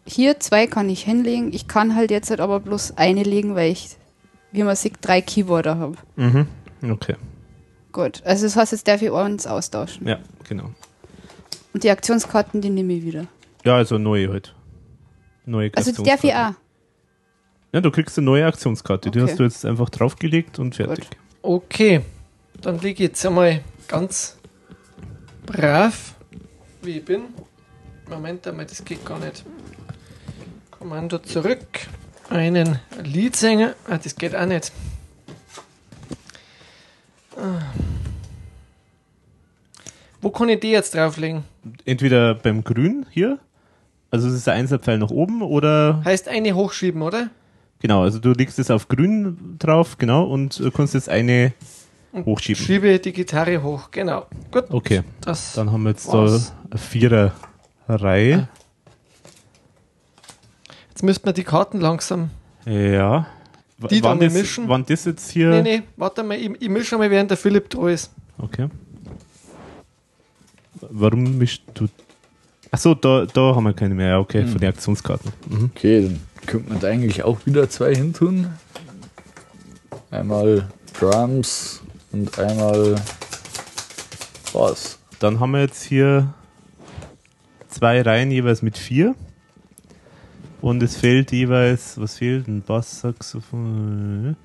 [SPEAKER 3] hier zwei kann ich hinlegen. Ich kann halt jetzt halt aber bloß eine legen, weil ich, wie man sieht, drei Keyboarder habe.
[SPEAKER 1] okay.
[SPEAKER 3] Gut. Also das heißt, jetzt darf ich eins austauschen.
[SPEAKER 1] Ja, genau.
[SPEAKER 3] Und die Aktionskarten, die nehme ich wieder.
[SPEAKER 1] Ja, also neue halt. Neue
[SPEAKER 3] Also die darf ich auch.
[SPEAKER 1] Ja, du kriegst eine neue Aktionskarte. Die
[SPEAKER 3] Okay.
[SPEAKER 1] hast du jetzt einfach draufgelegt und fertig.
[SPEAKER 4] Okay, dann liege ich jetzt einmal ganz brav, wie ich bin. Moment einmal, das geht gar nicht. Kommando zurück. Einen Leadsänger. Ah, das geht auch nicht. Ah. Wo kann ich die jetzt drauflegen?
[SPEAKER 1] Entweder beim Grün hier, also es ist der Einserpfeil nach oben oder
[SPEAKER 4] Heißt eine hochschieben, oder?
[SPEAKER 1] Genau, also du legst es auf grün drauf, genau, und äh, kannst jetzt eine hochschieben.
[SPEAKER 4] Schiebe die Gitarre hoch, genau. Gut,
[SPEAKER 1] Okay,
[SPEAKER 4] das
[SPEAKER 1] dann haben wir jetzt
[SPEAKER 4] Was?
[SPEAKER 1] da eine Viererreihe.
[SPEAKER 4] Jetzt müssten wir die Karten langsam.
[SPEAKER 1] Ja. W-
[SPEAKER 4] Äh. Die
[SPEAKER 1] wann
[SPEAKER 4] dann
[SPEAKER 1] das,
[SPEAKER 4] mischen?
[SPEAKER 1] Wann das jetzt hier.
[SPEAKER 4] Nee, nee, warte mal, ich, ich mische mal, während der Philipp da ist.
[SPEAKER 1] Okay. Warum mischst du. Achso, da, da haben wir keine mehr. Ja, Okay, von den Aktionskarten. Mhm.
[SPEAKER 2] Okay, dann könnte man da eigentlich auch wieder zwei hintun. Einmal Drums und einmal Bass.
[SPEAKER 1] Dann haben wir jetzt hier zwei Reihen jeweils mit vier. Und es fehlt jeweils, was fehlt? Ein Bass, Saxophon.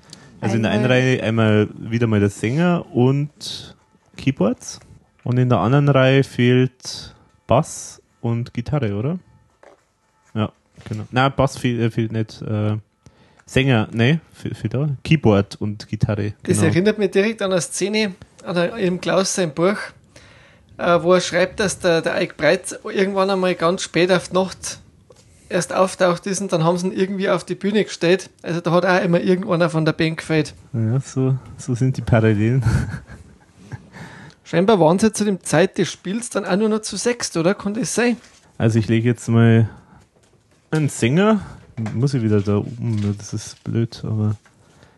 [SPEAKER 1] Also in der einen
[SPEAKER 3] Einmal-
[SPEAKER 1] Reihe einmal wieder mal der Sänger und Keyboards. Und in der anderen Reihe fehlt Bass und Gitarre, oder? Ja, genau. Na, Bass fehl, äh, fehlt nicht. Äh, Sänger, nee, fe- fehlt auch. Keyboard und Gitarre.
[SPEAKER 4] Das
[SPEAKER 1] Genau.
[SPEAKER 4] erinnert mich direkt an eine Szene an einem- im Klaus sein Buch, äh, wo er schreibt, dass der, der Eik Breit irgendwann einmal ganz spät auf die Nacht erst auftaucht ist und dann haben sie ihn irgendwie auf die Bühne gestellt. Also da hat auch immer irgendeiner von der Bank gefällt.
[SPEAKER 1] Ja, so, so sind die Parallelen.
[SPEAKER 4] Scheinbar waren sie zu dem Zeit des Spiels dann auch nur noch zu sechst, oder? Kann das sein?
[SPEAKER 1] Also ich lege jetzt mal einen Sänger. Muss ich wieder da oben, ne? das ist blöd, aber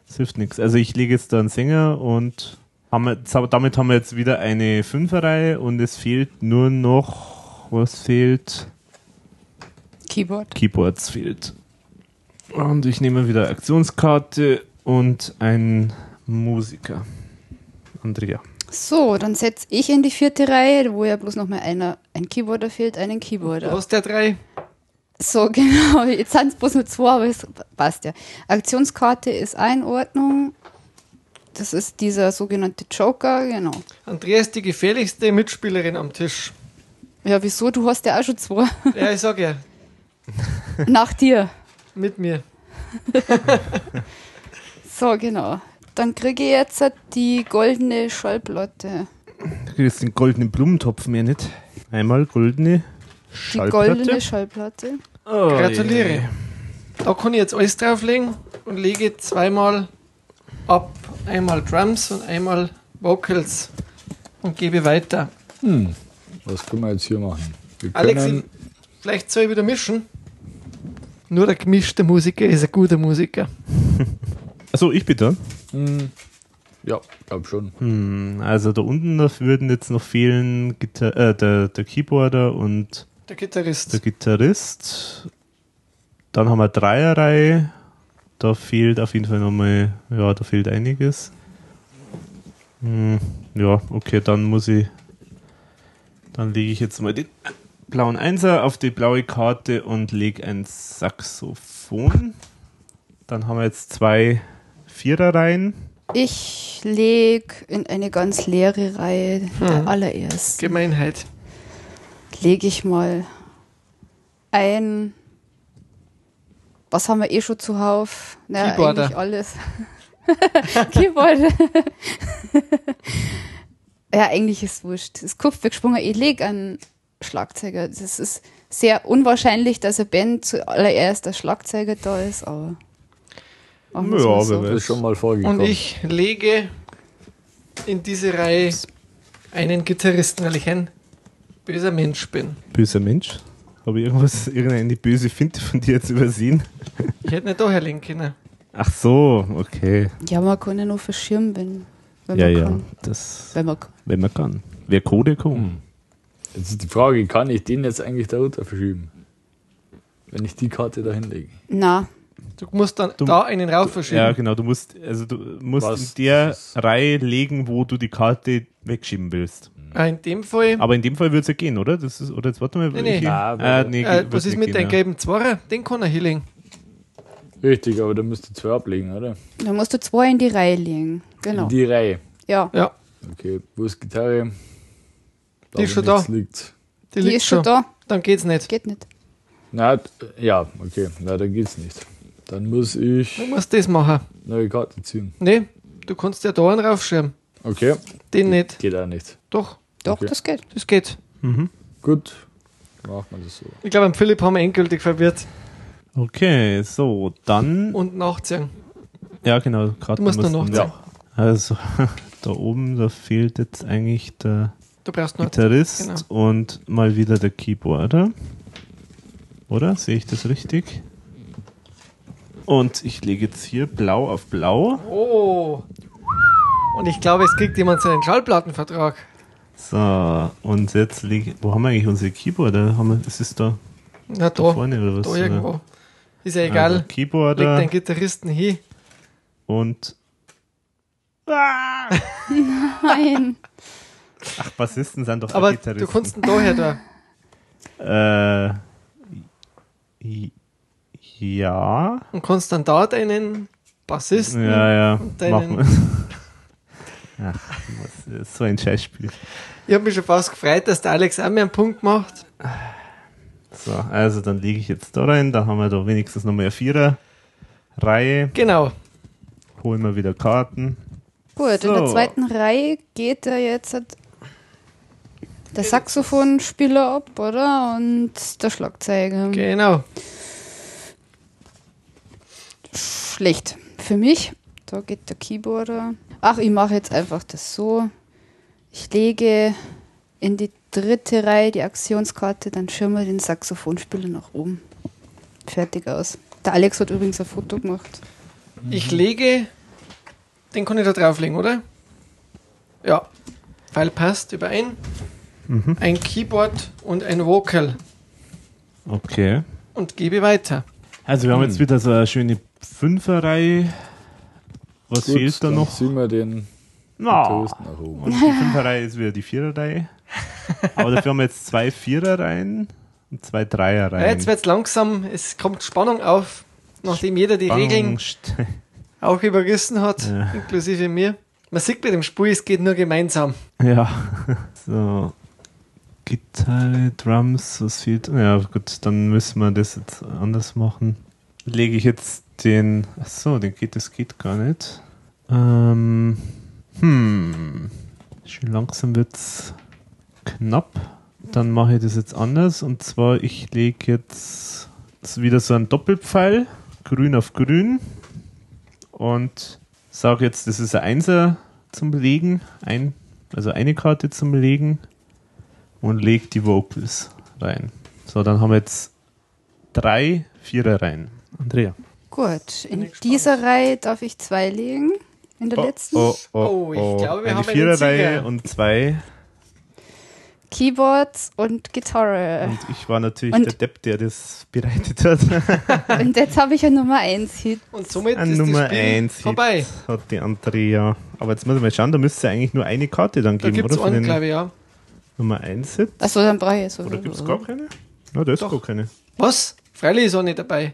[SPEAKER 1] es hilft nichts. Also ich lege jetzt da einen Sänger und haben wir, zau- damit haben wir jetzt wieder eine Fünferreihe und es fehlt nur noch, was fehlt?
[SPEAKER 3] Keyboard.
[SPEAKER 1] Keyboards fehlt. Und ich nehme wieder eine Aktionskarte und einen Musiker. Andrea.
[SPEAKER 3] So, dann setze ich in die vierte Reihe, wo ja bloß noch mal einer, ein Keyboarder fehlt, einen
[SPEAKER 4] Du
[SPEAKER 3] Keyboarder.
[SPEAKER 4] hast ja drei.
[SPEAKER 3] So, genau. Jetzt sind es bloß nur zwei, aber es passt ja. Aktionskarte ist Einordnung. Das ist dieser sogenannte Joker, genau.
[SPEAKER 4] Andrea ist die gefährlichste Mitspielerin am Tisch.
[SPEAKER 3] Ja, wieso? Du hast ja auch schon zwei.
[SPEAKER 4] Ja, ich sag ja,
[SPEAKER 3] Nach dir.
[SPEAKER 4] mit mir.
[SPEAKER 3] So, genau. Dann kriege ich jetzt die goldene Schallplatte.
[SPEAKER 1] Ich krieg jetzt den goldenen Blumentopf mehr nicht. Einmal goldene
[SPEAKER 3] Die
[SPEAKER 1] Schallplatte.
[SPEAKER 3] goldene Schallplatte.
[SPEAKER 1] Oh,
[SPEAKER 4] Gratuliere.
[SPEAKER 1] je.
[SPEAKER 4] Da kann ich jetzt alles drauflegen und lege zweimal ab. Einmal Drums und einmal Vocals und gebe weiter.
[SPEAKER 2] Hm, Was können wir jetzt hier machen? Wir
[SPEAKER 4] Alexi,
[SPEAKER 2] können,
[SPEAKER 4] vielleicht soll ich wieder mischen. Nur der gemischte Musiker ist ein guter Musiker.
[SPEAKER 1] Achso, ich bitte.
[SPEAKER 2] hm, ja, glaube schon.
[SPEAKER 1] Hm, also da unten noch würden jetzt noch fehlen Gitar äh, der, der Keyboarder und der
[SPEAKER 4] Der Gitarrist.
[SPEAKER 1] Gitarrist. Dann haben wir Dreierreihe. Da fehlt auf jeden Fall nochmal, ja, da fehlt einiges. Hm, ja, okay, dann muss ich, dann lege ich jetzt mal den blauen Einser auf die blaue Karte und lege ein Saxophon. Dann haben wir jetzt zwei Viererreihen.
[SPEAKER 3] Ich leg in eine ganz leere Reihe, der allerersten,
[SPEAKER 4] Gemeinheit.
[SPEAKER 3] lege ich mal ein. Was haben wir eh schon zuhauf? Naja,
[SPEAKER 4] Keyboarder.
[SPEAKER 3] eigentlich alles. Keyboard. ja, eigentlich ist wurscht. Das Kopf weggesprungen. Ich leg einen Schlagzeuger. Das ist sehr unwahrscheinlich, dass eine Band zuallererst der Schlagzeuger da ist, aber. machen wir's
[SPEAKER 1] Ja,
[SPEAKER 3] mal
[SPEAKER 1] wer
[SPEAKER 2] Das ist schon mal vorgekommen.
[SPEAKER 4] Und ich lege in diese Reihe einen Gitarristen, weil ich ein böser Mensch bin.
[SPEAKER 1] Böser Mensch. Habe ich irgendwas, irgendeine böse Finte von dir jetzt übersehen?
[SPEAKER 4] Ich hätte nicht daher legen können.
[SPEAKER 1] Ach so, okay.
[SPEAKER 3] Ja, man kann ja nur verschirmen, wenn, wenn
[SPEAKER 1] ja,
[SPEAKER 3] man
[SPEAKER 1] ja.
[SPEAKER 3] kann.
[SPEAKER 1] Das,
[SPEAKER 3] Wenn man kann.
[SPEAKER 1] wenn man kann. Wer Code kann.
[SPEAKER 2] Hm. Jetzt ist die Frage, kann ich den jetzt eigentlich darunter verschieben? Wenn ich die Karte da hinlege.
[SPEAKER 3] Na,
[SPEAKER 4] Du musst dann
[SPEAKER 1] Du-
[SPEAKER 4] da einen rauf verschieben.
[SPEAKER 1] Ja, genau. Du musst, also du musst
[SPEAKER 2] Was?
[SPEAKER 1] in der Reihe legen, wo du die Karte wegschieben willst.
[SPEAKER 4] Ah, In dem Fall,
[SPEAKER 1] Aber in dem Fall würde es ja gehen, oder? Das ist, oder jetzt warte mal.
[SPEAKER 4] Nee, nee.
[SPEAKER 1] ich-
[SPEAKER 2] Na,
[SPEAKER 1] Ah, nee,
[SPEAKER 4] äh,
[SPEAKER 1] wird's
[SPEAKER 4] was ist
[SPEAKER 1] nicht
[SPEAKER 4] mit
[SPEAKER 1] gehen,
[SPEAKER 4] dem
[SPEAKER 1] ja.
[SPEAKER 4] gelben Zwarer? Den kann er healing.
[SPEAKER 2] Richtig, aber da müsst ihr zwei ablegen, oder?
[SPEAKER 3] dann musst du zwei in die Reihe legen. Genau.
[SPEAKER 2] In die Reihe.
[SPEAKER 3] ja,
[SPEAKER 4] Ja,
[SPEAKER 2] Okay, wo ist Gitarre?
[SPEAKER 4] Die ist
[SPEAKER 2] wo
[SPEAKER 4] schon da.
[SPEAKER 2] nichts Liegt.
[SPEAKER 4] die,
[SPEAKER 3] die,
[SPEAKER 4] liegt
[SPEAKER 3] ist schon da.
[SPEAKER 4] Dann geht's nicht.
[SPEAKER 3] Geht nicht.
[SPEAKER 2] Na, d- ja, okay, na, dann geht's nicht. Dann muss
[SPEAKER 4] Du
[SPEAKER 2] ich
[SPEAKER 4] musst das machen.
[SPEAKER 2] neue Karte ziehen.
[SPEAKER 4] Nee, du kannst ja da einen raufschirmen.
[SPEAKER 2] Okay,
[SPEAKER 4] Den nicht.
[SPEAKER 2] geht auch nicht.
[SPEAKER 4] Doch,
[SPEAKER 3] Doch,
[SPEAKER 2] Okay.
[SPEAKER 3] das geht.
[SPEAKER 4] das geht. Mhm.
[SPEAKER 2] Gut, macht man das so.
[SPEAKER 4] Ich glaube, am Philipp haben wir endgültig verwirrt.
[SPEAKER 1] Okay, so, dann.
[SPEAKER 4] Und nachziehen.
[SPEAKER 1] Ja, genau. Karte
[SPEAKER 4] Du musst nur
[SPEAKER 1] musst du-
[SPEAKER 4] nachziehen.
[SPEAKER 1] Also, da oben, da fehlt jetzt eigentlich der
[SPEAKER 4] Du brauchst nur.
[SPEAKER 1] Gitarrist
[SPEAKER 4] Genau.
[SPEAKER 1] und mal wieder der Keyboarder. Oder? Sehe ich das richtig? Und ich lege jetzt hier blau auf blau.
[SPEAKER 4] Oh! Und ich glaube, es kriegt jemand seinen Schallplattenvertrag.
[SPEAKER 1] So, und jetzt lege Wo haben wir eigentlich unsere Keyboarder? Haben wir, ist es da, da
[SPEAKER 4] Na, da. Da,
[SPEAKER 1] vorne oder was? oder?
[SPEAKER 4] irgendwo. Ist ja
[SPEAKER 1] Also
[SPEAKER 4] egal. Leg
[SPEAKER 1] Keyboarder
[SPEAKER 4] deinen Gitarristen hin.
[SPEAKER 1] und
[SPEAKER 3] Nein.
[SPEAKER 1] ach, Bassisten sind doch auch
[SPEAKER 4] Aber du
[SPEAKER 1] Gitarristen.
[SPEAKER 4] kannst ihn daher da.
[SPEAKER 1] äh, j- ja.
[SPEAKER 4] Und kannst dann da deinen Bassisten.
[SPEAKER 1] Ja, ja.
[SPEAKER 4] deinen-
[SPEAKER 1] Machen wir. Ach, was ist so ein Scheißspiel.
[SPEAKER 4] Ich habe mich schon fast gefreut, dass der Alex auch mehr einen Punkt macht.
[SPEAKER 1] So, also dann lege ich jetzt da rein, dann haben wir da wenigstens nochmal eine Vierer-Reihe,
[SPEAKER 4] Genau.
[SPEAKER 1] holen wir wieder Karten.
[SPEAKER 3] Gut, in der
[SPEAKER 1] So.
[SPEAKER 3] zweiten Reihe geht da jetzt hat der Saxophonspieler ab, oder? Und der Schlagzeuger.
[SPEAKER 1] Mhm.
[SPEAKER 4] Genau.
[SPEAKER 3] Schlecht. Für mich, da geht der Keyboarder. Ach, ich mache jetzt einfach das so. Ich lege in die dritte Reihe die Aktionskarte, dann schirme den Saxophonspieler nach oben. Fertig aus. Der Alex hat übrigens ein Foto gemacht.
[SPEAKER 1] Mhm.
[SPEAKER 4] Ich lege. Den kann ich da drauflegen, oder? Ja. Weil passt überein.
[SPEAKER 1] Mhm.
[SPEAKER 4] Ein Keyboard und ein Vocal.
[SPEAKER 1] Okay.
[SPEAKER 4] Und gebe weiter.
[SPEAKER 1] Also wir haben
[SPEAKER 2] Hm.
[SPEAKER 1] jetzt wieder so eine schöne Fünfer-Reihe. Was
[SPEAKER 2] Gut,
[SPEAKER 1] fehlt da
[SPEAKER 2] dann
[SPEAKER 1] noch? Ah.
[SPEAKER 2] Ziehen wir den
[SPEAKER 1] Na,
[SPEAKER 2] Gitarristen nach oben.
[SPEAKER 1] und die Fünfer-Reihe ist wieder die Vierer-Reihe. Aber dafür haben wir jetzt zwei Vierer-Reihen und zwei
[SPEAKER 4] Ja,
[SPEAKER 1] Dreier-Reihen.
[SPEAKER 4] jetzt wird's langsam. Es kommt Spannung auf, nachdem jeder die
[SPEAKER 1] Bang,
[SPEAKER 4] Regeln
[SPEAKER 1] st-
[SPEAKER 4] auch überrissen hat,
[SPEAKER 1] Ja.
[SPEAKER 4] inklusive mir. Man sieht bei dem Spiel, es geht nur gemeinsam.
[SPEAKER 1] Ja, so. Gitarre, Drums, was fehlt? Ja, gut, dann müssen wir das jetzt anders machen. Lege ich jetzt den. Ach so, den geht, das geht gar nicht. Ähm, hm. Schön langsam wird's knapp. Dann mache ich das jetzt anders. Und zwar, ich lege jetzt so wieder so einen Doppelpfeil, grün auf grün. Und sage jetzt, das ist ein Einser zum Legen. Ein also eine Karte zum Legen und lege die Vocals rein. So, dann haben wir jetzt drei Vierer rein. Andrea.
[SPEAKER 3] Gut, in dieser Reihe darf ich zwei legen. In der letzten.
[SPEAKER 4] Oh, ich glaube, wir
[SPEAKER 1] eine
[SPEAKER 4] haben einen
[SPEAKER 1] Viererreihe
[SPEAKER 4] Sieger.
[SPEAKER 1] und zwei.
[SPEAKER 3] Keyboards und Gitarre.
[SPEAKER 4] Äh.
[SPEAKER 1] Und ich war natürlich
[SPEAKER 3] Und-
[SPEAKER 1] der Depp, der das bereitet hat.
[SPEAKER 3] Und jetzt habe ich ein Nummer 1 Hit.
[SPEAKER 4] Und somit
[SPEAKER 1] An
[SPEAKER 4] ist
[SPEAKER 1] Nummer
[SPEAKER 4] das Spiel
[SPEAKER 1] 1
[SPEAKER 4] vorbei.
[SPEAKER 1] hat die Andrea. Aber jetzt muss ich mal schauen, da müsste ja eigentlich nur eine Karte dann
[SPEAKER 4] Da
[SPEAKER 1] geben,
[SPEAKER 4] gibt es
[SPEAKER 1] oder? Für
[SPEAKER 4] einen,
[SPEAKER 1] den
[SPEAKER 4] glaube ich, ja.
[SPEAKER 1] Nummer 1 Hit.
[SPEAKER 3] Achso, dann brauche ich es.
[SPEAKER 1] Oder gibt es gar keine? Na, da ist
[SPEAKER 4] Doch.
[SPEAKER 1] gar keine.
[SPEAKER 4] Was? Freilich ist auch nicht dabei.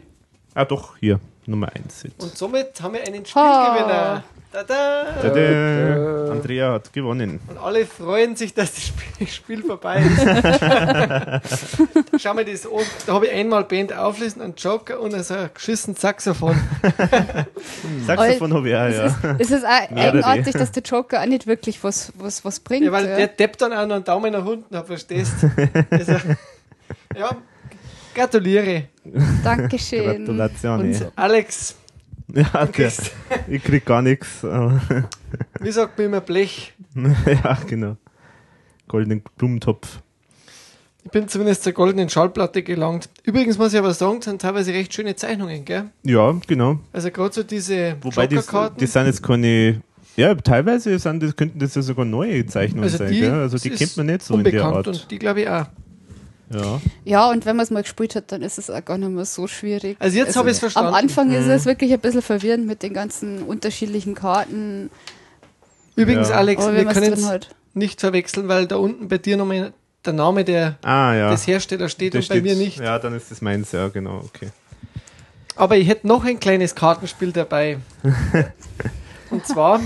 [SPEAKER 1] Ah, doch, hier, Nummer 1 Hit.
[SPEAKER 4] Und somit haben wir einen Spielgewinner. Tada!
[SPEAKER 1] Tada. Andrea hat gewonnen.
[SPEAKER 4] Und alle freuen sich, dass das Spiel, Spiel vorbei ist. Schau mal, das oben, da habe ich einmal Band auflesen, einen Joker und so ein geschissenen Saxophon.
[SPEAKER 1] Saxophon habe ich auch,
[SPEAKER 3] Es
[SPEAKER 1] ja.
[SPEAKER 3] ist, es ist auch
[SPEAKER 1] Mehrere.
[SPEAKER 3] eigenartig, dass der Joker auch nicht wirklich was, was, was bringt.
[SPEAKER 4] Ja, weil
[SPEAKER 3] ja.
[SPEAKER 4] der deppt dann auch noch einen Daumen nach unten, hat, verstehst du? Also, ja, gratuliere.
[SPEAKER 3] Dankeschön.
[SPEAKER 1] Gratulation. ey.
[SPEAKER 4] Und Alex,
[SPEAKER 1] Ja, der, ich krieg gar nichts. aber-
[SPEAKER 4] wie sagt man immer Blech?
[SPEAKER 1] Ja, genau. Goldenen Blumentopf.
[SPEAKER 4] Ich bin zumindest zur goldenen Schallplatte gelangt. Übrigens muss ich aber sagen, das sind teilweise recht schöne Zeichnungen, gell?
[SPEAKER 1] Ja, genau.
[SPEAKER 4] Also gerade so diese
[SPEAKER 1] Wobei die,
[SPEAKER 4] Jokerkarten.
[SPEAKER 1] die sind jetzt keine. Ja, teilweise sind das, könnten das ja sogar neue Zeichnungen sein. gell? also die
[SPEAKER 4] ist
[SPEAKER 1] kennt man nicht so in
[SPEAKER 4] unbekannt
[SPEAKER 1] der Art.
[SPEAKER 4] und die glaube ich auch.
[SPEAKER 1] Ja.
[SPEAKER 3] ja, und wenn man es mal gespielt hat, dann ist es auch gar nicht mehr so schwierig.
[SPEAKER 4] Also jetzt habe ich es verstanden.
[SPEAKER 3] Am Anfang
[SPEAKER 1] Mhm.
[SPEAKER 3] ist es wirklich ein bisschen verwirrend mit den ganzen unterschiedlichen Karten.
[SPEAKER 4] Übrigens,
[SPEAKER 1] Ja.
[SPEAKER 4] Alex,
[SPEAKER 3] Aber
[SPEAKER 4] wir
[SPEAKER 3] wenn man es
[SPEAKER 4] können
[SPEAKER 3] drin
[SPEAKER 4] es
[SPEAKER 3] hat.
[SPEAKER 4] nicht verwechseln, weil da unten bei dir nochmal der Name der,
[SPEAKER 1] Ah, ja.
[SPEAKER 4] des Herstellers steht
[SPEAKER 1] Da
[SPEAKER 4] und bei
[SPEAKER 1] steht's.
[SPEAKER 4] mir nicht.
[SPEAKER 1] Ja, dann ist das meins, ja, genau, okay.
[SPEAKER 4] Aber ich hätte noch ein kleines Kartenspiel dabei. und zwar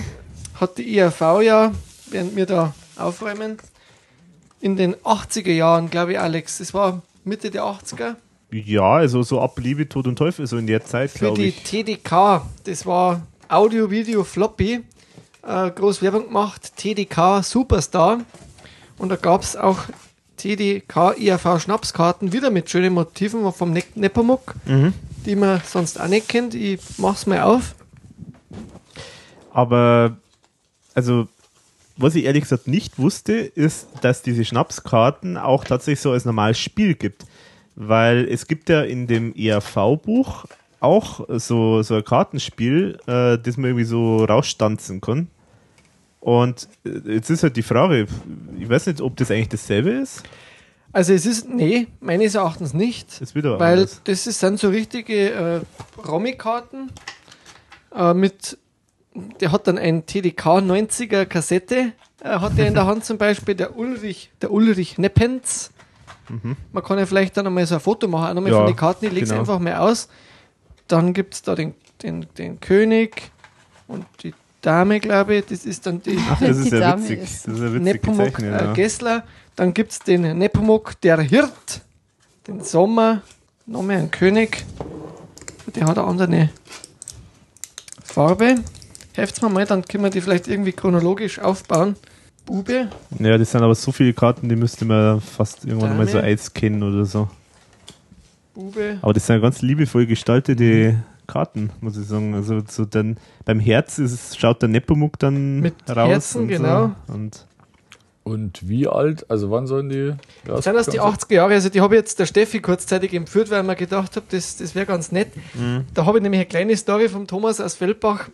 [SPEAKER 4] hat die IAV ja, während wir da aufräumen, in den 80er Jahren, glaube ich, Alex, es war Mitte der 80er,
[SPEAKER 1] Ja, also so ab Liebe, Tod und Teufel, so in der Zeit,
[SPEAKER 4] für
[SPEAKER 1] glaube
[SPEAKER 4] die
[SPEAKER 1] ich.
[SPEAKER 4] TDK, das war Audio, Video, Floppy, äh, groß Werbung gemacht, TDK Superstar. Und da gab es auch TDK IAV Schnapskarten, wieder mit schönen Motiven vom ne Nepomuk, die man sonst auch nicht kennt. Ich mach's mal auf.
[SPEAKER 1] Aber, also, was ich ehrlich gesagt nicht wusste, ist, dass diese Schnapskarten auch tatsächlich so als normales Spiel gibt. Weil es gibt ja in dem ERV-Buch auch so, so ein Kartenspiel, äh, das man irgendwie so rausstanzen kann. Und äh, jetzt ist halt die Frage, ich weiß nicht, ob das eigentlich dasselbe ist.
[SPEAKER 4] Also es ist, nee, meines Erachtens nicht.
[SPEAKER 1] Das ist wieder
[SPEAKER 4] Weil
[SPEAKER 1] anders.
[SPEAKER 4] das ist, sind so richtige äh, Romi-Karten äh, mit, der hat dann ein TDK 90er Kassette, äh, hat er in der Hand zum Beispiel, der Ulrich, der Ulrich Neppens. Man kann ja vielleicht dann einmal so ein Foto machen, auch nochmal
[SPEAKER 1] Mhm. Ja,
[SPEAKER 4] von den Karten, ich lege es
[SPEAKER 1] genau.
[SPEAKER 4] einfach mal aus. Dann gibt es da den, den, den König und die Dame, glaube ich, das ist dann die
[SPEAKER 1] Ach, das
[SPEAKER 3] Die
[SPEAKER 1] ist ja
[SPEAKER 3] Dame
[SPEAKER 1] witzig.
[SPEAKER 3] ist-
[SPEAKER 1] Das ist ja witzig
[SPEAKER 4] Nepomuk
[SPEAKER 1] gezeichnet.
[SPEAKER 4] äh,
[SPEAKER 1] ja.
[SPEAKER 4] Gessler, dann gibt es den Nepomuk der Hirt, den Sommer, noch mehr ein König, der hat eine andere Farbe. Helft's mir mal, dann können wir die vielleicht irgendwie chronologisch aufbauen. Bube,
[SPEAKER 1] Ja, das sind aber so viele Karten, die müsste man fast irgendwann mal so
[SPEAKER 4] Dame.
[SPEAKER 1] einscannen oder so.
[SPEAKER 4] Bube,
[SPEAKER 1] Aber das sind ganz liebevoll gestaltete Karten, muss ich sagen. Also so dann beim Herz ist, es- schaut der Nepomuk dann
[SPEAKER 4] Mit
[SPEAKER 1] raus.
[SPEAKER 4] Herzen,
[SPEAKER 1] und
[SPEAKER 4] genau.
[SPEAKER 1] So. Und
[SPEAKER 2] Und wie alt? Also wann sollen die? Das
[SPEAKER 4] sind das die 80er Jahre? Also die habe ich jetzt der Steffi kurzzeitig empführt, weil ich mir gedacht habe, das, das wäre ganz nett. Da habe ich nämlich eine kleine Story vom Thomas aus Feldbach,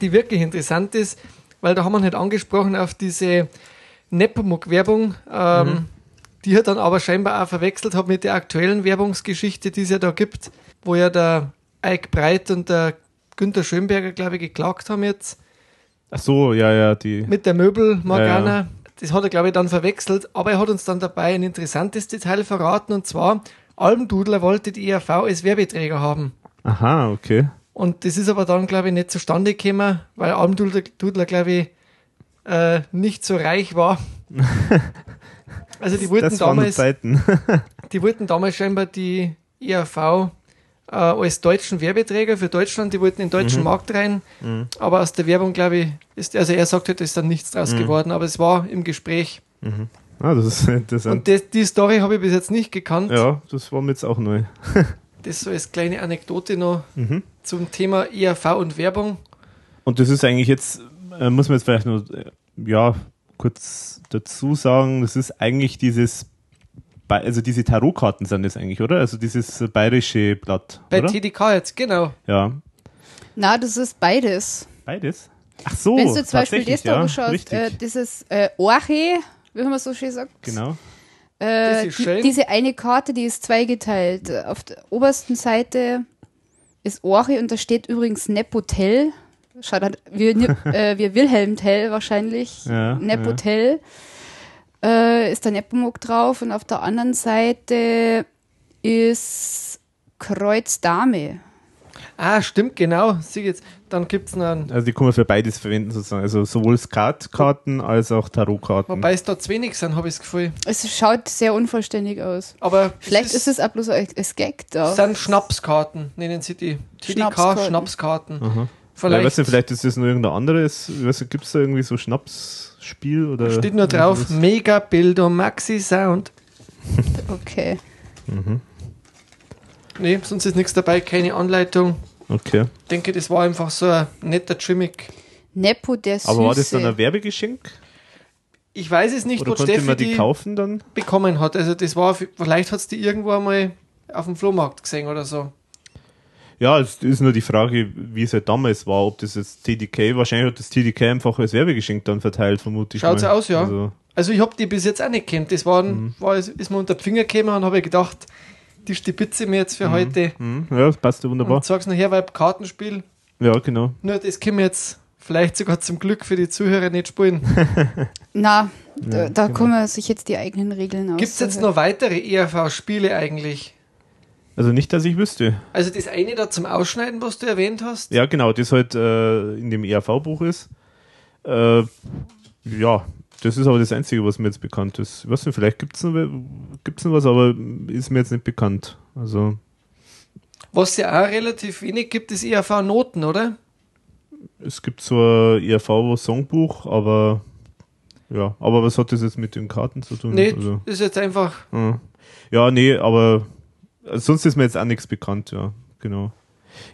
[SPEAKER 4] die wirklich interessant ist, weil da haben wir nicht angesprochen auf diese Nepomuk-Werbung, ähm, die er dann aber scheinbar auch verwechselt hat mit der aktuellen Werbungsgeschichte, die es ja da gibt, wo ja der Eik Breit und der Günther Schönberger, glaube ich, geklagt haben jetzt
[SPEAKER 1] ach so, ja, ja, die.
[SPEAKER 4] mit der Möbel Morgana.
[SPEAKER 1] Ja, ja.
[SPEAKER 4] Das hat er, glaube ich, dann verwechselt, aber er hat uns dann dabei ein interessantes Detail verraten und zwar, Almdudler wollte die IAV als Werbeträger haben.
[SPEAKER 1] Aha, okay.
[SPEAKER 4] Und das ist aber dann, glaube ich, nicht zustande gekommen, weil Almdudler, Dudler, glaube ich, äh, nicht so reich war. Also die wollten,
[SPEAKER 1] Das waren die
[SPEAKER 4] damals,
[SPEAKER 1] Zeiten.
[SPEAKER 4] die wollten damals scheinbar die IAV äh, als deutschen Werbeträger für Deutschland, die wollten in den
[SPEAKER 1] Mhm.
[SPEAKER 4] deutschen Markt rein, aber aus der Werbung, glaube ich, ist, also er sagt halt, ist dann nichts
[SPEAKER 1] Mhm.
[SPEAKER 4] draus geworden, aber es war im Gespräch.
[SPEAKER 1] Ah, das ist
[SPEAKER 4] Und
[SPEAKER 1] interessant.
[SPEAKER 4] das, die Story habe ich bis jetzt nicht gekannt.
[SPEAKER 1] Ja, das war mir jetzt auch neu.
[SPEAKER 4] Das so als kleine Anekdote noch
[SPEAKER 1] Mhm.
[SPEAKER 4] zum Thema IAV und Werbung.
[SPEAKER 1] Und das ist eigentlich jetzt, äh, muss man jetzt vielleicht nur, äh, ja, kurz dazu sagen, das ist eigentlich dieses, Ba- also diese Tarotkarten sind das eigentlich, oder? Also dieses bayerische Blatt,
[SPEAKER 4] Bei
[SPEAKER 1] oder?
[SPEAKER 4] TDK jetzt, genau.
[SPEAKER 1] Ja,
[SPEAKER 3] Na, das ist beides.
[SPEAKER 1] beides. Ach so,
[SPEAKER 3] Wenn du zum Beispiel
[SPEAKER 1] Oh, tatsächlich,
[SPEAKER 3] das
[SPEAKER 1] ja,
[SPEAKER 3] da schaust,
[SPEAKER 1] richtig,
[SPEAKER 3] äh, dieses äh, Orche, wie man so schön sagt,
[SPEAKER 1] genau.
[SPEAKER 4] Das
[SPEAKER 3] äh,
[SPEAKER 4] ist schön.
[SPEAKER 3] die, diese eine Karte, die ist zweigeteilt. Auf der obersten Seite ist Orche und da steht übrigens Nepotel. Schaut halt, wir, äh, wir Wilhelm Tell wahrscheinlich.
[SPEAKER 1] Ja,
[SPEAKER 3] Nepotel. Äh, ist der Nepomuk drauf und auf der anderen Seite ist Kreuz Dame.
[SPEAKER 4] Ah, stimmt, genau. Sieh jetzt. Dann gibt's noch einen.
[SPEAKER 1] Also die kann man für beides verwenden sozusagen, also sowohl Skatkarten als auch Tarotkarten.
[SPEAKER 4] Wobei es da zu wenig sind, habe ich das Gefühl.
[SPEAKER 3] Es schaut sehr unvollständig aus.
[SPEAKER 4] Aber
[SPEAKER 3] Vielleicht ist es auch bloß ein ein Gag da.
[SPEAKER 4] es sind Schnapskarten, nennen sie die. TDK
[SPEAKER 3] Oh. Schnapskarten.
[SPEAKER 4] Schnapskarten.
[SPEAKER 1] Vielleicht. Ich weiß
[SPEAKER 4] Vielleicht
[SPEAKER 1] nicht, vielleicht ist das nur irgendein anderes, gibt es da irgendwie so Schnapsspiel oder?
[SPEAKER 4] steht nur drauf
[SPEAKER 1] mhm.
[SPEAKER 4] Mega Bilder Maxi Sound.
[SPEAKER 3] Okay.
[SPEAKER 4] Nee, sonst ist nichts dabei, keine Anleitung.
[SPEAKER 1] Okay.
[SPEAKER 4] denke, das war einfach so ein netter Gimmick.
[SPEAKER 3] Nepo der Süße.
[SPEAKER 1] Aber war das dann ein Werbegeschenk?
[SPEAKER 4] Ich weiß es nicht,
[SPEAKER 1] Oder
[SPEAKER 4] wo
[SPEAKER 1] konnte
[SPEAKER 4] Steffi
[SPEAKER 1] man
[SPEAKER 4] die,
[SPEAKER 1] die kaufen dann?
[SPEAKER 4] bekommen hat. Also das war, vielleicht hat es die irgendwo einmal auf dem Flohmarkt gesehen oder so.
[SPEAKER 1] Ja, es ist nur die Frage, wie es halt damals war, ob das jetzt TDK, wahrscheinlich hat das TDK einfach als Werbegeschenk dann verteilt, vermute ich
[SPEAKER 4] Schaut so
[SPEAKER 1] mal.
[SPEAKER 4] aus, ja.
[SPEAKER 1] Also,
[SPEAKER 4] Also ich habe die bis jetzt auch nicht kennt. Das waren,
[SPEAKER 1] Mhm.
[SPEAKER 4] war, ist mir unter die Finger gekommen und habe gedacht, die stibitze mir jetzt für heute.
[SPEAKER 1] hm, ja, das passt ja wunderbar.
[SPEAKER 4] Mhm. Und sag's nachher, weil Kartenspiel,
[SPEAKER 1] Ja, genau.
[SPEAKER 4] nur das können wir jetzt vielleicht sogar zum Glück für die Zuhörer nicht spielen.
[SPEAKER 3] Na, da, da
[SPEAKER 1] genau.
[SPEAKER 3] kann man sich jetzt die eigenen Regeln aus. Also,
[SPEAKER 4] Gibt es jetzt noch weitere ERV-Spiele eigentlich?
[SPEAKER 1] Also nicht, dass ich wüsste.
[SPEAKER 4] Also das eine da zum Ausschneiden, was du erwähnt hast?
[SPEAKER 1] Ja, genau, das halt äh, in dem ERV-Buch ist. Äh, ja, das ist aber das Einzige, was mir jetzt bekannt ist. Ich weiß nicht, vielleicht gibt es noch, we- gibt's noch was, aber ist mir jetzt nicht bekannt. Also,
[SPEAKER 4] Was ja auch relativ wenig gibt, ist ERV-Noten, oder?
[SPEAKER 1] es gibt zwar ERV-Songbuch, aber ja, aber was hat das jetzt mit den Karten zu tun?
[SPEAKER 4] Nee,
[SPEAKER 1] Also,
[SPEAKER 4] ist jetzt einfach.
[SPEAKER 1] äh. Ja, nee, aber sonst ist mir jetzt auch nichts bekannt, ja, genau.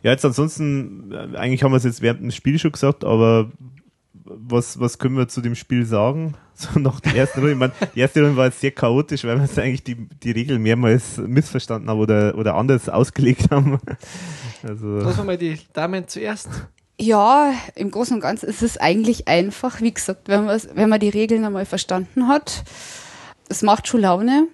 [SPEAKER 1] Ja, jetzt ansonsten, äh, eigentlich haben wir es jetzt während dem Spiel schon gesagt, aber was, was können wir zu dem Spiel sagen? So nach der ersten Runde. Ich meine, die erste Runde war jetzt sehr chaotisch, weil wir jetzt eigentlich die, die Regeln mehrmals missverstanden haben oder, oder anders ausgelegt haben. Also,
[SPEAKER 4] Lassen wir mal die Damen zuerst.
[SPEAKER 3] Ja, im Großen und Ganzen ist es eigentlich einfach. Wie gesagt, wenn man, wenn man die Regeln einmal verstanden hat, es macht schon Laune.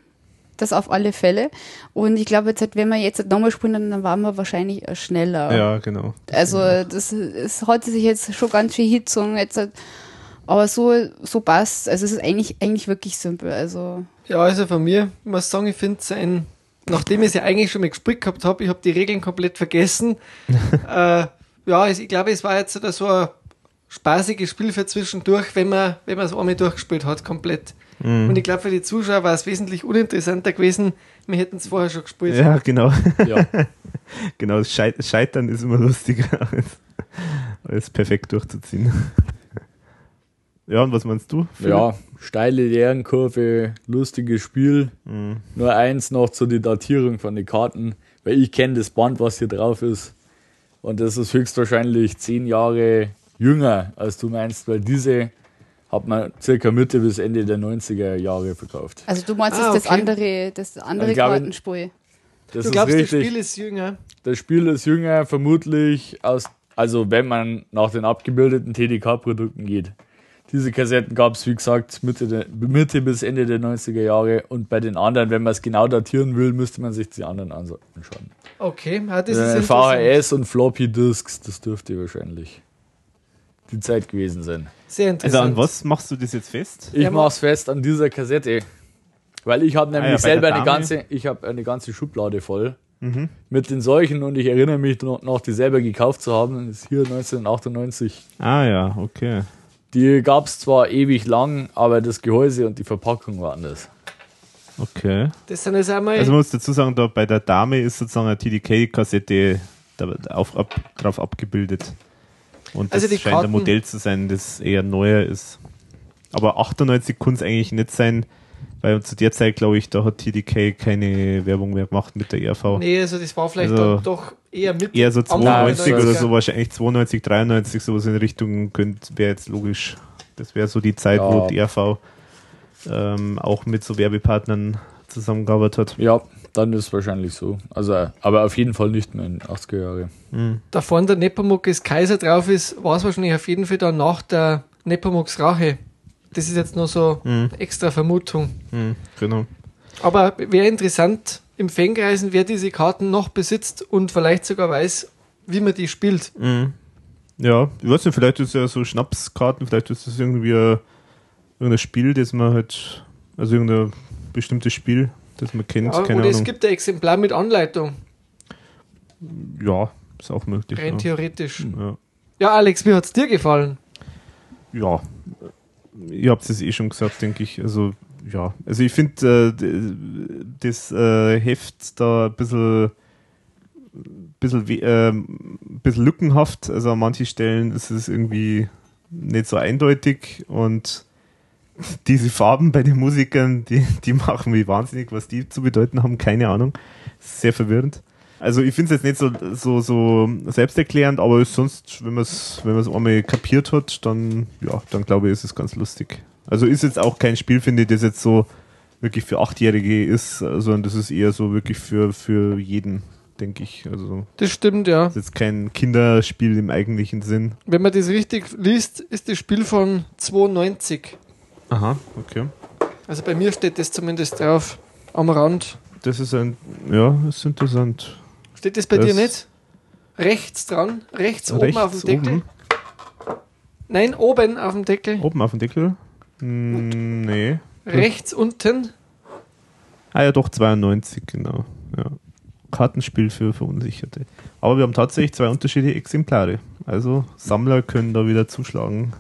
[SPEAKER 3] Das auf alle Fälle. Und ich glaube, jetzt, halt, wenn wir jetzt nochmal spielen, dann waren wir wahrscheinlich äh, schneller.
[SPEAKER 1] ja, genau.
[SPEAKER 3] Also das es hat sich jetzt schon ganz viel Hitzung. Jetzt, halt- aber so, so passt Also es ist eigentlich, eigentlich wirklich simpel. Also
[SPEAKER 4] Ja, also von mir, ich muss sagen, ich finde es ein, nachdem ich es ja eigentlich schon mal gespielt gehabt habe, ich habe die Regeln komplett vergessen. äh, ja, es- ich glaube, es war jetzt so ein spaßiges Spiel für zwischendurch, wenn man wenn man es einmal durchgespielt hat, komplett.
[SPEAKER 1] Mhm.
[SPEAKER 4] Und ich glaube, für die Zuschauer war es wesentlich uninteressanter gewesen, wir hätten es vorher schon gespielt.
[SPEAKER 1] Ja, genau.
[SPEAKER 2] Ja.
[SPEAKER 1] Genau, das Schei- Scheitern ist immer lustiger, als, als perfekt durchzuziehen. Ja, und was meinst du? Philipp?
[SPEAKER 2] Ja, steile Lernkurve, lustiges Spiel. Nur eins noch zu der Datierung von den Karten, weil ich kenne das Band, was hier drauf ist. Und das ist höchstwahrscheinlich zehn Jahre jünger, als du meinst, weil diese hat man circa Mitte bis Ende der 90er Jahre verkauft.
[SPEAKER 3] Also du meinst
[SPEAKER 4] Ah,
[SPEAKER 3] jetzt das
[SPEAKER 4] okay.
[SPEAKER 3] andere, das andere
[SPEAKER 2] Ich glaube-
[SPEAKER 3] Kartenspiel.
[SPEAKER 2] Das
[SPEAKER 4] Du
[SPEAKER 2] ist
[SPEAKER 4] glaubst, das
[SPEAKER 2] richtig.
[SPEAKER 4] Spiel ist jünger?
[SPEAKER 2] Das Spiel ist jünger, vermutlich aus, also wenn man nach den abgebildeten TDK-Produkten geht. Diese Kassetten gab es, wie gesagt, Mitte, der, Mitte bis Ende der 90er Jahre. Und bei den anderen, wenn man es genau datieren will, müsste man sich die anderen ansa- anschauen.
[SPEAKER 4] Okay, ah, das ist
[SPEAKER 2] Äh,
[SPEAKER 4] interessant.
[SPEAKER 2] VHS und Floppy Disks, das dürfte wahrscheinlich die Zeit gewesen sein.
[SPEAKER 4] Sehr
[SPEAKER 1] Also
[SPEAKER 4] interessant.
[SPEAKER 1] an was machst du das jetzt fest?
[SPEAKER 2] Ich
[SPEAKER 4] Ja,
[SPEAKER 2] mach's fest an dieser Kassette. Weil ich habe
[SPEAKER 1] Ah bei
[SPEAKER 2] nämlich
[SPEAKER 1] der
[SPEAKER 2] selber eine
[SPEAKER 1] Dame. Mhm.
[SPEAKER 2] ganze, ich habe eine ganze Schublade voll mit den solchen und ich erinnere mich noch, noch, die selber gekauft zu haben. Das ist hier 1998.
[SPEAKER 1] Ah ja, okay.
[SPEAKER 2] Die gab's zwar ewig lang, aber das Gehäuse und die Verpackung war anders.
[SPEAKER 1] Okay.
[SPEAKER 4] Das sind jetzt einmal
[SPEAKER 1] Also man muss dazu sagen, da bei der Dame ist sozusagen eine TDK-Kassette da- auf, ab, drauf abgebildet. Und das
[SPEAKER 4] Also die
[SPEAKER 1] scheint
[SPEAKER 4] Karten-
[SPEAKER 1] ein Modell zu sein, das eher neuer ist. Aber 98 kann es eigentlich nicht sein, weil zu der Zeit, glaube ich, da hat TDK keine Werbung mehr gemacht mit der E ERV.
[SPEAKER 4] Nee, also das war vielleicht
[SPEAKER 1] Also,
[SPEAKER 4] dann doch eher mit.
[SPEAKER 1] Eher so
[SPEAKER 4] Anfang
[SPEAKER 1] 92
[SPEAKER 4] der
[SPEAKER 1] oder
[SPEAKER 4] 90er.
[SPEAKER 1] so, wahrscheinlich 92, 93, sowas in Richtung könnte, wäre jetzt logisch. Das wäre so die Zeit,
[SPEAKER 2] Ja.
[SPEAKER 1] wo die RV ähm, auch mit so Werbepartnern zusammengearbeitet hat.
[SPEAKER 2] Ja, dann ist es wahrscheinlich so. Also, aber auf jeden Fall nicht mehr in den 80er Jahre.
[SPEAKER 4] Da vorne der Nepomuk ist Kaiser drauf ist, war es wahrscheinlich auf jeden Fall dann nach der Nepomuks Rache. Das ist jetzt nur so extra Vermutung.
[SPEAKER 1] Mhm, genau.
[SPEAKER 4] Aber wäre interessant im Fankreisen, wer diese Karten noch besitzt und vielleicht sogar weiß, wie man die spielt.
[SPEAKER 1] Ja, ich weiß nicht, vielleicht ist ja so Schnapskarten, vielleicht ist das irgendwie äh, irgendein Spiel, das man halt, also irgendein bestimmtes Spiel, das man kennt,
[SPEAKER 4] Ja, oder
[SPEAKER 1] keine
[SPEAKER 4] es
[SPEAKER 1] Ahnung.
[SPEAKER 4] gibt ein Exemplar mit Anleitung,
[SPEAKER 1] ja, ist Hm. auch möglich.
[SPEAKER 4] rein
[SPEAKER 1] Ja.
[SPEAKER 4] theoretisch.
[SPEAKER 1] Ja.
[SPEAKER 4] Ja, Alex, wie hat es dir gefallen?
[SPEAKER 1] ja, ihr habt es eh schon gesagt, denke ich. Also, ja, also ich finde äh, d- das äh, Heft da ein bisschen, bisschen, we- ähm, bisschen lückenhaft. Also an manchen Stellen ist es irgendwie nicht so eindeutig und diese Farben bei den Musikern, die, die machen mich wahnsinnig, was die zu bedeuten haben, keine Ahnung. Sehr verwirrend. Also ich finde es jetzt nicht so, so, so selbsterklärend, aber ist sonst, wenn man es wenn man's einmal kapiert hat, dann, ja, dann glaube ich, ist es ganz lustig. Also ist jetzt auch kein Spiel, finde ich, das jetzt so wirklich für Achtjährige ist, äh, sondern das ist eher so wirklich für, für jeden, denke ich. Also
[SPEAKER 4] Das stimmt, ja.
[SPEAKER 1] ist jetzt kein Kinderspiel im eigentlichen Sinn.
[SPEAKER 4] Wenn man das richtig liest, ist das Spiel von 92.
[SPEAKER 1] Aha, okay.
[SPEAKER 4] Also bei mir steht das zumindest drauf am Rand.
[SPEAKER 1] Das ist ein, ja, ist interessant.
[SPEAKER 4] Steht das bei
[SPEAKER 1] Das-
[SPEAKER 4] dir nicht? Rechts dran, rechts, oben auf dem Deckel.
[SPEAKER 1] oben,
[SPEAKER 4] Nein, oben auf dem Deckel.
[SPEAKER 1] oben auf dem Deckel? Hm, nee.
[SPEAKER 4] Rechts unten.
[SPEAKER 1] Ah ja, doch, 92, genau. Ja. Kartenspiel für Verunsicherte. Aber wir haben tatsächlich zwei unterschiedliche Exemplare. Also Sammler können da wieder zuschlagen.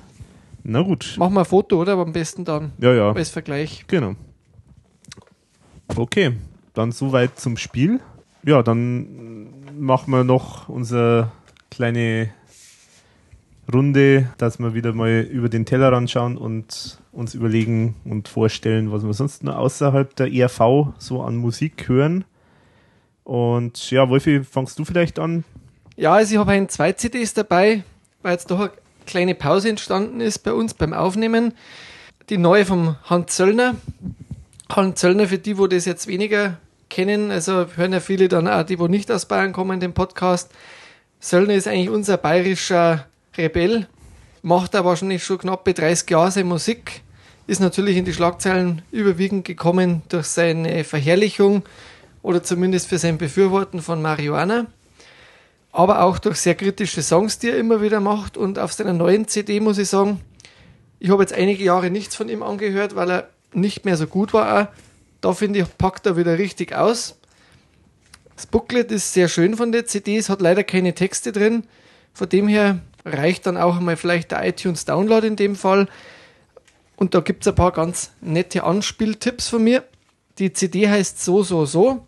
[SPEAKER 1] Na gut.
[SPEAKER 4] Machen wir ein Foto, oder? Aber am besten dann
[SPEAKER 1] Ja, ja.
[SPEAKER 4] als Vergleich.
[SPEAKER 1] Genau. Okay, dann soweit zum Spiel. Ja, dann machen wir noch unsere kleine Runde, dass wir wieder mal über den Tellerrand schauen und uns überlegen und vorstellen, was wir sonst noch außerhalb der ERV so an Musik hören. Und ja, Wolfi, fangst du vielleicht an?
[SPEAKER 4] Ja, also ich habe ein zwei CDs dabei, weil jetzt doch eine kleine Pause entstanden ist bei uns beim Aufnehmen. Die neue vom Hans Zöllner. Hans Zöllner, für die, wo das jetzt weniger kennen, also hören ja viele dann auch, die, wo nicht aus Bayern kommen, den Podcast. Söllner ist eigentlich unser bayerischer Rebell, macht da wahrscheinlich schon knappe 30 Jahre seine Musik, ist natürlich in die Schlagzeilen überwiegend gekommen durch seine Verherrlichung oder zumindest für sein Befürworten von Marihuana aber auch durch sehr kritische Songs, die er immer wieder macht. Und auf seiner neuen CD muss ich sagen, ich habe jetzt einige Jahre nichts von ihm angehört, weil er nicht mehr so gut war. Auch. Da finde ich, packt er wieder richtig aus. Das Booklet ist sehr schön von der CD, es hat leider keine Texte drin. Von dem her reicht dann auch mal vielleicht der iTunes Download in dem Fall. Und da gibt es ein paar ganz nette Anspieltipps von mir. Die CD heißt So, so, so.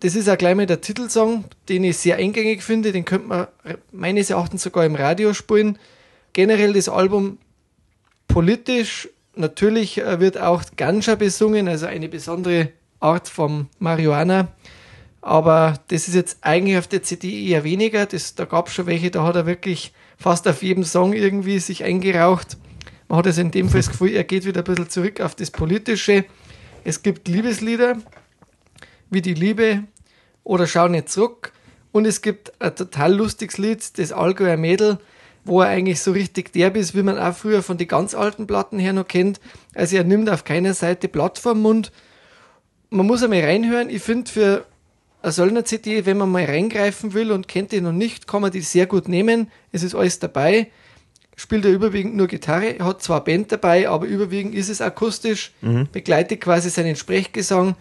[SPEAKER 4] Das ist auch gleich mal der Titelsong, den ich sehr eingängig finde. Den könnte man meines Erachtens sogar im Radio spielen. Generell das Album politisch. Natürlich äh, wird auch Ganja besungen, also eine besondere Art vom Marihuana. Aber das ist jetzt eigentlich auf der CD eher weniger. Das, da gab es schon welche, da hat er wirklich fast auf jedem Song irgendwie sich eingeraucht. Man hat also in dem Fall das Gefühl, er geht wieder ein bisschen zurück auf das Politische. Es gibt Liebeslieder, wie die Liebe oder Schau nicht zurück. Und es gibt ein total lustiges Lied, das Allgäuer Mädel, wo er eigentlich so richtig derb ist, wie man auch früher von den ganz alten Platten her noch kennt. Also er nimmt auf keiner Seite Blatt vom Mund. Man muss einmal reinhören. Ich finde für eine Söllner-CD, wenn man mal reingreifen will und kennt die noch nicht, kann man die sehr gut nehmen. Es ist alles dabei. Spielt er überwiegend nur Gitarre, hat zwar Band dabei, aber überwiegend ist es akustisch, begleitet quasi seinen Sprechgesang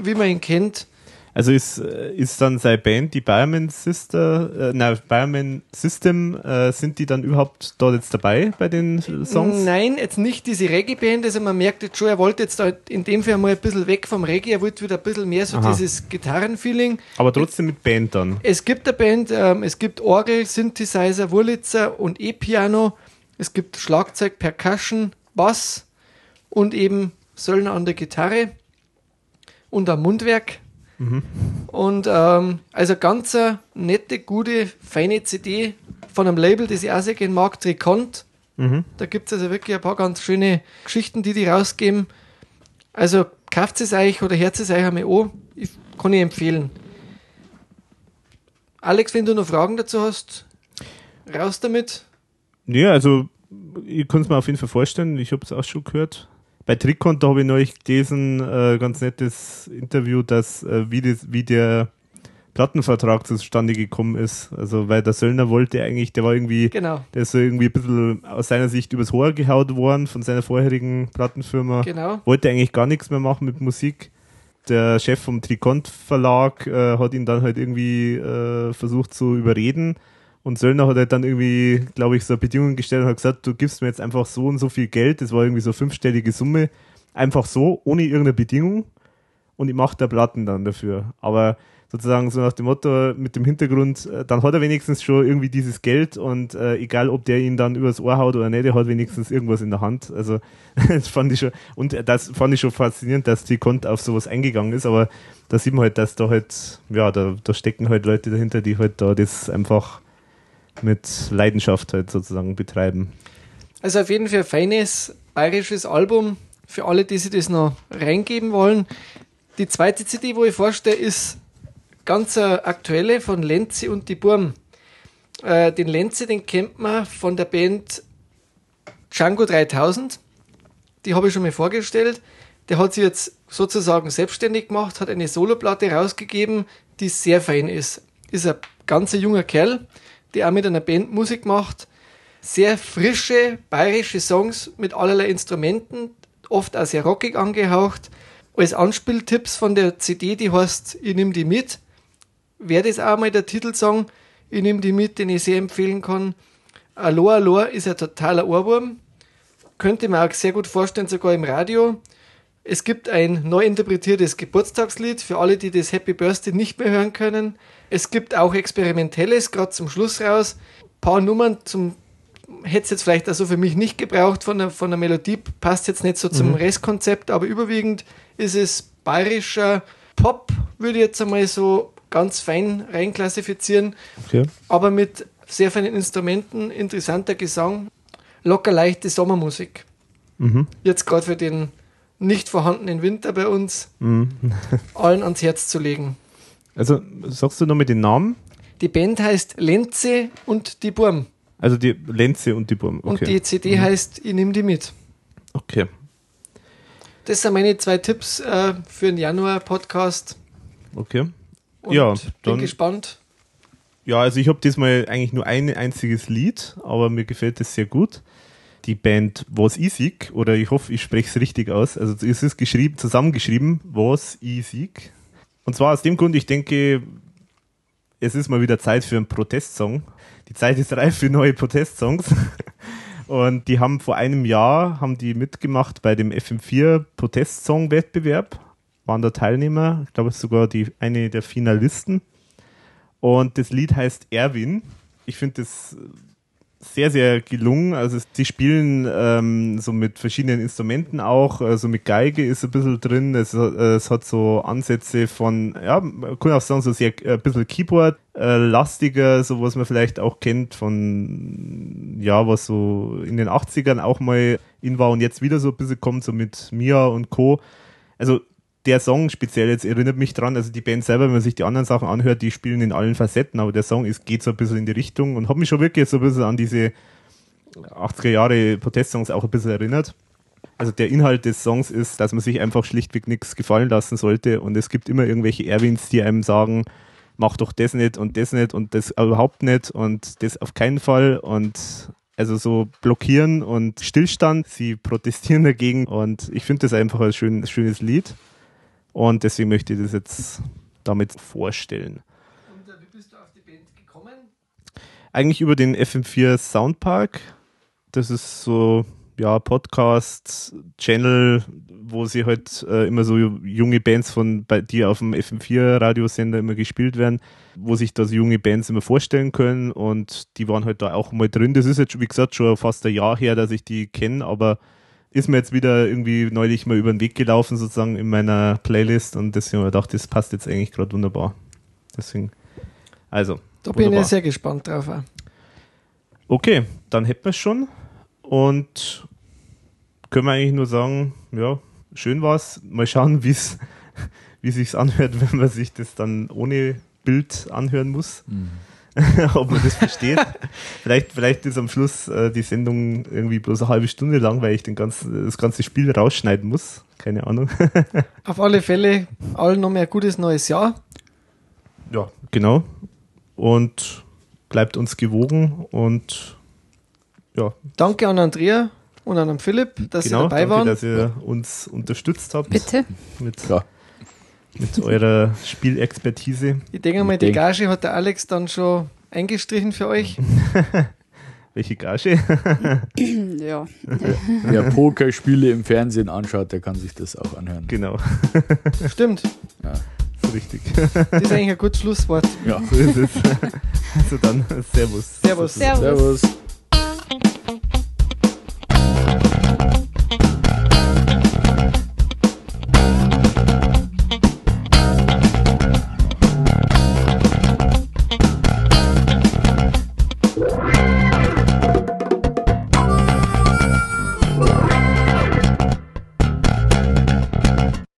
[SPEAKER 4] wie man ihn kennt.
[SPEAKER 1] Also ist, äh, ist dann seine Band, die Fireman Sister, äh, nein, Fireman System, äh, sind die dann überhaupt dort jetzt dabei bei den Songs?
[SPEAKER 4] Nein, jetzt nicht diese Reggae-Band, also man merkt jetzt schon, er wollte jetzt da in dem Fall mal ein bisschen weg vom Reggae, er wollte wieder ein bisschen mehr so
[SPEAKER 1] Aha.
[SPEAKER 4] dieses Gitarrenfeeling.
[SPEAKER 1] Aber trotzdem mit Band dann.
[SPEAKER 4] Es gibt eine Band, ähm, es gibt Orgel, Synthesizer, Wurlitzer und E-Piano, es gibt Schlagzeug, Percussion, Bass und eben Söllner an der Gitarre und am Mundwerk.
[SPEAKER 1] Mhm.
[SPEAKER 4] Und ähm, also ganze nette, gute, feine CD von einem Label, das ich auch sehr gerne mag, Tricont. Mhm. Da gibt es also wirklich ein paar ganz schöne Geschichten, die die rausgeben. Also kauft es euch oder hört es euch einmal an. Ich, kann ich empfehlen. Alex, wenn du noch Fragen dazu hast, raus damit.
[SPEAKER 1] Ja, also ich kann es mir auf jeden Fall vorstellen. Ich habe es auch schon gehört. Bei Trickkont, da habe ich neulich gelesen, äh, ganz nettes Interview, dass äh, wie, das, wie der Plattenvertrag zustande gekommen ist. Also weil der Söllner wollte eigentlich, der war irgendwie,
[SPEAKER 4] Genau,
[SPEAKER 1] der ist so irgendwie ein bisschen aus seiner Sicht übers Ohr gehaut worden von seiner vorherigen Plattenfirma.
[SPEAKER 4] genau.
[SPEAKER 1] Wollte eigentlich gar nichts mehr machen mit Musik. Der Chef vom Trikont Verlag äh, hat ihn dann halt irgendwie äh, versucht zu überreden. Und Söllner hat halt dann irgendwie, glaube ich, so Bedingungen gestellt und hat gesagt, du gibst mir jetzt einfach so und so viel Geld, das war irgendwie so fünfstellige Summe, einfach so, ohne irgendeine Bedingung. Und ich mache da Platten dann dafür. Aber sozusagen so nach dem Motto, mit dem Hintergrund, äh, dann hat er wenigstens schon irgendwie dieses Geld und äh, egal, ob der ihn dann übers Ohr haut oder nicht, der hat wenigstens irgendwas in der Hand. Also das fand ich schon, und das fand ich schon faszinierend, dass die Kont auf sowas eingegangen ist, aber da sieht man halt, dass da halt, ja, da, da stecken halt Leute dahinter, die halt da das einfach mit Leidenschaft halt sozusagen betreiben.
[SPEAKER 4] Also auf jeden Fall ein feines bayerisches Album für alle, die sich das noch reingeben wollen. Die zweite CD, wo ich vorstelle, ist ganz eine aktuelle von Lenzi und die Burm. Äh, den Lenzi, den kennt man von der Band Django 3000. Die habe ich schon mal vorgestellt. Der hat sich jetzt sozusagen selbstständig gemacht, hat eine Soloplatte rausgegeben, die sehr fein ist. Ist ein ganzer junger Kerl, der auch mit einer Band Musik macht sehr frische bayerische Songs mit allerlei Instrumenten, oft auch sehr rockig angehaucht. Als Anspieltipps von der CD, die heißt Ich nimm die mit, wäre das auch mal der Titelsong Ich nimm die mit, den ich sehr empfehlen kann. Aloha Aloha ist ein totaler Ohrwurm. Könnte man auch sehr gut vorstellen, sogar im Radio. Es gibt ein neu interpretiertes Geburtstagslied für alle, die das Happy Birthday nicht mehr hören können. Es gibt auch experimentelles, gerade zum Schluss raus. paar Nummern zum hätte es jetzt vielleicht also für mich nicht gebraucht von der, von der Melodie, passt jetzt nicht so zum Restkonzept, aber überwiegend ist es bayerischer Pop, würde ich jetzt einmal so ganz fein reinklassifizieren,
[SPEAKER 1] Okay.
[SPEAKER 4] aber mit sehr feinen Instrumenten, interessanter Gesang, locker leichte Sommermusik.
[SPEAKER 1] Mhm.
[SPEAKER 4] Jetzt gerade für den nicht vorhandenen Winter bei uns
[SPEAKER 1] Mhm.
[SPEAKER 4] allen ans Herz zu legen.
[SPEAKER 1] Also sagst du noch mit den Namen?
[SPEAKER 4] Die Band heißt Lenze und die Burm.
[SPEAKER 1] Also die Lenze und die Burm. Okay. Mhm.
[SPEAKER 4] Und die CD heißt Ich nimm die mit.
[SPEAKER 1] okay.
[SPEAKER 4] Das sind meine zwei Tipps äh, für den Januar-Podcast.
[SPEAKER 1] Okay.
[SPEAKER 4] Und
[SPEAKER 1] Ja,
[SPEAKER 4] bin
[SPEAKER 1] dann-
[SPEAKER 4] gespannt.
[SPEAKER 1] Ja, also ich habe diesmal eigentlich nur ein einziges Lied, aber mir gefällt es sehr gut. Die Band Was Isig, oder ich hoffe, ich spreche es richtig aus. Also es ist geschrieben, zusammengeschrieben, Was Isig. Und zwar aus dem Grund, ich denke, es ist mal wieder Zeit für einen Protestsong. Die Zeit ist reif für neue Protestsongs. Und die haben vor einem Jahr haben die mitgemacht bei dem FM4 Protestsong-Wettbewerb. Waren da Teilnehmer, ich glaube sogar die eine der Finalisten. Und das Lied heißt Erwin. Ich finde das sehr, sehr gelungen. Also es- die spielen ähm, so mit verschiedenen Instrumenten auch, also mit Geige ist ein bisschen drin. Es, hat- äh, es hat so Ansätze von, ja, man kann auch sagen, so sehr äh, ein bisschen Keyboard, äh, lastiger, so was man vielleicht auch kennt von, ja, was so in den 80ern auch mal in war und jetzt wieder so ein bisschen kommt, so mit Mia und Co. Also der Song speziell jetzt erinnert mich dran, also die Band selber, wenn man sich die anderen Sachen anhört, die spielen in allen Facetten, aber der Song ist, geht so ein bisschen in die Richtung und hat mich schon wirklich so ein bisschen an diese 80er Jahre Protestsongs auch ein bisschen erinnert. Also der Inhalt des Songs ist, dass man sich einfach schlichtweg nichts gefallen lassen sollte und es gibt immer irgendwelche Erwins, die einem sagen, mach doch das nicht und das nicht und das überhaupt nicht und das auf keinen Fall und also so blockieren und Stillstand, sie protestieren dagegen und ich finde das einfach ein schön, schönes Lied. Und deswegen möchte ich das jetzt damit vorstellen.
[SPEAKER 4] Und wie bist du auf die Band gekommen?
[SPEAKER 1] Eigentlich über den FM4 Soundpark. Das ist so, ja, Podcast, Channel, wo sie halt äh, immer so junge Bands von, bei, die auf dem FM4-Radiosender immer gespielt werden, wo sich da so junge Bands immer vorstellen können und die waren halt da auch mal drin. Das ist jetzt, wie gesagt, schon fast ein Jahr her, dass ich die kenne, aber ist mir jetzt wieder irgendwie neulich mal über den Weg gelaufen, sozusagen in meiner Playlist und deswegen habe ich gedacht, das passt jetzt eigentlich gerade wunderbar. Deswegen, also.
[SPEAKER 4] Da bin ich
[SPEAKER 1] wunderbar.
[SPEAKER 4] sehr gespannt drauf. auch.
[SPEAKER 1] Okay, dann hätten wir es schon. Und können wir eigentlich nur sagen, ja, schön war's. Mal schauen, wie's, wie sich's anhört, wenn man sich das dann ohne Bild anhören muss. Ob man das versteht. vielleicht, vielleicht ist am Schluss äh, die Sendung irgendwie bloß eine halbe Stunde lang, weil ich den ganzen, das ganze Spiel rausschneiden muss. Keine Ahnung.
[SPEAKER 4] Auf alle Fälle allen noch mehr gutes neues Jahr.
[SPEAKER 1] ja, genau. Und bleibt uns gewogen und ja,
[SPEAKER 4] Danke an Andrea und an den Philipp, dass
[SPEAKER 1] genau,
[SPEAKER 4] sie dabei
[SPEAKER 1] danke,
[SPEAKER 4] waren.
[SPEAKER 1] dass ihr uns unterstützt habt
[SPEAKER 3] Bitte.
[SPEAKER 1] mit,
[SPEAKER 2] Klar.
[SPEAKER 1] mit eurer Spielexpertise.
[SPEAKER 4] Ich denke mal,
[SPEAKER 2] Ich
[SPEAKER 4] die
[SPEAKER 2] denk-
[SPEAKER 4] Gage hat der Alex dann schon eingestrichen für euch.
[SPEAKER 1] Welche Gage?
[SPEAKER 3] Ja.
[SPEAKER 2] Wer Pokerspiele im Fernsehen anschaut, der kann sich das auch anhören.
[SPEAKER 1] genau,
[SPEAKER 4] Stimmt.
[SPEAKER 1] so richtig.
[SPEAKER 4] Das ist eigentlich ein gutes Schlusswort.
[SPEAKER 1] So ist es. Also dann, Servus.
[SPEAKER 4] Servus.
[SPEAKER 3] Servus.
[SPEAKER 2] Servus.